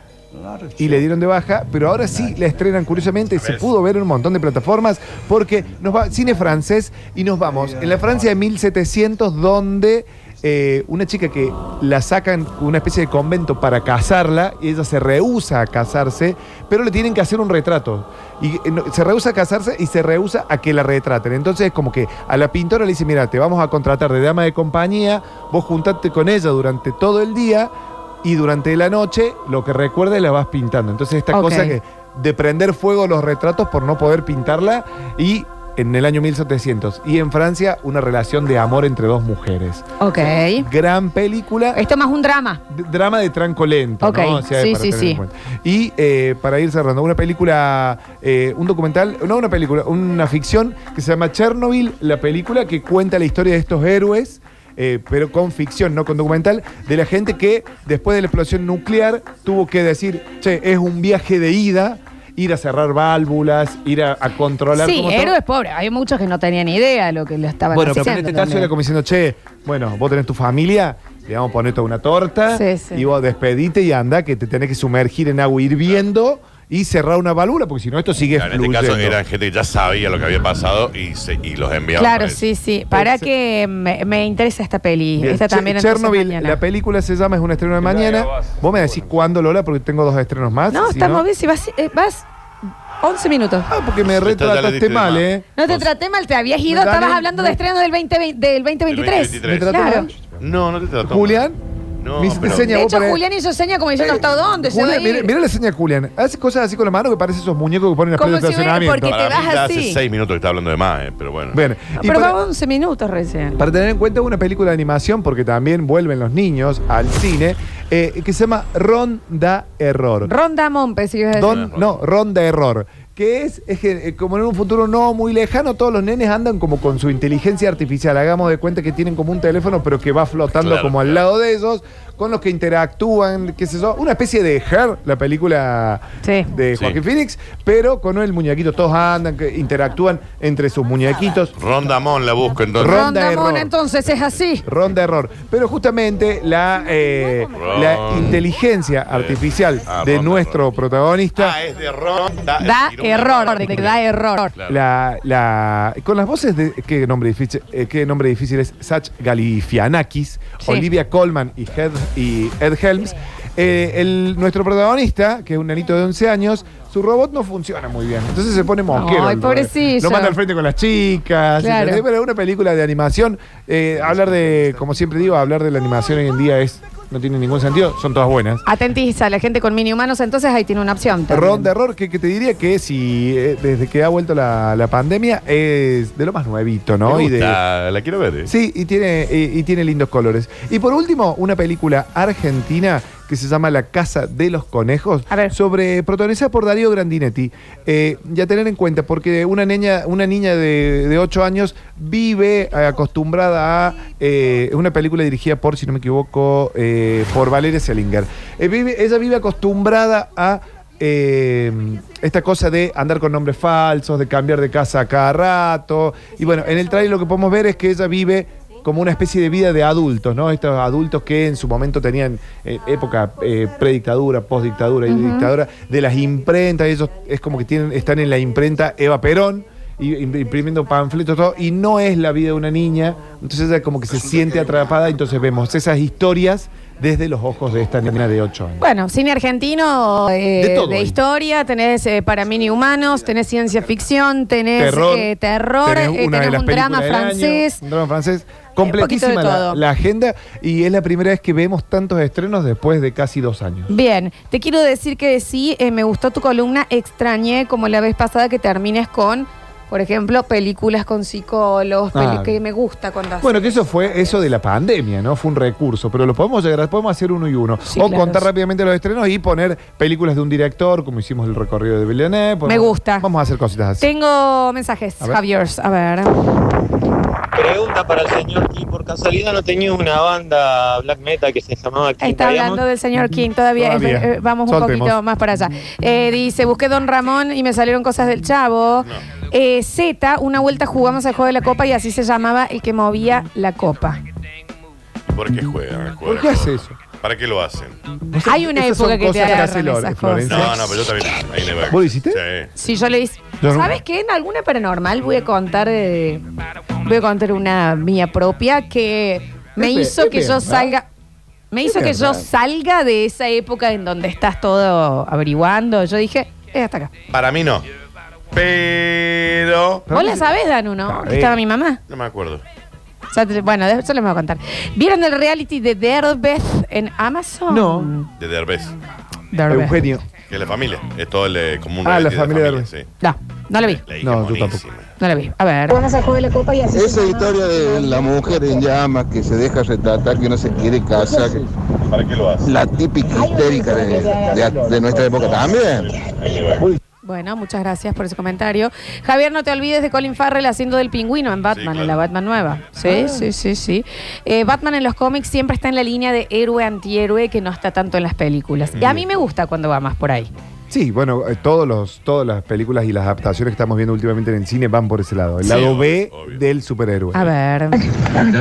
y le dieron de baja, pero ahora sí la estrenan curiosamente, se pudo ver en un montón de plataformas porque nos va cine francés y nos vamos en la Francia de 1700 donde eh, una chica que la sacan una especie de convento para casarla y ella se rehúsa a casarse, pero le tienen que hacer un retrato. Y eh, no, se rehúsa a casarse y se rehúsa a que la retraten. Entonces es como que a la pintora le dice, mira, te vamos a contratar de dama de compañía, vos juntate con ella durante todo el día y durante la noche lo que recuerdes la vas pintando. Entonces esta Ok. cosa que de prender fuego los retratos por no poder pintarla y en el año 1700 y en Francia una relación de amor entre dos mujeres. Ok. Gran película. Esto más un drama. D- drama de tranco lento. Ok, ¿no? sí, para sí, tener sí. en cuenta. Y eh, para ir cerrando, una película, eh, un documental, no una película, una ficción que se llama Chernobyl, la película que cuenta la historia de estos héroes. eh, pero con ficción, no con documental, de la gente que después de la explosión nuclear tuvo que decir, che, es un viaje de ida, ir a cerrar válvulas, ir a, a controlar. Sí, cómo está- héroes pobres. Hay muchos que no tenían ni idea de lo que le estaban bueno, pero en haciendo. este caso era también. como diciendo, che, bueno, vos tenés tu familia, le vamos a poner toda una torta Sí, sí. y vos despedite y anda, que te tenés que sumergir en agua hirviendo y cerrar una válvula, porque si no esto sigue Claro, en este fluyendo. caso era gente que ya sabía lo que había pasado y, se- y los enviaba. Claro, sí, sí. Para que me, me interesa esta peli. Bien. Esta Che- también entonces, Chernobyl, mañana. la película se llama, es un estreno de mañana. Vos me decís cuándo, Lola, porque tengo dos estrenos más. No, si estamos bien. Si vas, eh, vas 11 minutos. Ah, porque me retrataste mal, ¿eh? No te traté mal, te habías ido. Dale, Estabas hablando de estreno del, 20, del 2023. ¿Me trató Claro. mal? No, no te trató mal. Julián, No, me hiciste pero- seña De vos hecho, para- Julián hizo seña como diciendo hasta dónde se va a Julián, mira, ir. mira la seña de Julián. Hace cosas así con la mano que parece esos muñecos que ponen en la Como playa de si hubiera- estacionamiento. porque te Para mí vas ya así. hace seis minutos que está hablando de más, eh, pero bueno. Bien. No, Y pero para- va 11 minutos recién. Para tener en cuenta una película de animación, porque también vuelven los niños al cine, eh, que se llama Ronda Error. Ronda Mompe, si ibas a decir. Don- no, Ronda Error. Que es, es que eh, como en un futuro no muy lejano, todos los nenes andan como con su inteligencia artificial. Hagamos de cuenta que tienen como un teléfono, pero que va flotando Claro, como al claro. lado de ellos, con los que interactúan, qué sé yo. Una especie de Her, la película de Sí. Joaquín Phoenix, pero con el muñequito. Todos andan, que interactúan entre sus muñequitos. Rondamón la busco entonces. Ronda Ronda Mona, Error. entonces es así. Ronda error. Pero justamente la, eh, la inteligencia artificial de nuestro protagonista. Ah, es de Ronda. Da error, de que da error. La, la- con las voces de qué nombre difícil, eh, qué nombre difícil es Sach Galifianakis, Sí. Olivia Colman y, Head- y Ed Helms. Eh, el- nuestro protagonista, que es un nanito de 11 años, su robot no funciona muy bien. Entonces se pone mosquero. Ay, el- pobrecillo. Lo manda al frente con las chicas. Claro. ¿entendés? Pero es una película de animación. Eh, hablar de, como siempre digo, hablar de la animación hoy en día es no tiene ningún sentido. Son todas buenas. Atentiza, la gente con mini humanos, entonces ahí tiene una opción. también. Ronda error, que, que te diría que si eh, desde que ha vuelto la, la pandemia es de lo más nuevito, ¿no? Me Y de- gusta, la quiero ver. eh. sí, y tiene, y, y tiene lindos colores. Y por último, una película argentina que se llama La Casa de los Conejos, sobre protagonizada por Darío Grandinetti. Eh, ya tener en cuenta, porque una niña, una niña de, de 8 años vive eh, acostumbrada a eh, una película dirigida por, si no me equivoco, eh, por Valeria Selinger. Eh, vive- ella vive acostumbrada a eh, esta cosa de andar con nombres falsos, de cambiar de casa a cada rato. Y bueno, en el trailer lo que podemos ver es que ella vive como una especie de vida de adultos, ¿no? Estos adultos que en su momento tenían eh, época eh, predictadura, postdictadura y Ujú. dictadura, de las imprentas, ellos es como que tienen, están en la imprenta Eva Perón, y- imprimiendo panfletos, todo, y no es la vida de una niña, entonces ella como que se siente atrapada, entonces vemos esas historias desde los ojos de esta nena de 8 años. Bueno, cine argentino, eh, De de, todo hay. historia, tenés eh, para mini humanos, tenés ciencia ficción, tenés terror, eh, terror, tenés eh, una de tenés las un drama películas del año, francés. un drama francés. un Completísima poquito de la, todo. la agenda y es la primera vez que vemos tantos estrenos después de casi dos años. Bien, te quiero decir que sí, eh, me gustó tu columna, extrañé como la vez pasada que termines con, por ejemplo, películas con psicólogos, peli- Ah. que me gusta cuando haces. Bueno, que eso fue eso de la pandemia, ¿no? Fue un recurso, pero lo podemos llegar, podemos hacer uno y uno. Sí, o claro. contar rápidamente los estrenos y poner películas de un director, como hicimos el recorrido de Villeneuve. Me gusta. Vamos a hacer cositas así. Tengo mensajes, A ver. Javier, a ver. Pregunta para el señor Kim, por casualidad no tenía una banda black metal que se llamaba Kim Está Diamond? hablando del señor King, todavía, es- Todavía. eh, vamos un Soltemos. poquito más para allá. Eh, dice, busqué Don Ramón y me salieron cosas del chavo. Eh, Z, una vuelta jugamos al juego de la copa y así se llamaba el que movía la copa. ¿Por qué juegan? ¿Por qué hace eso? ¿Para qué lo hacen? Hay una Esas son época que te cosas que hace agarran Lola, esas cosas. Florencia. No, no, pero yo también. Ahí le va. ¿Vos lo hiciste? Sí. Sí, yo le hice. Yo no. ¿Sabes qué? En alguna paranormal voy a contar. eh, voy a contar una mía propia que me Es ve- hizo es que yo verdad. salga. Me Es hizo que yo verdad. salga de esa época en donde estás todo averiguando. Yo dije, es hasta acá. Para mí no. Pero. ¿Vos la sabés, Danu, no? eh. Sabés. Que estaba mi mamá. No me acuerdo. Ya te- bueno, de- eso les voy a contar. ¿Vieron el reality de Derbez en Amazon? No. De Derbez. Eugenio. Que es la familia. Es todo el eh, como un Ah, la reality de familia de Sí. No, no la vi. No, yo tampoco. No la vi. A ver. Vamos a jugar la copa y así. Esa historia de la mujer en llamas que se deja retratar, que no se quiere casar. ¿Para qué lo hace? La típica histérica de, de- de nuestra época también. Bueno, muchas gracias por ese comentario. Javier, no te olvides de Colin Farrell haciendo del pingüino en Batman, en la Batman nueva. Sí, Ah. sí, sí, sí. Eh, Batman en los cómics siempre está en la línea de héroe antihéroe que no está tanto en las películas. Y a mí me gusta cuando va más por ahí. Sí, bueno, eh, todos los, todas las películas y las adaptaciones que estamos viendo últimamente en el cine van por ese lado. El Sí, lado B del superhéroe. A ver.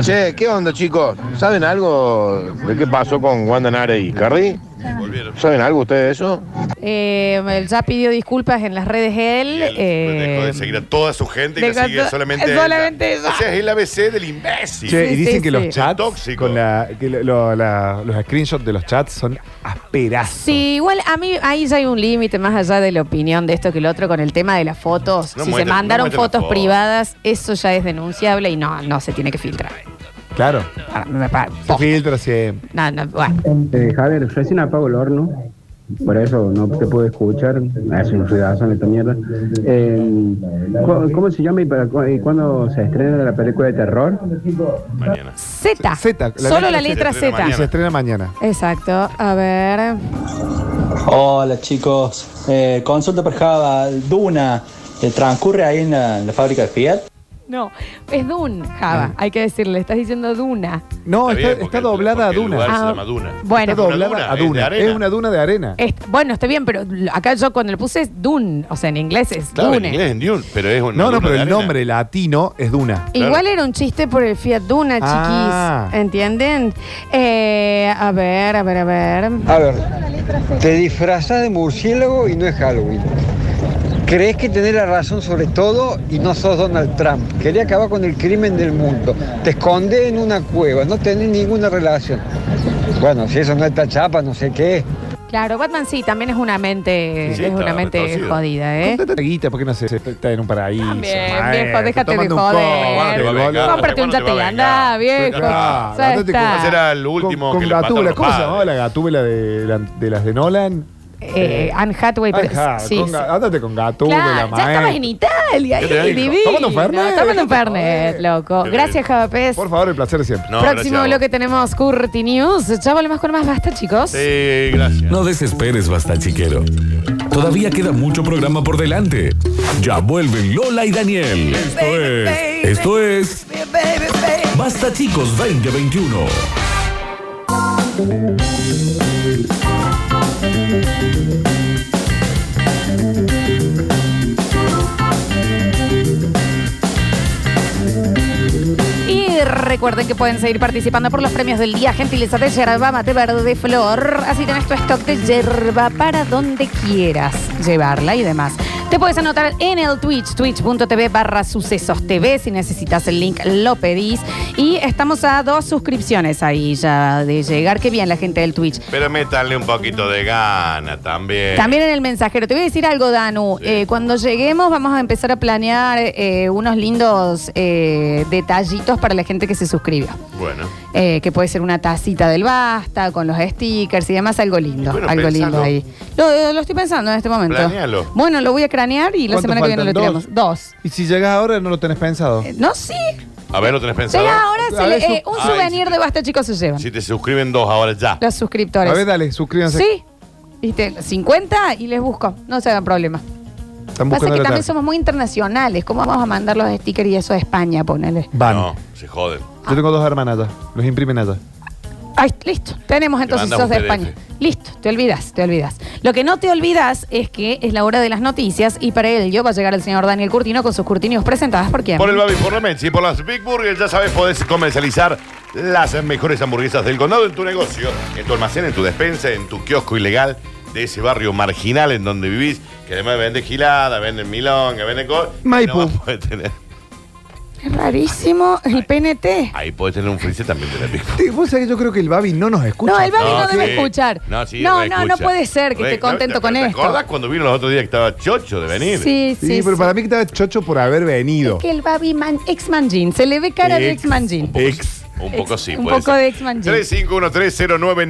Che, ¿qué onda chicos? ¿Saben algo de qué pasó con Wanda Nara y Cardi? ¿Saben algo ustedes de eso? Eh, él ya pidió disculpas en las redes él. eh, Dejó de seguir a toda su gente y la Dejó sigue to- solamente. él. solamente ella. O sea, es el ABC del imbécil. Che, y dicen que los Del chats, Tóxico. con la, que lo- lo- la- los screenshots de los chats son asperazos. Sí, igual a mí ahí ya hay un límite más allá de la opinión de esto que el otro con el tema de las fotos. No si se muestren- mandaron no muestren fotos las fotos. privadas, eso ya es denunciable y no, no se tiene que filtrar. Claro. Se filtra siempre. No, no, bueno. Eh, Javier, recién apago el horno, por eso no te puedo escuchar, hace un ruidazo en esta mierda. Eh, ¿cu- ¿Cómo se llama y para cu- y cuándo se estrena la película de terror? Mañana. Z. Z. Solo la letra Z. Y se estrena mañana. Exacto. A ver. Hola chicos, Eh, consulta por Java, Duna, eh, transcurre ahí en la, en la fábrica de Fiat. No, es Dun, Java. Hay que decirle, estás diciendo Duna. No, Está está, bien, porque está doblada a porque el Duna. lugar se Ah. llama Duna. Bueno. está Es una doblada duna, a es de Duna. Es, arena. una duna de arena. Est- bueno, está bien, pero acá yo cuando le puse es Dun, o sea, en inglés es Claro, en Dune. inglés, en Dune, pero es un. No, no, pero el nombre latino es Duna. Igual era un chiste por el Fiat Duna, chiquis. Ah. ¿Entienden? Eh, a ver, a ver, a ver. A ver, te disfrazas de murciélago y no es Halloween. Crees que tenés la razón sobre todo y no sos Donald Trump. Quería acabar con el crimen del mundo. Te escondés en una cueva, no tenés ninguna relación. Bueno, si eso no está chapa, no sé qué. Claro, Batman sí, también es una mente, Sí, sí, es una está mente retorcido. jodida, ¿eh? Contratate guita, porque no sé, está en un paraíso. Bien, maestro, viejo, déjate de tomando un joder. cóctel, boludo. Cómprate un yate y andá, viejo. Ah, Ya andate con- está. Era el último con que le mataron Gatúbela. los ¿Cómo se padres. llamaba la Gatúbela de, la- de las de Nolan? Eh, Anne Hathaway, pero Ajá, sí, con sí. ga- Andate con Gatúbela, Claro, ya estabas en Italia, ¿Qué te ahí, digo? divino. Tomando un Fernet, Tomando un Fernet, loco. Qué Gracias, Java Pérez. Por favor, el placer siempre. Próximo bloque tenemos Curti News. Ya volvemos con más basta, chicos. Sí, gracias. No desesperes, basta chiquero. Todavía queda mucho programa por delante. Ya vuelven Lola y Daniel. Esto es. Esto es. Basta chicos 2021. Y recuerden que pueden seguir participando por los premios del día Gentileza de Yerba Mate Verde Flor. Así tenés tu stock de yerba para donde quieras llevarla y demás. Te puedes anotar en el Twitch, twitch.tv barra sucesos TV. Si necesitas el link, lo pedís. Y estamos a dos suscripciones ahí ya de llegar. Qué bien la gente del Twitch. Pero métanle un poquito de gana también. También en el mensajero. Te voy a decir algo, Danu. Eh, cuando lleguemos vamos a empezar a planear eh, unos lindos eh, detallitos para la gente que se suscribió. Bueno. Eh, que puede ser una tacita del basta, con los stickers y demás, algo lindo. Bueno, algo lindo pensalo. ahí. Lo, lo estoy pensando en este momento. Planealo. Bueno, lo voy a cranear y la ¿Cuánto semana que viene lo faltan? tiramos. Dos. Eh, Y si llegas ahora no lo tenés pensado. No, sí. A ver, ¿lo tenés pensado? Llega ahora se A le- ver, su- eh, un Ay, souvenir de basta, chicos, se llevan. Si te suscriben dos ahora ya. Los suscriptores. A ver, dale, suscríbanse. Sí. Viste, 50 y les busco. No se hagan problema. Están Pasa buscando que la también tarde. somos muy internacionales. ¿Cómo vamos a mandar los stickers y eso a España, ponele? Van. No, se joden. Yo tengo dos hermanas allá. Los imprimen allá. Ahí, listo. Tenemos entonces mandamos esos de un PDF. España. Listo, te olvidas, te olvidas. Lo que no te olvidas es que es la hora de las noticias y para ello va a llegar el señor Daniel Curtino con sus curtinios presentadas por quién. Por el Babi, por la Menchi, por las Big Burger, ya sabes, podés comercializar las mejores hamburguesas del condado en tu negocio, en tu almacén, en tu despensa, en tu kiosco ilegal de ese barrio marginal en donde vivís, que además vende gilada, venden milonga, venden cosas. Maipú. tener, Es rarísimo el PNT. ahí podés tener un freezer también de la Big Burger. Sí, Vos sabés que yo creo que el Babi no nos escucha. No, el Babi no, No, debe sí. escuchar. No, sí, no, re no, no escucha. puede ser que Re- esté contento ¿Te- con te esto. acordás cuando vino los otros días que estaba chocho de venir? Sí, sí, pero sí. para mí que estaba chocho por haber venido. Que el Babi man, ex-man Jean, se le ve cara de Ex- ex-man Jean. Ex. Un poco sí, un puede poco ser. de X-Man Jean.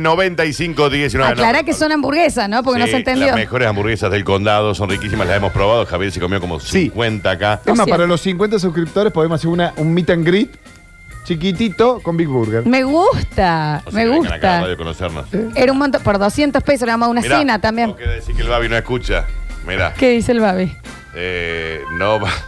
351-309-9519. Aclara que son hamburguesas, ¿no? Porque no Sí, se entendió. Las mejores hamburguesas del condado son riquísimas, las hemos probado. Javier se comió como 50 acá. Es más, para los 50 suscriptores podemos hacer una, un meet and greet chiquitito con Big Burger. Me gusta, O sea, me que vengan acá gusta. a la radio a conocernos. Era un montón, por 200 pesos le damos una Mirá, cena también. No quiere decir que el Babi no escucha. Mira, ¿Qué dice el Babi? eh, no va.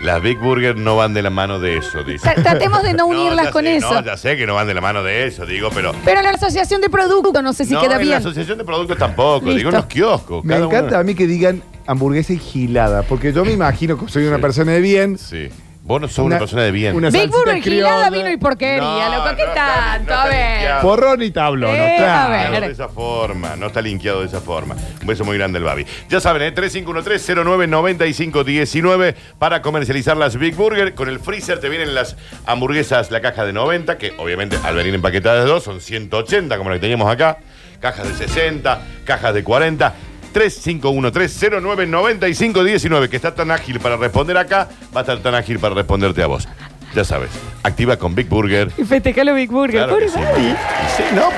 Las Big Burger no van de la mano de eso, dice. Tra- tratemos de no unirlas ya con sé, eso. No, ya sé que no van de la mano de eso, digo, pero. Pero la asociación de producto no sé si no, queda en bien. la asociación de productos tampoco, digo, unos kioscos. Me cada uno. encanta a mí que digan hamburguesa y gilada, porque yo me imagino que soy una persona de bien. Sí. Vos no sos una, persona de bien. una Big salsita Burger, gilada, criolla. vino y porquería, loco, ¿qué tanto? A ver. Porrón y tablón, Eh, claro. a ver. de esa forma, no está linkeado de esa forma. Un beso muy grande al Babi. Ya saben, ¿eh? 3513-099519 para comercializar las Big Burger. Con el freezer te vienen las hamburguesas, la caja de 90, que obviamente al venir empaquetadas de dos son 180, como la que teníamos acá. Cajas de 60, cajas de 40. 3513-099519, que está tan ágil para responder acá, va a estar tan ágil para responderte a vos. Ya sabes, activa con Big Burger. Y festejalo Big Burger, Claro pobre que sí. Babi. Sí, no,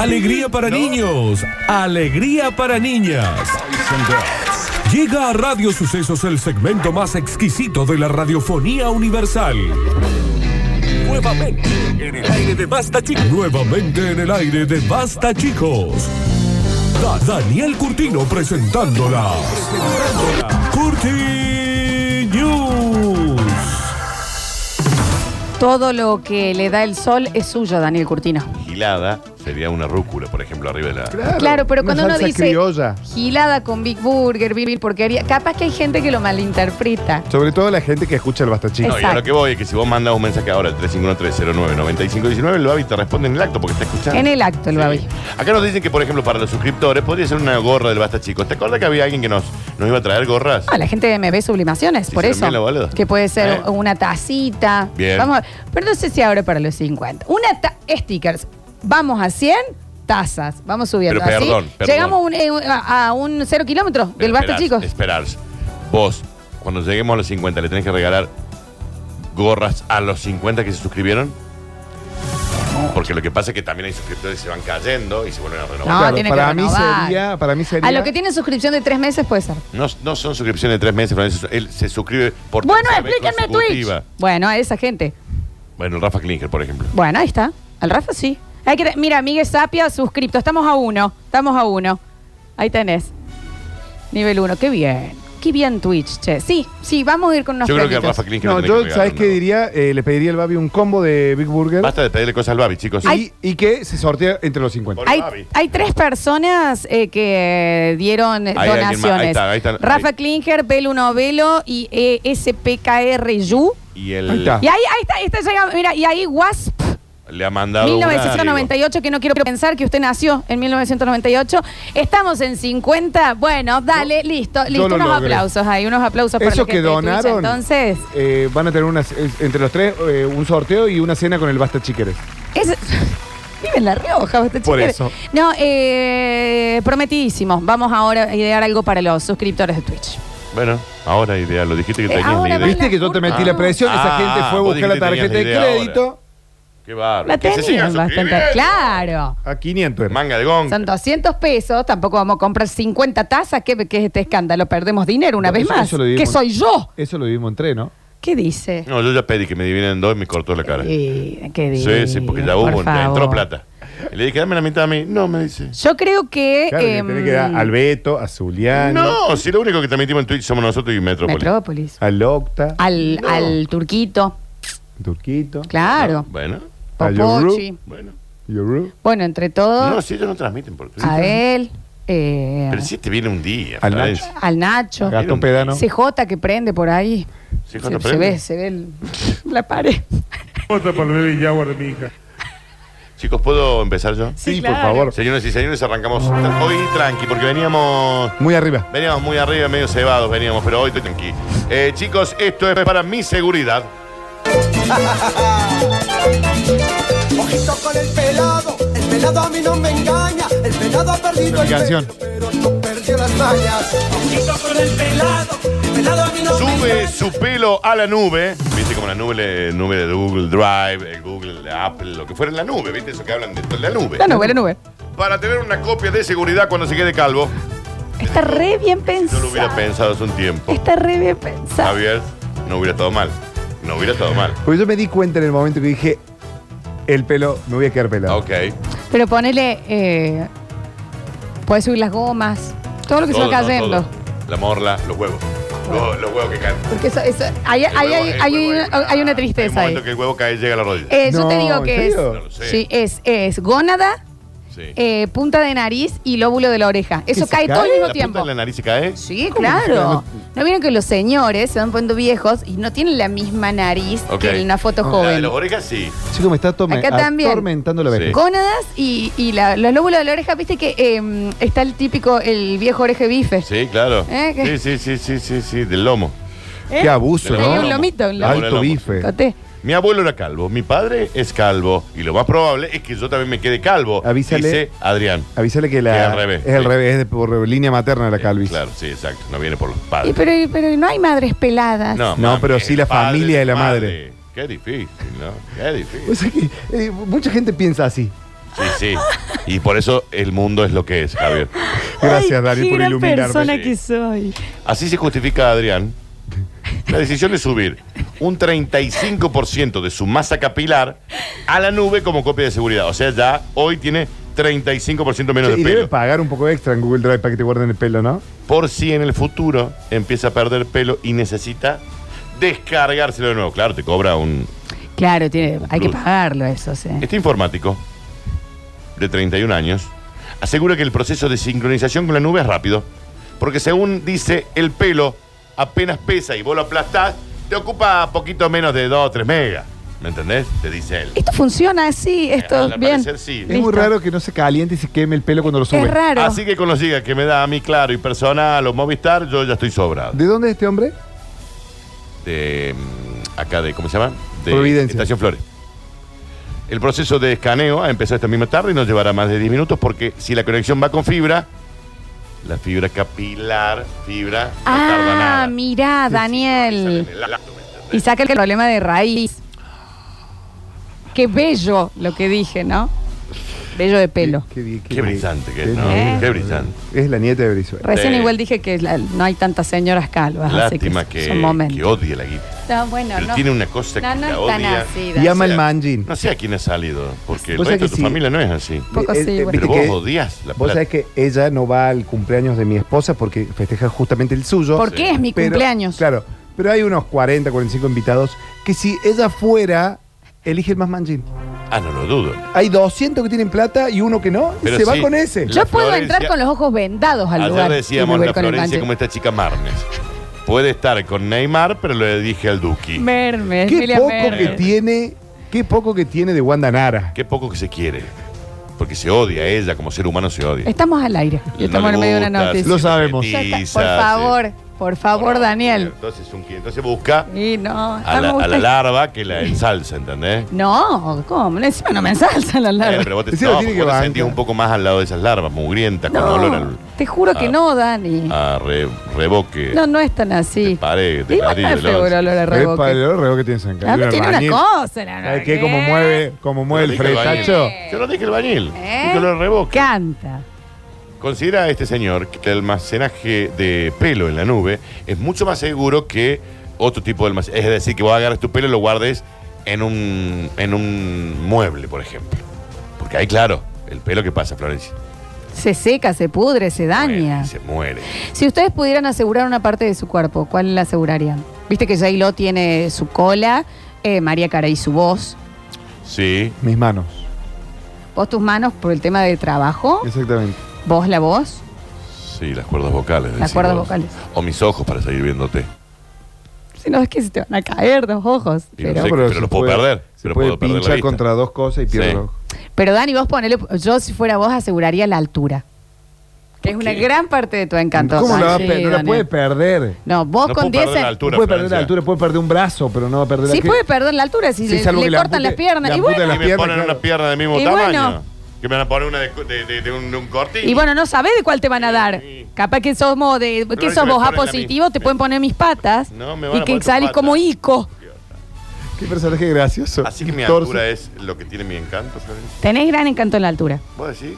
Alegría para niños, alegría para niñas. Llega a Radio Sucesos el segmento más exquisito de la radiofonía universal. Nuevamente en el aire de Basta Chicos. Nuevamente en el aire de Basta Chicos. Da- Daniel Curtino presentándola. Curti News. Todo lo que le da el sol es suyo, Daniel Curtino. Gilada sería una rúcula, por ejemplo, arriba de la. Claro, pero cuando uno dice gilada con Big Burger, Big porquería, capaz que hay gente que lo malinterpreta. Sobre todo la gente que escucha el Basta Chico. No, y a lo que voy es que si vos mandas un mensaje ahora al 351-309-9519, el Babi te responde en el acto porque está escuchando. En el acto, el Babi. Acá nos dicen que, por ejemplo, para los suscriptores podría ser una gorra del Basta Chicos. ¿Te acuerdas que había alguien que nos, nos iba a traer gorras? Ah, la gente me ve sublimaciones, por se eso. remiela, boludo. Que puede ser Eh. una tacita. Bien. Vamos a- pero no sé si ahora para los 50. Una ta- stickers. Vamos a 100 tazas. Vamos subiendo. Pero así. perdón, perdón. Eh, Llegamos a un, eh, a, a un cero kilómetro del basta, chicos. Esperarse. Vos, cuando lleguemos a los 50, le tenés que regalar gorras a los 50 que se suscribieron. Porque lo que pasa es que también hay suscriptores que se van cayendo y se vuelven a renovar. No, tiene que para, mí renovar. sería, para mí sería. A lo que tienen suscripción de tres meses puede ser. No, no son suscripciones de tres meses, Florencia. Él se suscribe por Bueno, tercera vez explíquenme Twitch. consecutiva. Bueno, a esa gente. Bueno, el Rafa Klinger, por ejemplo. Bueno, ahí está. Al Rafa sí. Hay que te- Mira, Miguel Sapia, suscripto. Estamos a uno. Estamos a uno. Ahí tenés. Nivel uno. Qué bien. Qué bien Twitch, che. Sí, sí, vamos a ir con unos Yo creo que premios. Rafa Klinger No, le tiene que yo, regalar ¿sabes un- qué diría? Eh, le pediría al Babi un combo de Big Burger Basta de pedirle cosas al Babi, chicos. y, y que se sortea entre los 50. Hay, hay tres personas eh, que dieron eh, Hay alguien más. Ahí donaciones. está, ahí está. Rafa Ahí. Klinger, Belu Novelo y eh, SPKRU. Y él Ahí está. Y ahí, ahí está, ahí está llegando. Mira, y ahí Wasp le ha mandado. una, 1998, que no quiero pensar que usted nació en 1998. Estamos en 50. Bueno, dale, listo, listo. lo Unos logré. aplausos ahí, unos aplausos para la Esos gente que de Twitch, donaron Entonces, eh, van a tener unas, eh, entre los tres eh, un sorteo y una cena con el Basta Chiqueres. es- vive en La Rioja, este Por chiquero. eso. No, eh, prometidísimo. Vamos ahora a idear algo para los suscriptores de Twitch. digo. Bueno, ahora idea, lo dijiste que Eh, tenías la ahora idea. van Viste que yo te metí la presión, esa Ah, gente fue a vos buscar dijiste la que tenías tarjeta la de idea ahora. crédito. Qué bárbaro. La Que se sigan tenían bastante. suscribiendo. Claro. A 500 era. Manga de gong. Son 200 pesos, tampoco vamos a comprar 50 tazas. ¿Qué, qué es este escándalo? Perdemos dinero una No, vez eso- más. eso lo ¿Qué dijimos. soy yo? Eso lo vivimos en tres, ¿no? ¿Qué dice? No, yo ya pedí que me dividen dos y me cortó la cara. Eh, ¿Qué dice? Sí, sí, porque ya Por hubo, ya favor. entró plata. Y le dije, dame la mitad a mí. No, me dice. Yo creo que. Claro, que em, tenés que dar al Beto, a Zuliano, No, si lo único que transmitimos en Twitch somos nosotros y Metrópolis. Metrópolis. al Octa, Al, al turquito. Turquito, Claro. Bueno, al Popochi. Yurru. bueno. Bueno, entre todos, No, si ellos no transmiten por Twitch. a él, eh, Pero si te viene un día. Al para Nacho. eso. al Nacho, A Gastón Pedano. CJ que prende por ahí. CJ se, se prende. ve, se ve el- la pared. Otra para el bebé Jaguar de mi hija. Chicos, ¿puedo empezar yo? Sí, Sí, por claro. favor. Señores y señores, arrancamos tra- hoy tranqui, porque veníamos... Muy arriba. Veníamos muy arriba, medio cebados veníamos, pero hoy estoy tranqui. Eh, chicos, esto es para mi seguridad. Ojito con el pelado, el pelado a mí no me engaña, el pelado ha perdido el Canción. pelo, perdió las mañas. Ojito con el pelado, el pelado a mí no me Sube su pelo a la nube. Viste como la nube, le- nube de Google Drive, el Google, la Apple, lo que fuera en la nube. Viste eso que hablan de, de la nube. La nube, la nube. Para tener una copia de seguridad cuando se quede calvo. Está re bien No lo pensado. hubiera pensado hace un tiempo. Está re bien pensado. Javier, no hubiera estado mal. No hubiera estado mal. Porque yo me di cuenta en el momento que dije, el pelo, me voy a quedar pelado. Ok. Pero ponele, eh, puedes subir las gomas, todo lo que se va Todo, no, cayendo. todo. La morla, los huevos. Los, los huevos que caen. Porque eso, eso- hay, hay, hay, hay una, hay una tristeza ahí. Cuando que el huevo cae llega a la rodilla. Eh, yo te digo que es, No lo sé. sí, es, es gónada, Sí. eh, punta de nariz y lóbulo del oreja. Eso ¿Se cae, todo al mismo ¿La tiempo. punta de la nariz se cae? Sí, claro. ¿No vieron que los señores se van poniendo viejos y no tienen la misma nariz Ok. Ah, que en una foto La de joven? las orejas sí. Chico, me está tome- Acá también. atormentando la vejez. Gónadas y, y la- los lóbulos de la oreja, viste que eh, está el típico, el viejo oreje bife. Sí, claro. ¿Eh? ¿Qué? Sí, sí, sí, sí, sí, sí, del lomo. ¿Eh? Qué abuso, Hay ¿no? un lomito, un lomito. Alto bife. Coté. Mi abuelo era calvo, mi padre es calvo y lo más probable es que yo también me quede calvo. Avísale. Dice Adrián. Avísale que la. Es al revés, Es al sí. Eh, revés, es de- por línea materna la calvis. Claro, sí, exacto. No viene por los Y padres. pero, pero no hay madres peladas. No, No, mami, pero sí el la padre familia de la Qué difícil, ¿no? Qué difícil. O sea que, eh, mucha gente piensa así. Sí, sí. Y por eso el mundo es lo que es, Javier. Gracias, Darío, por iluminarme. Sí. soy. Así se justifica Adrián. La decisión de subir un 35% de su masa capilar a la nube como copia de seguridad. O sea, ya hoy tiene 35% menos Che, y de pelo. debe pagar un poco extra en Google Drive para que te guarden el pelo, ¿no? Por si en el futuro empieza a perder pelo y necesita descargárselo de nuevo. Claro, te cobra un... Claro, tiene, hay que Plus. pagarlo eso, sí. Este informático de 31 años asegura que el proceso de sincronización con la nube es rápido. Porque según dice, el pelo apenas pesa y vos lo aplastás, te ocupa poquito menos de 2 o 3 megas. ¿Me entendés? Te dice él. Esto funciona así, esto al bien. parecer, sí. Ah, Es Es muy Listo. raro que no se caliente y se queme el pelo cuando lo sube. Es raro. Así que con los gigas que me da a mí, claro, y personal o Movistar, yo ya estoy sobrado. ¿De dónde es este hombre? de mm, acá de, ¿cómo se llama? De Providencia. Estación Flores. El proceso de escaneo ha empezado esta misma tarde y nos llevará más de 10 minutos porque si la conexión va con fibra, la fibra capilar, fibra, no tarda Ah, nada. mirá, Daniel. El acto. Y saca el problema de raíz. Qué bello lo que dije, ¿no? Bello de pelo. Qué, brillante que es, qué ¿no? bien. Qué brillante. Es la nieta de Brizuela. Recién Sí. igual dije que la- no hay tantas señoras calvas. así Lástima que, son momentos. que odie la guita. No, bueno, Pero no. tiene una cosa No, que no la es tan odia. así, Y ama el Sea- manjín. No sé a quién ha salido, porque el Vos sabés resto que de tu sí. Eh, familia no es así. Poco sí, bueno. Pero viste vos que- odias la Vos plata. sabés que ella no va al cumpleaños de mi esposa porque festeja justamente el suyo. ¿Por qué? Es mi Pero- cumpleaños. Claro, pero hay unos 40, 45 invitados que si ella fuera, elige el más manjín. Ah, no lo dudo. Hay 200 que tienen plata y uno que no, y Pero se va sí, con ese. la Yo puedo Florencia- entrar con los ojos vendados al Ayer lugar. decíamos y me voy la con el Florencia manche. como esta chica Marmes. Puede estar con Neymar, pero le dije al Duki. Mermes, Qué Emilia poco que Mermes. tiene, qué poco que tiene de Wanda Nara. Qué poco que se quiere. Porque se odia ella, como ser humano se odia. Estamos al aire. Y No estamos le en medio de una gusta, noticia. se Lo sabemos. Ya está. metiza, Por sí. favor, por favor, Daniel. Entonces, un- entonces busca Y no, a la, estamos- a la larva que la ensalza, ¿entendés? No, ¿cómo? Encima no me ensalzan las Eh, larvas. pero vos te, Encima no, tiene porque que vos te bancar. sentís un poco más al lado de esas larvas, mugrientas, con No, olor al, Te juro que Ah. no, Dani. a re- reboque, No, no es tan así. pared, de Igual ladrillo, está de feo el lonza. olor a Epa, el reboque. olor reo que tiene San A mí tiene una cosa, la ¿Sabes qué? verdad. Cómo mueve, cómo mueve el Yo dije bañil. fretacho. Yo no dije el bañil. ¿Eh? Dije el olor a reboque. Canta. Considera este señor que el almacenaje de pelo en la nube es mucho más seguro que otro tipo de almacenaje. Es decir, que vos agarres tu pelo y lo guardes en un, en un mueble, por ejemplo. Porque ahí, claro, el pelo que pasa, Florencia, Se seca, se pudre, se daña. se muere. Si ustedes pudieran asegurar una parte de su cuerpo, ¿cuál la asegurarían? Viste que J. Lo tiene su cola, eh, María Carey su voz. Sí. Mis manos. Vos tus manos por el tema de trabajo, Exactamente. vos la voz, Sí, las cuerdas vocales. Las decimos. cuerdas vocales. O mis ojos para seguir viéndote. si no es que se te van a caer dos ojos. Y no Pero, sé, pero se lo puedo puede- perder. Se Pero puede puedo perder la pinchar vista. contra dos cosas y pierdo Sí. los ojos. pero Dani, vos ponele, yo si fuera vos aseguraría la altura. Que es una gran parte de tu encanto. ¿Cómo la va a Dani. perder? No la Dani. puede perder. No, vos No con puedo 10 perder la es- altura, puede perder Florencia. la altura, puede perder un brazo, pero no va a perder Sí la puede perder la altura si Sí, le, salvo le que le cortan ampute- las piernas. le Y ampute bueno, ¿Y me piernas, ponen claro. una pierna del mismo Y tamaño? bueno. ¿Que me van a poner una de, de- de- de un, de un cortín? y bueno, no sabés de cuál te van a dar. Capaz que somos de, que Claro, sos que me vos A ponen a mí. positivo, te pueden poner mis patas No, me van y a poner que tus salís patas. como Ico. Qué personaje gracioso. Así que mi Torso. altura es lo que tiene mi encanto, Florencia. Tenés gran encanto en la altura. ¿Vos decís?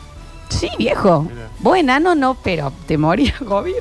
Sí, viejo. Mira. Vos enano no, pero te morías, Gobir.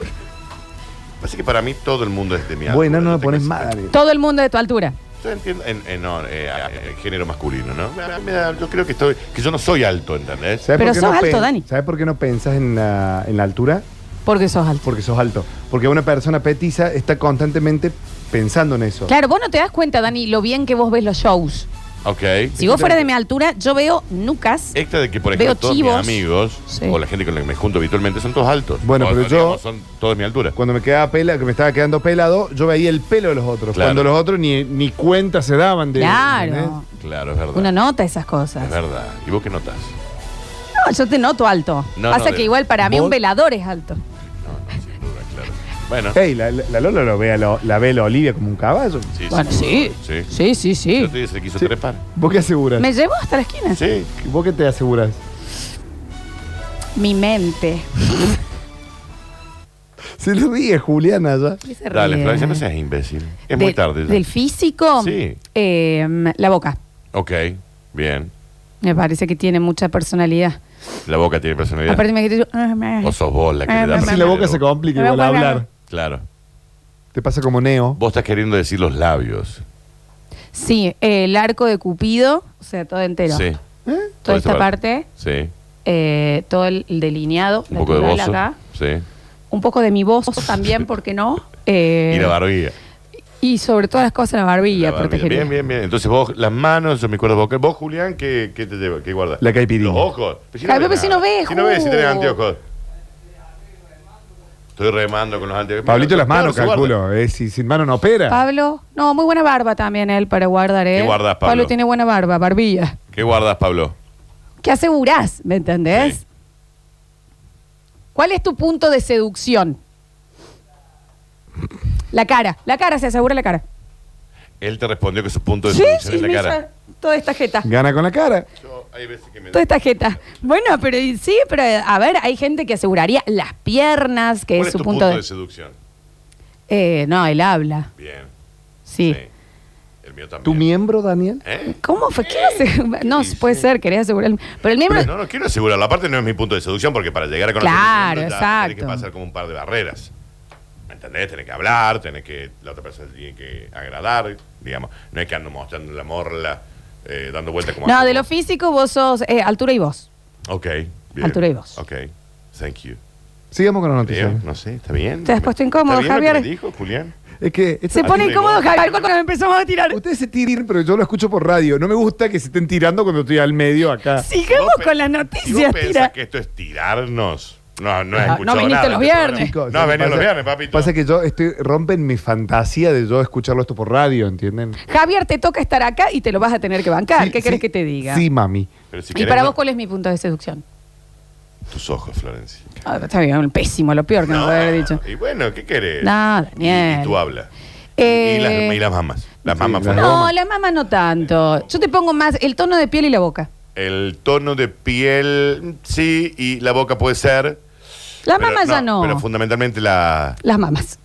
Así que para mí todo el mundo es de mi altura. Bueno, no le pones madre. Todo el mundo de tu altura. Yo entiendo, en, en- no, eh, eh, género masculino, ¿no? Me- me- Yo creo que estoy, que yo no soy alto, ¿entendés? ¿Sabes por qué no pen- Dani. ¿Sabes por qué no pensás en la, en la altura? Porque sos alto. Porque sos alto. Porque una persona petiza está constantemente pensando en eso. Claro, vos no te das cuenta, Dani, lo bien que vos ves los shows. Ok. Si vos fueras de mi altura, yo veo nucas. Esta de que, por Veo ejemplo, todos mis chivos. amigos o la gente con la que me junto habitualmente son todos altos. Bueno, O- pero o, digamos, yo- Son todos de mi altura. Cuando me quedaba pela, que me estaba quedando pelado, yo veía el pelo de los otros. Claro. Cuando los otros ni, ni cuenta se daban de Claro. ¿entendés? Claro, es verdad. Uno nota esas cosas. Es verdad. ¿Y vos qué notas? No, yo te noto alto. No, Pasa no, que de- igual para mí ¿Vos? un velador es alto. Bueno. Ey, la, la- la Lola lo ve a lo- la ve a la Olivia como un caballo. Sí, Bueno, sí. Sí. Sí, sí, sí. Yo te dije, se quiso trepar. ¿Vos qué aseguras? Me llevó hasta la esquina. Sí. ¿Vos qué te aseguras? Mi mente. Se le ríe Juliana ya. ¿Qué se Dale, ríe? Florencia, no seas imbécil. Es muy De- tarde ya. ¿Del físico? Sí. Eh, la boca. Ok, bien. Me parece que tiene mucha personalidad. La boca tiene personalidad. Aparte me dijiste, "Ah, me- O sos vos la que le da Así la boca se complica Me igual a voy a hablar. Claro. Te pasa como Neo. Vos estás queriendo decir los labios. Sí, eh, el arco de Cupido, o sea, todo entero. ¿Eh? Sí. Toda Toda esta esta parte, Sí. eh, todo el el delineado, Un poco de natural vos. acá. Sí. Un poco de mi voz también, ¿por qué no? Eh, Y la barbilla. y sobre todas las cosas la barbilla, La barbilla. protegería. Bien, bien, bien. Entonces vos, las manos, yo me acuerdo vocal. Vos, Julián, ¿qué, qué te lleva? ¿Qué guardas? La caipirinha. Los ojos. Pues Ay, pero ves si nada. no ves, Si no ves, si tenés Ju. anteojos. Estoy remando con los anteojos. Pablito las manos, Claro, se guarda. calculo. Eh, si sin mano no opera. Pablo, no, muy buena barba también él para guardar, ¿eh? ¿Qué guardás, Pablo? Pablo tiene buena barba, barbilla. ¿Qué guardas, Pablo? ¿Qué asegurás? ¿Me entendés? ¿Cuál es tu punto de seducción? La cara, la cara, se asegura la cara. Él te respondió que su punto de Sí, seducción sí, es me la cara. hizo toda esta jeta. Gana con la cara. Toda esta jeta. Bueno, pero y- sí, pero eh, a ver, hay gente que aseguraría las piernas, que ¿Cuál es, es su tu punto, de... seducción? Eh, no, él habla. Bien. Sí. El mío también. ¿Tu miembro, Daniel? ¿eh? ¿Cómo fue? ¿Qué hace? No, puede ser, quería asegurarme. Pero el miembro. No, no quiero asegurar. La parte no es mi punto de seducción porque para llegar a conocer Claro, a mi miembro ya exacto. tenés que pasar como un par de barreras. ¿Me entendés? Tenés que hablar, tenés que. La otra persona tiene que agradar, digamos. No es que ando mostrando la morla, eh, dando vueltas como. No, hace de lo físico vos sos eh, altura y voz. vos. Ok. bien. Altura y voz. Ok. Thank you. Sigamos con las Creo, noticias. no sé, ¿está bien? Te has puesto incómodo, ¿Está bien lo que Javier. me dijo, Julián? Es que Se pone incómodo, Javier, cuando empezamos a tirar. Ustedes se tiran, pero yo lo escucho por radio. No me gusta que se estén tirando cuando estoy al medio acá. Sigamos con las ¿Y vos noticias, pensás tira. que esto es tirarnos? No, no Ah, has no escuchado viniste nada los de este viernes. programa. Chicos, eh, No, venía los pasa- viernes, papito. Pasa que yo estoy rompen mi fantasía de yo escucharlo esto por radio, ¿entienden? Javier, te toca estar acá y te lo vas a tener que bancar. ¿Qué querés que te diga? Sí, mami. Pero ¿Y si querés, para no- vos cuál es mi punto de seducción? Tus ojos, Florencia. Ah, está bien, pésimo, lo peor que me No, puede haber dicho. Y bueno, ¿qué querés? No, Y, Daniel. y tú hablas. Eh, Y, las, y las mamas. Las mamas fueron. No, la mamá no tanto. Yo te pongo más el tono de piel y la boca. El tono de piel, sí, y la boca puede ser. La pero mamá ya no. Pero fundamentalmente la. Las mamás.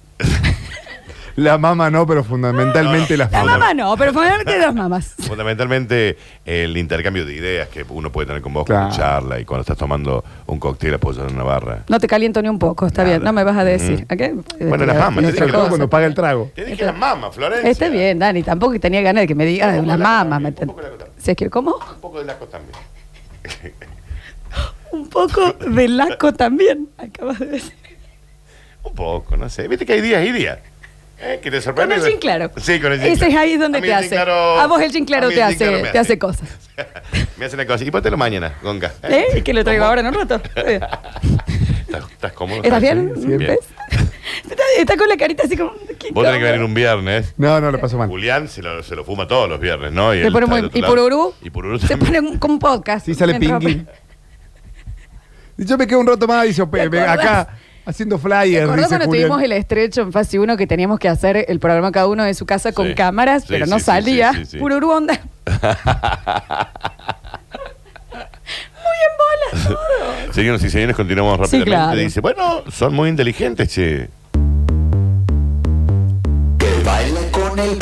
La mamá no, pero fundamentalmente las La mamas. mamá no, pero fundamentalmente las mamás. Fundamentalmente el intercambio de ideas que uno puede tener con vos, Claro. con charla y cuando estás tomando un cóctel apoyado en una barra. No te caliento ni un poco, está bien. No me vas a decir. Este, ¿A qué? Mm. Bueno, las mamas. Y te dije sobre las todo cuando paga el trago. Te dije las mamas, Florencia. Está bien, Dani. Tampoco tenía ganas de que me digas de las mamas. ¿me entendés? Si es que, ¿Cómo? Un poco de laco también. Un poco de laco también, acabas de decir. Un poco, no sé. Viste que hay días y días. Eh, que te Con sorprende. el chin claro. Sí, con el chin Ese es ahí donde A mí te el hace. chin claro- a vos el chin a claro mí te el chin hace, claro me te hace cosas. Me hace una cosa. Y póntelo mañana, Gonca. ¿Eh? ¿Y que lo traigo ahora en un rato? ¿Estás ¿Estás, estás cómodo? bien? Bien. ¿Ves? Está, está con la carita así como. ¿qué Vos tenés cosa? que venir un viernes. No, no, lo paso mal. Julián se lo, se lo fuma todos los viernes, ¿no? Y, Te él pone está muy- del otro ¿y lado. Pururú? Y Pururú Se también. pone un- con podcast. Sí, sale Mientras- Pinky. Y Yo me quedo un rato más y yo, pe- ¿Te acordás? acá haciendo ¿Te flyers. acordás dice cuando Julián. tuvimos el estrecho en fase 1 que teníamos que hacer el programa cada uno de su casa con Sí. cámaras, Sí, pero sí, no sí, salía? sí, sí, sí. Pururú onda. Muy en bola todo. Seguimos y seguimos, continuamos Sí, rápidamente. claro. Dice, bueno, son muy inteligentes, che. con el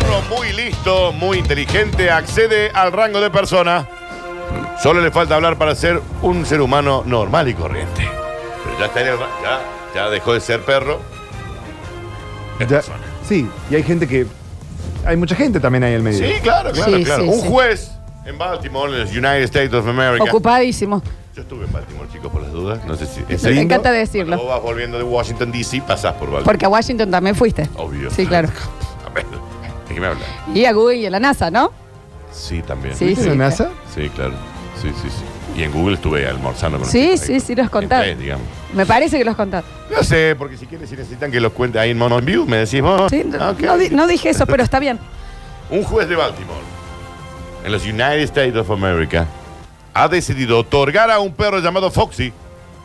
Perro muy listo, muy inteligente, accede al rango de persona. Solo le falta hablar para ser un ser humano normal y corriente. Pero ya está en el ra- ya, ya dejó de ser perro. Ya- sí, y hay gente que. Hay mucha gente también ahí en el medio. Sí, claro, claro, Sí, claro. sí, un sí. juez en Baltimore, en los United States of America. Ocupadísimo. Yo estuve en Baltimore, chicos, por las dudas. No sé si. en Me serio. encanta Cuando decirlo. vos vas volviendo de Washington DC, pasás por Baltimore. Porque a Washington también fuiste. Obvio. Sí, claro. A ver, ¿de qué me hablas? Y a Google y a la NASA, ¿no? Sí, también. Sí, ¿Viste sí. la NASA? Sí, claro. Sí, sí, sí. Y en Google estuve almorzando con Sí, los sí, sí, los chicos, contaste. eh, digamos. Me parece que los contaste. No sé, porque si quieren, si necesitan que los cuente ahí en Mono View, me decís vos. Sí, no, Ah, Ok. no di- no dije eso, pero está bien. Un juez de Baltimore, en los United States of America, ha decidido otorgar a un perro llamado Foxy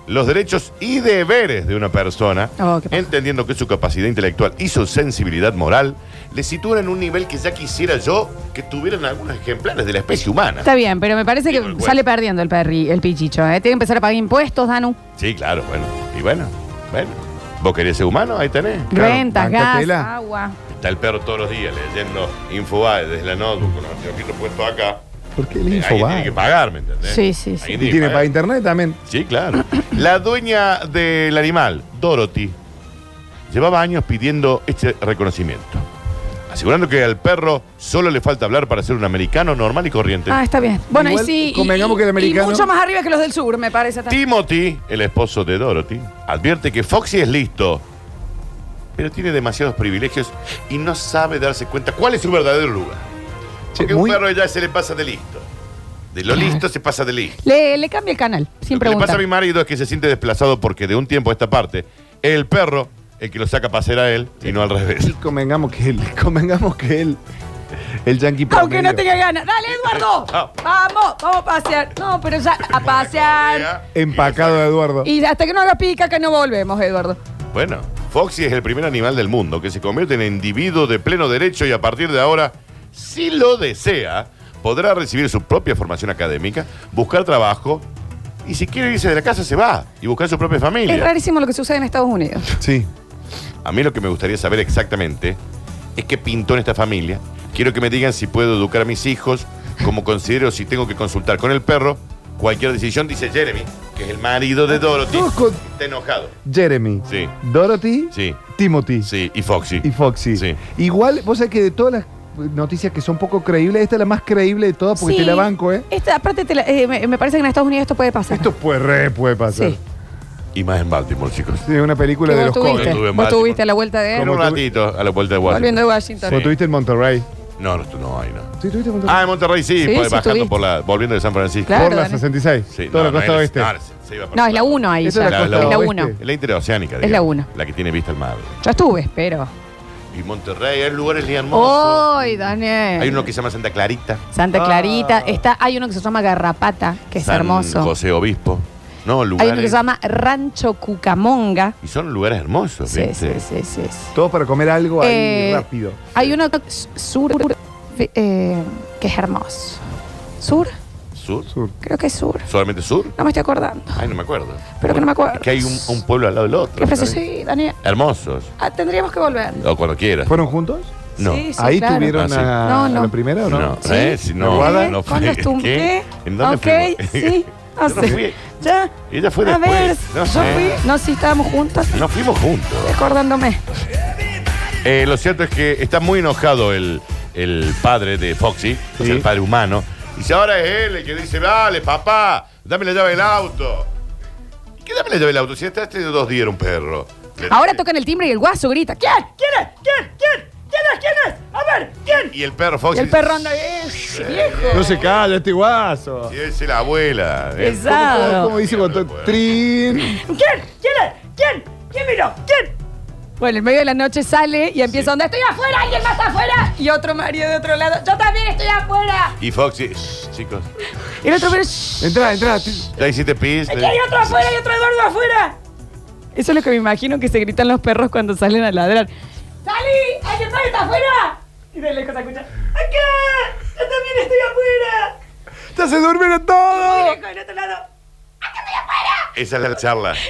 los derechos y deberes de una persona, Oh, entendiendo que su capacidad intelectual y su sensibilidad moral le sitúan en un nivel que ya quisiera yo que tuvieran algunos ejemplares de la especie humana. Está bien, pero me parece que Digo, el juez. sale perdiendo el perri, el pichicho, ¿eh? Tiene que empezar a pagar impuestos, Danu. Sí, claro, bueno. Y bueno, bueno. ¿Vos querés ser humano? Ahí tenés. Rentas, gas, agua. Está el perro todos los días leyendo Infobae desde la notebook con los anteojitos puestos acá. ¿Por qué el Eh, Alguien info va? tiene que pagar, ¿me entendés? Sí, sí, sí. Alguien Y que tiene pagar. para internet también. Sí, claro. La dueña del animal, Dorothy, llevaba años pidiendo este reconocimiento, asegurando que al perro solo le falta hablar para ser un americano normal y corriente. Ah, está bien. Bueno, Este, Igual, y sí. y- convengamos y- que el y americano- mucho más arriba que los del sur, me parece. también. Timothy, el esposo de Dorothy, advierte que Foxy es listo, pero tiene demasiados privilegios y no sabe darse cuenta cuál es su verdadero lugar. Porque un perro ya se le pasa de listo. De lo listo se pasa de listo. Le, le cambia el canal, sin Lo que le pasa preguntar. a mi marido es que se siente desplazado porque de un tiempo a esta parte, el perro, el que lo saca a pasear a él y no al revés. Y convengamos que él. Convengamos que él. El yankee Aunque no promedio. tenga ganas. ¡Dale, Eduardo! Ah. ¡Vamos! ¡Vamos a pasear! No, pero ya, a pasear. Empacado de Eduardo. Y hasta que no haga pica, que no volvemos, Eduardo. Bueno, Foxy es el primer animal del mundo que se convierte en individuo de pleno derecho y a partir de ahora, si lo desea, podrá recibir su propia formación académica, buscar trabajo y si quiere irse de la casa se va y buscar su propia Es familia. rarísimo lo que sucede en Estados Unidos. Sí. A mí lo que me gustaría saber exactamente es qué pintó en esta familia. Quiero que me digan si puedo educar a mis hijos, como considero si tengo que consultar con el perro. Cualquier decisión, dice Jeremy, que es el marido de Dorothy. Todos con- Está enojado. Jeremy. Sí. Dorothy. Sí. Timothy. Sí, y Foxy. Y Foxy. Sí. Igual, vos sabés que de todas las noticias que son poco creíbles, esta es la más creíble de todas porque Sí. te la banco, ¿eh? Esta, aparte, te la- eh, me, me parece que en Estados Unidos esto puede pasar. Esto puede re puede pasar. Sí. Y más en Baltimore, chicos. Sí, una película Que de vos los tuviste. Yo estuve en Vos Baltimore. tuviste a la vuelta de En un ratito a la vuelta de Volviendo Washington. de Washington. Vos tuviste en Monterrey. No, no, tú no hay, no. Sí, tuviste en Monterrey. Ah, en Monterrey sí, Sí, pues, sí, bajando estuviste. por la, volviendo de San Francisco. Claro, Por la Dani. 66. Sí, toda la no, no costa era- oeste. no, se- se No, iba para otro es la lado. 1 ahí. Esa ya. es la costa es la oeste. 1. Es la interoceánica, Es digamos, la uno. La que tiene vista al mar. Yo estuve, pero. Y Monterrey, hay lugares li hermosos. ¡Ay, Daniel! Hay uno que se llama Santa Clarita. Ah. Santa Clarita. Está, hay uno que se llama Garrapata, que es San hermoso. José Obispo. No, Hay uno que lugares. se llama Rancho Cucamonga. Y son lugares hermosos, Sí, ¿viste? sí, sí, sí, sí. Todo para comer algo ahí Eh, rápido. Hay uno que- sur, eh, que es hermoso. ¿Sur? ¿Sur? Creo que es sur. ¿Solamente sur? No me estoy acordando. Ay, no me acuerdo. Pero que no me acuerdo. Es que hay un, un pueblo al lado del otro. Qué precioso. ¿sabes? Sí, Daniel. Hermosos. Ah, tendríamos que volver. O cuando quieras. ¿Fueron juntos? No. Sí, sí, ¿Ahí claro. tuvieron Ah, sí. a, No, no. a la primera o no? No, ¿eh? Si no, ¿La guada? no fue. ¿Cuándo estuvo? ¿Qué? ¿En dónde ok, fuimos? sí. No Yo no sé. fui. Ya. Ella fue A después. ver, No yo sé. fui. No, sí, estábamos juntos. No fuimos juntos. Recordándome. Eh, lo cierto es que está muy enojado el, el padre de Foxy, o sea, el padre humano. Y si ahora es él el que dice, vale, papá, dame la llave del auto. ¿Qué dame la llave del auto? Si hasta hace dos días era un perro. Ahora tocan el timbre y el guaso grita. ¿Quién? ¿Quién es? ¿Quién? ¿Quién? ¿Quién es? ¿Quién es? A ver, ¿quién? Y el perro Fox. Y el perro anda. "Eh, viejo. No se calla este guaso. Sí, sí, la abuela. ¿eh? Pesado. ¿Cómo, cómo dice con todo? Trin. ¿Quién? ¿Quién es? ¿Quién? ¿Quién miró? ¿Quién? Bueno, en medio de la noche sale y empieza donde estoy afuera, alguien más afuera. Y otro marido de otro lado, yo también estoy afuera. Y Foxy, "Shh, chicos, Y el otro, pero Entra, entra. ya hiciste pis. eh. aquí hay otro afuera y otro Eduardo afuera. Eso es lo que me imagino que se gritan los perros cuando salen a ladrar. ¡Salí! ¡Alguien más está afuera! Y de lejos se escucha. ¡Acá! ¡Yo también estoy afuera! ¡Ya se durmieron todos! Y del otro lado. Esa es la charla. Esto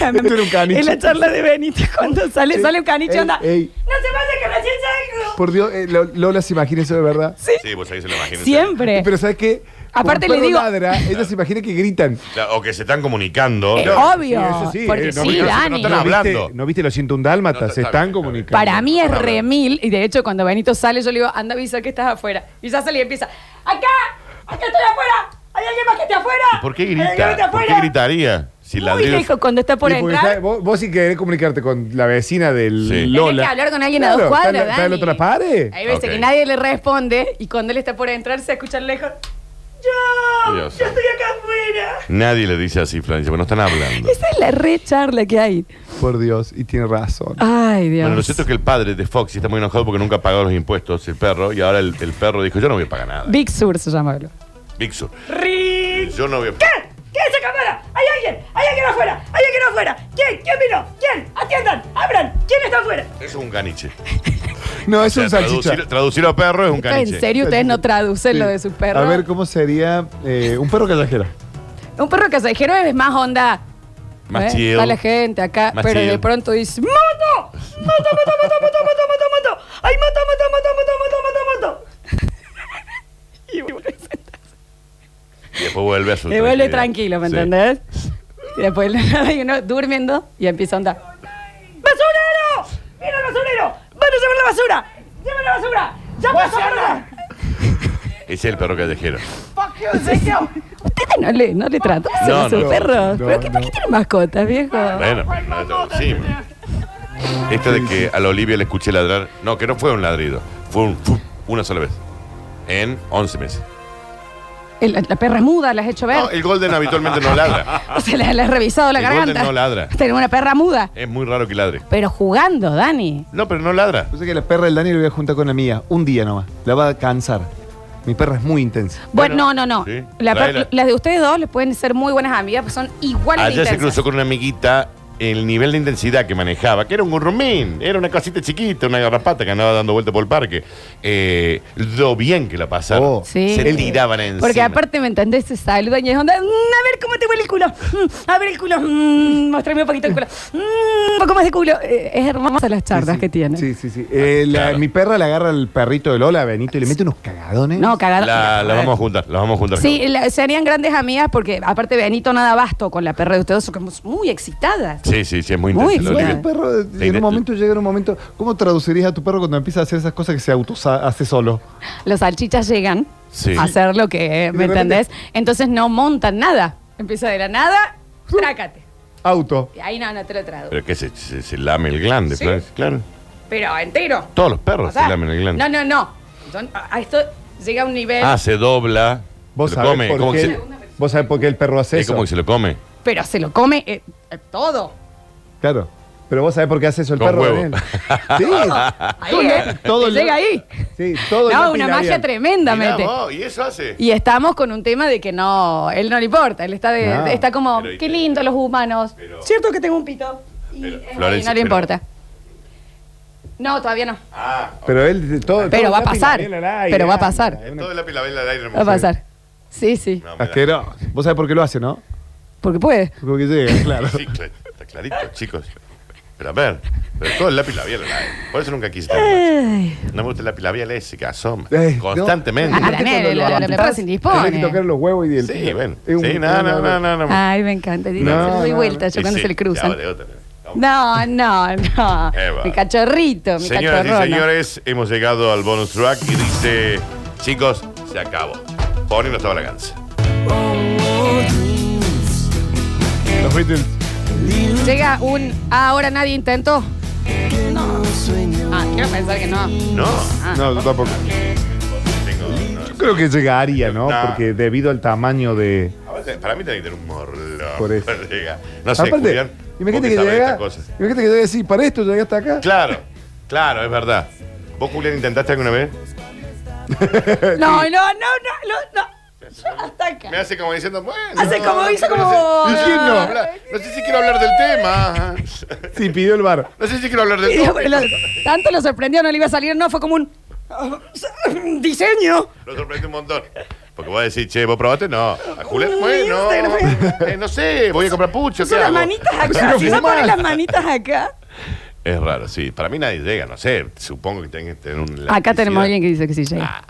era un caniche. Es la charla de Benito cuando sale, Ey, sale un caniche ey, onda. ey. ¡No se pasa que recién salgo! Por Dios, eh, Lo- Lola se imagina eso de verdad. Sí. Sí, vos ahí se lo imaginan. Siempre. Pero ¿sabes qué? Aparte Cuando le un digo- perro ladra, ella se imagina que gritan. O que se están comunicando. Eh, No, obvio. porque eh, no, sí, no, no, no, Dani. no, no, no, ¿Viste? hablando. ¿No viste los 101 dálmatas? se están comunicando. Para mí es remil. Y de hecho, cuando Benito sale, yo le digo, anda a avisar que estás afuera. Y ya salí y empieza. ¡Acá! ¡Acá estoy afuera! ¡Hay alguien más que esté afuera! ¿Y por qué ¡Hay alguien más que esté Eh, grita? ¿Por qué afuera! gritaría? Si Muy ladridos- lejos cuando está por Sí, porque entrar. está- vos, vos si querés comunicarte con la vecina del Lola. Tenés que hablar con alguien a dos Claro, cuadras, ¿Está, está en Dani. otra pared? Hay veces que nadie le responde y cuando él está por entrar se escucha lejos. ¡Yo! Dios ¡Yo santo. estoy acá afuera! Nadie le dice así, Florencia, porque no están hablando. Esa es la re charla que hay. Ah, Por Dios, y tiene razón. Ay, Dios. Bueno, lo cierto es que el padre de Foxy está muy enojado porque nunca ha pagado los impuestos, el perro, y ahora el, el perro dijo, yo no voy a pagar nada. Big Sur se llama. boludo. Vixur, ¡Ri! yo no voy a pagar. ¿Qué es esa cámara? ¡Hay alguien! ¡Hay alguien afuera! ¡Hay alguien afuera! ¿Quién? ¿Quién vino? ¿Quién? ¡Atiendan! ¡Abran! ¿Quién está afuera? Eso es un caniche. No, es O sea, un salchicha. traducir- Traducirlo a perro es un caniche. ¿En serio ustedes no traducen Sí. lo de sus perros? A ver, ¿cómo sería eh, un perro callejero? Un perro casajero es más onda. Más ¿eh? chill. Está la gente acá, Más pero de chill. pronto dice: ¡Moto! ¡Moto, moto, moto, moto, moto, moto, moto! ¡Ay, moto, moto, moto, moto, moto, moto, moto! Y vuelve, Y después vuelve a su y vuelve tranquilo, tranquilidad. ¿me Sí. entendés? Y después hay uno durmiendo y empieza a andar. ¡Basurero! ¡Mira el basurero! ¡Van a llevar la basura! ¡Lleva la basura! ¡Ya pasó la Ese es el perro callejero. Ustedes no le, no le tratan No, a sus no, perros. no, ¿Pero qué, no. por qué tienen mascotas, viejo? Bueno, pero no todo encima. Esto de que a la Olivia le escuché ladrar, no, que no fue un ladrido, fue un fu- una sola vez. En 11 meses. El- la perra es muda, la has hecho ver. No, el Golden habitualmente no ladra. O sea, le, le has revisado la Ah. el garganta. Golden no ladra. Tenemos una perra muda. Es muy raro que ladre. Pero jugando, Dani. No, pero no ladra. Yo sé que la perra del Dani la voy a juntar con la mía. Un día nomás. La va a cansar. Mi perra es muy intensa. Bueno, no, no, no. sí, La per- tráela. las de ustedes dos les pueden ser muy buenas amigas, porque son iguales de Ayer Ah, se intensas. cruzó con una amiguita el nivel de intensidad que manejaba, que era un gurrumín, era una cosita chiquita, una garrapata que andaba dando vuelta por el parque. Eh, lo bien que la pasaron. Oh. Sí. Se El- tiraban encima. Porque aparte, ¿me entendés? Se saludan y es onda. "Mm, a ver cómo te huele el culo. Mm, a ver el culo. Mm, mostrame un poquito el culo. Mm, un poco más de culo. Eh, es hermosa las charlas que tiene. Sí, sí, Ah, sí. Eh, la- Mi perra le agarra al perrito de Lola, a Benito, y le mete unos cagadones. No, cagado. La, la vamos a juntar, la vamos a juntar. Sí, la- serían grandes amigas porque aparte Benito nada basto con la perra de ustedes, somos muy excitadas. Sí, sí, sí, es muy Muy intenso. Bueno, Olivia. el perro eh, Sí, en de- un momento llega en un momento. ¿Cómo traducirías a tu perro cuando empieza a hacer esas cosas que se auto hace solo? Los salchichas llegan Sí. a hacer lo que, ¿me de repente- entendés? Entonces no montan nada. Empieza de la nada, trácate. Auto. Y ahí no, no te lo traduzco. Pero que se, se- se lame el glande, Sí. Florencia, claro. Pero entero. Todos los perros O sea, se lamen el glande. No, no, no. Yo- a esto llega a un nivel. Ah, se dobla. ¿Vos se lo sabés, come. por ¿Cómo que qué, se, ¿Vos sabés por qué el perro hace es eso? como que se lo come. Pero se lo come eh, eh, todo. Claro. Pero vos sabés por qué hace eso el Con perro huevo. Daniel. Sí. Ahí, eh, Todo te el- llega ahí. Sí, todo el No, doping una Daniel. magia tremendamente. Mirá vos, ¿Y eso hace? Y estamos con un tema de que no, él no le importa, él está de, No. de- está como, Pero- qué lindo los humanos. ¿Cierto que tengo un pito? Pero, Y no le Florencia, pero- importa. No, todavía no. Ah, Pero él. Todo, Pero todo va a el doping pasar. Daniel al aire. Pero va a pasar. Todo el lápiz la vela al aire. Va a pasar. Sí, sí. Asqueroso. Vos sabés por qué lo hace, ¿no? Porque puede. Porque llega, claro. Sí, cla- está clarito, chicos. Pero a ver, pero todo el lápiz labial. ¿verdad? Por eso nunca quise tener más. No me gusta el lápiz labial ese que asoma Ey, Eh, no. constantemente. Ah, Daniel, la- la- la perra se Tiene que tocar indispone. los huevos y el. Sí, bueno. es un- Sí, no, no, no, no. no. Ay, me encanta. Dice, No, se le doy no, vuelta Sí, yo cuando sí, se le cruzan. ya, vale, otra vez. No, no, no. Eva. Mi cachorrito, mi Señoras cachorrón. y señores, hemos llegado al bonus track y dice, chicos, se acabó. Ponen los extravaganza. Los los Beatles. Llega un. Ah, ahora nadie intentó. No. Ah, quiero pensar que no. No. Ah. No, yo tampoco. Yo creo que llegaría, ¿no? Nah. Porque debido al tamaño de. Aparte, Para mí tiene que tener un morlo. Por eso. Llega. No sé, Aparte, Julián. imagínate vos que, sabés de llega. estas cosas. Imagínate que llega así, para esto llegué hasta acá. Claro, claro, es verdad. ¿Vos, Julián, intentaste alguna vez? No, no, no, no, no, no. Hasta acá. Me hace como diciendo, bueno. Hace como, hizo como- No sé, Diciendo. hablar- no sé si quiero hablar del tema. Sí, pidió el bar. No sé si quiero hablar del Y digo, tema. pero lo- tanto lo sorprendió, no le iba a salir, no, fue como un. diseño. Lo sorprende un montón. Porque vos decís, che, ¿vos probaste? No. A Julián, bueno. Eh, no sé, voy a comprar pucho. ¿qué Son las hago? manitas acá. Claro, Si sí. no pones las manitas acá. Es raro, sí. Para mí nadie llega, no sé. Supongo que tienen que tener un. Acá tenemos a alguien que dice que sí llega.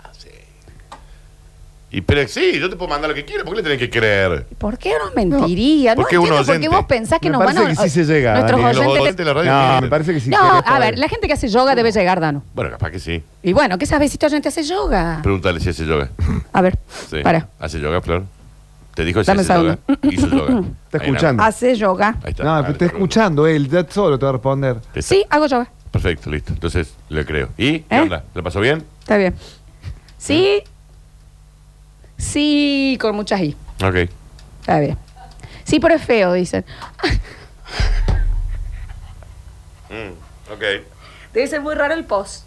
Y, pero sí, yo te puedo mandar lo que quieras. ¿Por qué le tenés que creer? ¿Por qué nos mentiría? No, Porque uno entiendo por oyente. qué vos pensás que Me nos van a. parece que sí se llega, ¿eh? Nuestros Daniel. Los oyentes. oyentes de la radio No, entienden. me parece que sí. No, querés a saber. ver, la gente que hace yoga debe llegar, Dano. Bueno, capaz que sí. Y bueno, ¿qué sabes si esta gente hace yoga? Pregúntale si hace yoga. A ver, Sí. para. ¿Hace yoga, Flor? Te dijo si Dame hace un yoga. Hizo yoga. Está Ahí escuchando. nada. Hace yoga. Ahí está. No, pero está escuchando él, ya solo te va a responder. Ahí está. Sí, hago yoga. Perfecto, listo. Entonces, le creo. ¿Y qué ¿Eh? onda? ¿La pasó bien? Está bien. Sí. Sí, con muchas I. Ok. Está bien. Sí, pero es feo, dicen. Mm, ok. Debe ser muy raro el post.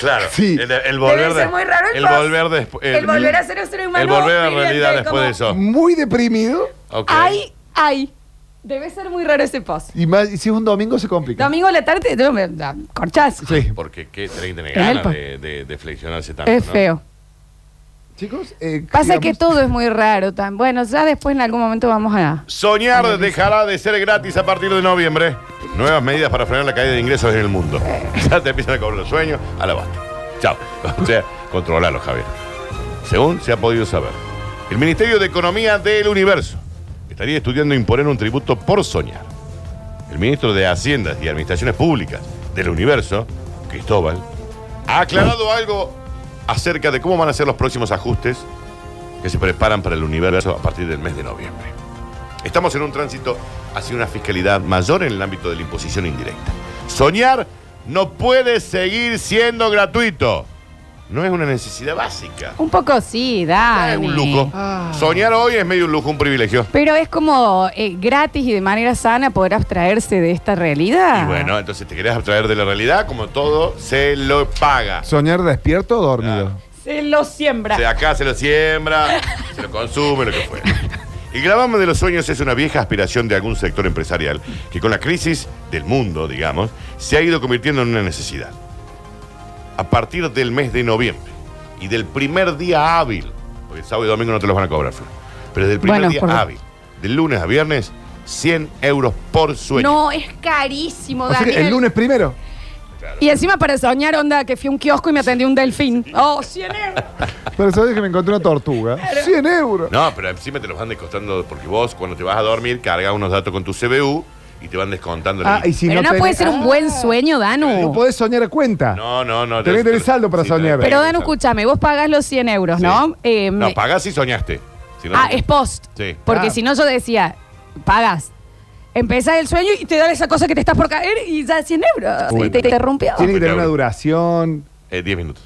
Claro. El, el volver Debe ser muy raro el el post. volver después. El volver a ser un ser humano El volver a la brillante, realidad después como- de eso. Muy deprimido. Ok. Ay, ay. Debe ser muy raro ese post. Y más, y si es un domingo se complica. Domingo a la tarde, no, me, da corchás. Porque qué tenés que tener En el ganas pa- de, de, de flexionarse tanto. Es ¿no? feo. Chicos, eh, Pasa digamos- que todo es muy raro. Tan, bueno, ya después en algún momento vamos a. Soñar dejará de ser gratis a partir de noviembre. Nuevas medidas para frenar la caída de ingresos en el mundo. Ya te empiezan a cobrar los sueños, a la basta. Chao. O sea, controlalo, Javier. Según se ha podido saber, el Ministerio de Economía del Universo estaría estudiando imponer un tributo por soñar. El ministro de Haciendas y Administraciones Públicas del Universo, Cristóbal, ha aclarado algo acerca de cómo van a ser los próximos ajustes que se preparan para el universo a partir del mes de noviembre. Estamos en un tránsito hacia una fiscalidad mayor en el ámbito de la imposición indirecta. Soñar no puede seguir siendo gratuito. No es una necesidad básica. Un poco sí, Ah, da. Eh, Es un lujo. Ah. Soñar hoy es medio un lujo, un privilegio. Pero es como eh, gratis y de manera sana poder abstraerse de esta realidad. Y bueno, entonces te querés abstraer de la realidad, como todo se lo paga. ¿Soñar despierto o dormido? Se lo siembra. O sea, acá se lo siembra, se lo consume, lo que fuera. El gravamen de los sueños es una vieja aspiración de algún sector empresarial que con la crisis del mundo, digamos, se ha ido convirtiendo en una necesidad. A partir del mes de noviembre y del primer día hábil, porque sábado y domingo no te los van a cobrar, Flor, pero del primer Bueno, día por- hábil, del lunes a viernes, 100 euros por sueño. No, es carísimo, O sea que Daniel. el lunes primero. Y encima para soñar, onda, que fui a un kiosco y me atendió un delfín. Oh, 100 euros. Pero sabes que me encontré una tortuga. 100 euros. No, pero encima te los van descontando porque vos cuando te vas a dormir cargas unos datos con tu CBU y te van descontando. la Ah, y si Pero no, tenés- puede ser un buen sueño, No Danu. podés soñar a cuenta. No, no, no. Tenés que tener saldo para soñar. Pero Danu, escúchame, vos pagás los 100 euros, ¿no? Eh, No, me- pagás si soñaste. Si no- ah, es post. Sí. Porque Ah. si no, yo decía, pagas. Empezás el sueño y te da esa cosa que te estás por caer y ya 100 euros. Bueno. Y Ah, te interrumpió. Tiene que tener una euros. duración. Eh, 10 minutos.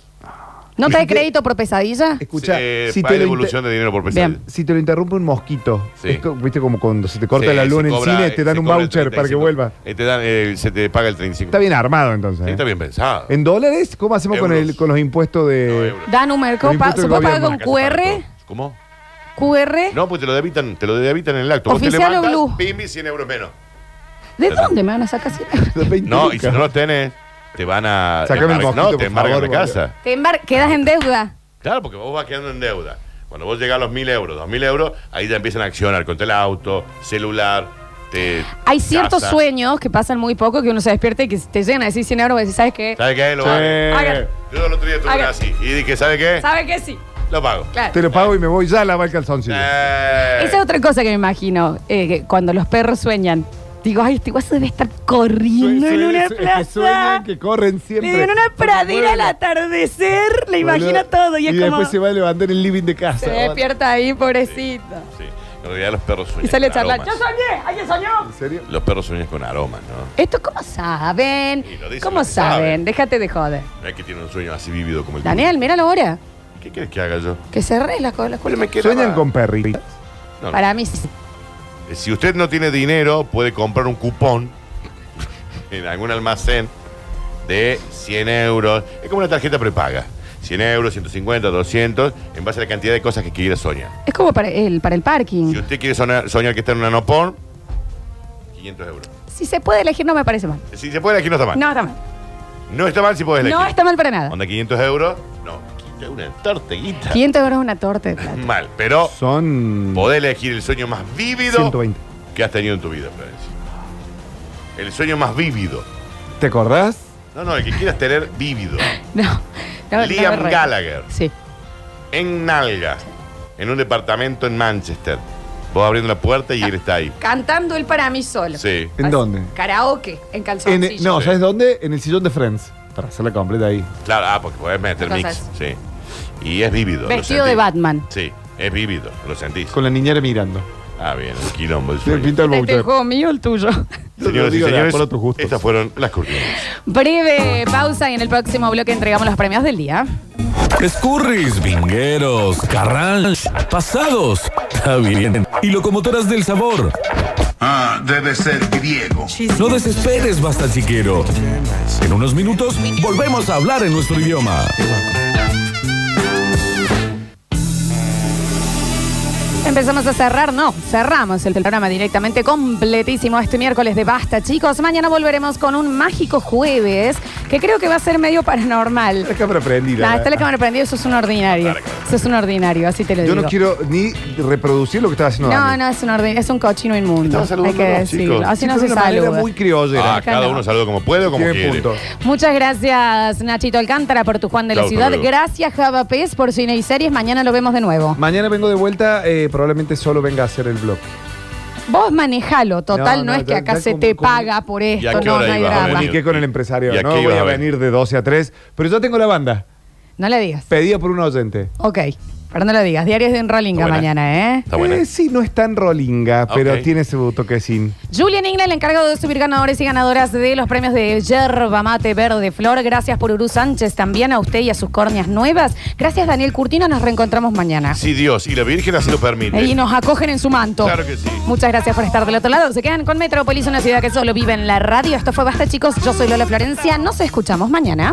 ¿No te da crédito por pesadilla? Escucha, Eh, si, paga te lo devolución de dinero por pesadilla. inter- si te lo interrumpe un mosquito, Sí. es co- viste como cuando se te corta Sí, la luna se en cobra, cine, te eh, dan se un cobra el voucher para que 35. vuelva. Eh, te dan, eh, se te paga el 35. Está bien armado entonces. Sí, ¿eh? está bien pensado. ¿En dólares? ¿Cómo hacemos con, el, con los impuestos de.? Danu Merco, Los pa- impuestos ¿se del puede pagar gobierno. con QR? ¿Cómo? ¿QR? No, pues te lo debitan, te lo debitan en el acto. Vos te ¿Eh? Oficial o levantas, blue. pim, y 100 euros menos. ¿De dónde me van a sacar 100 euros? No, y si no lo tenés, te van a. Sácame el embar- mosquito, No, por te embargan la favor, casa. Te embar- quedas en deuda. Claro, porque vos vas quedando en deuda. Cuando vos llegás a los 1000 euros, 2000 euros, ahí ya empiezan a accionar contra el auto, celular, te. Hay ciertos casa. sueños que pasan muy poco que uno se despierta y que te llegan a decir 100 euros y decís, ¿sabes qué? ¿Sabes qué? Lo Sí. vale. Hagan. Yo el otro día tuve Hagan. una así y dije, ¿sabes qué? ¿Sabes qué? Sí, Lo pago. claro. Te lo pago y me voy ya a lavar el calzoncillo. Eh. Esa es otra cosa que me imagino, eh, que cuando los perros sueñan. Digo, ay, este guaso debe estar corriendo Sue- en sue- una es que plaza. sueñan que corren siempre. Le digo, en una pradera al Bueno, atardecer, le boludo. imagino todo. Y, es después como, se va a levantar en el living de casa. se despierta ahí, pobrecito. No, En realidad los perros sueñan Y sale a con charlar. aromas. soñé! ¡Alguien soñó! ¿En serio? Los perros sueñan con aromas, ¿no? ¿Esto cómo saben? lo dicen ¿Cómo los que saben. saben? Déjate de joder. No es que tienen un sueño así vívido como el tuyo. Daniel, mira la hora. ¿Qué quieres que haga yo? Que cerré las cosas. Sueñan con perritas. No, no. Para mí sí. Eh, Si usted no tiene dinero, puede comprar un cupón en algún almacén de 100 euros. Es como una tarjeta prepaga. 100 euros, 150, 200, en base a la cantidad de cosas que quiera soñar. Es como para el, para el parking. Si usted quiere soñar, soñar que está en una no porn, 500 euros. Si se puede elegir, no me parece mal. Si se puede, aquí no está mal. No está mal. No está mal si puedes elegir. No está mal para nada. Onda 500 euros, no, 500 euros, una torta, guita. 500 euros es una torta de plata. Mal, pero Son podés elegir el sueño más vívido 120. que has tenido en tu vida, Florencia. El sueño más vívido. ¿Te acordás? No, no, el que quieras tener vívido. No. no, no me Liam reí. Gallagher. Sí. En Nalga, en un departamento en Manchester. Vos abriendo la puerta y él está ahí. Cantando él para mí solo. Sí. ¿En dónde? Karaoke, en En- calzoncillo. no, ¿sabes dónde? En el sillón de Friends. Para hacerla completa ahí. Claro, ah, porque podés meter mix. Cosas. Sí. Y es vívido. lo Vestido de sentís. Batman. Sí, es vívido, lo sentís. Con la niñera mirando. Ah, bien, el quilombo. El Te sueño. pinta el Este es el voucher. juego mío, el tuyo. Señoras y digo, señores, por otros gustos. estas fueron las cortinas. Breve pausa y en el próximo bloque entregamos los premios del día. Escurris, vingueros, carranche, pasados. Está bien. Y locomotoras del sabor. Ah, debe ser griego. No desesperes, basta chiquero. En unos minutos volvemos a hablar en nuestro idioma. Empezamos a cerrar, no, cerramos el programa directamente completísimo este miércoles de Basta, chicos. Mañana volveremos con un mágico jueves que creo que va a ser medio paranormal. La cámara prendida. Nah, está la cámara prendida, eso es un ordinario. Eso es un ordinario, así te lo Yo digo. no quiero ni reproducir lo que estaba haciendo No, Dani. no, es un ordinario, es un cochino inmundo. Hay que Saludándonos, decirlo. chicos. Así Sí, no pero se de una manera saluda. muy criolla. Ah, cada uno saluda como puede o como Tiene quiere. punto. Muchas gracias, Nachito Alcántara, por tu Juan de la Chau, hasta Ciudad. luego. Gracias, Java Pez, por cine y series. Mañana lo vemos de nuevo. Mañana vengo de vuelta, eh, probablemente solo venga a hacer el blog. Vos manejalo, total, no, No, no, es que ya- acá ya se con- te con- paga por ¿Y esto, a qué no, hora no hay ibas a drama. venir? Comuniqué con el empresario, ¿Y a no qué voy ibas a a ver? venir de 12 a 3, pero yo tengo la banda, No le digas. pedida por un oyente. Ok, pero no lo digas. Diarios de un Rollinga Está buena. mañana, ¿eh? buena. Ah, Eh, sí, no es tan rolinga, pero Ok. tiene su toquecín. Julian England, el encargado de subir ganadores y ganadoras de los premios de Yerba Mate Verde Flor. Gracias por Uru Sánchez también, a usted y a sus córneas nuevas. Gracias, Daniel Curtino. Nos reencontramos mañana. Si Dios y la Virgen así lo permiten. Y nos acogen en su manto. Claro que sí. Muchas gracias por estar del otro lado. Se quedan con Metrópolis, una ciudad que solo vive en la radio. Esto fue Basta, chicos. Yo soy Lola Florencia. Nos escuchamos mañana.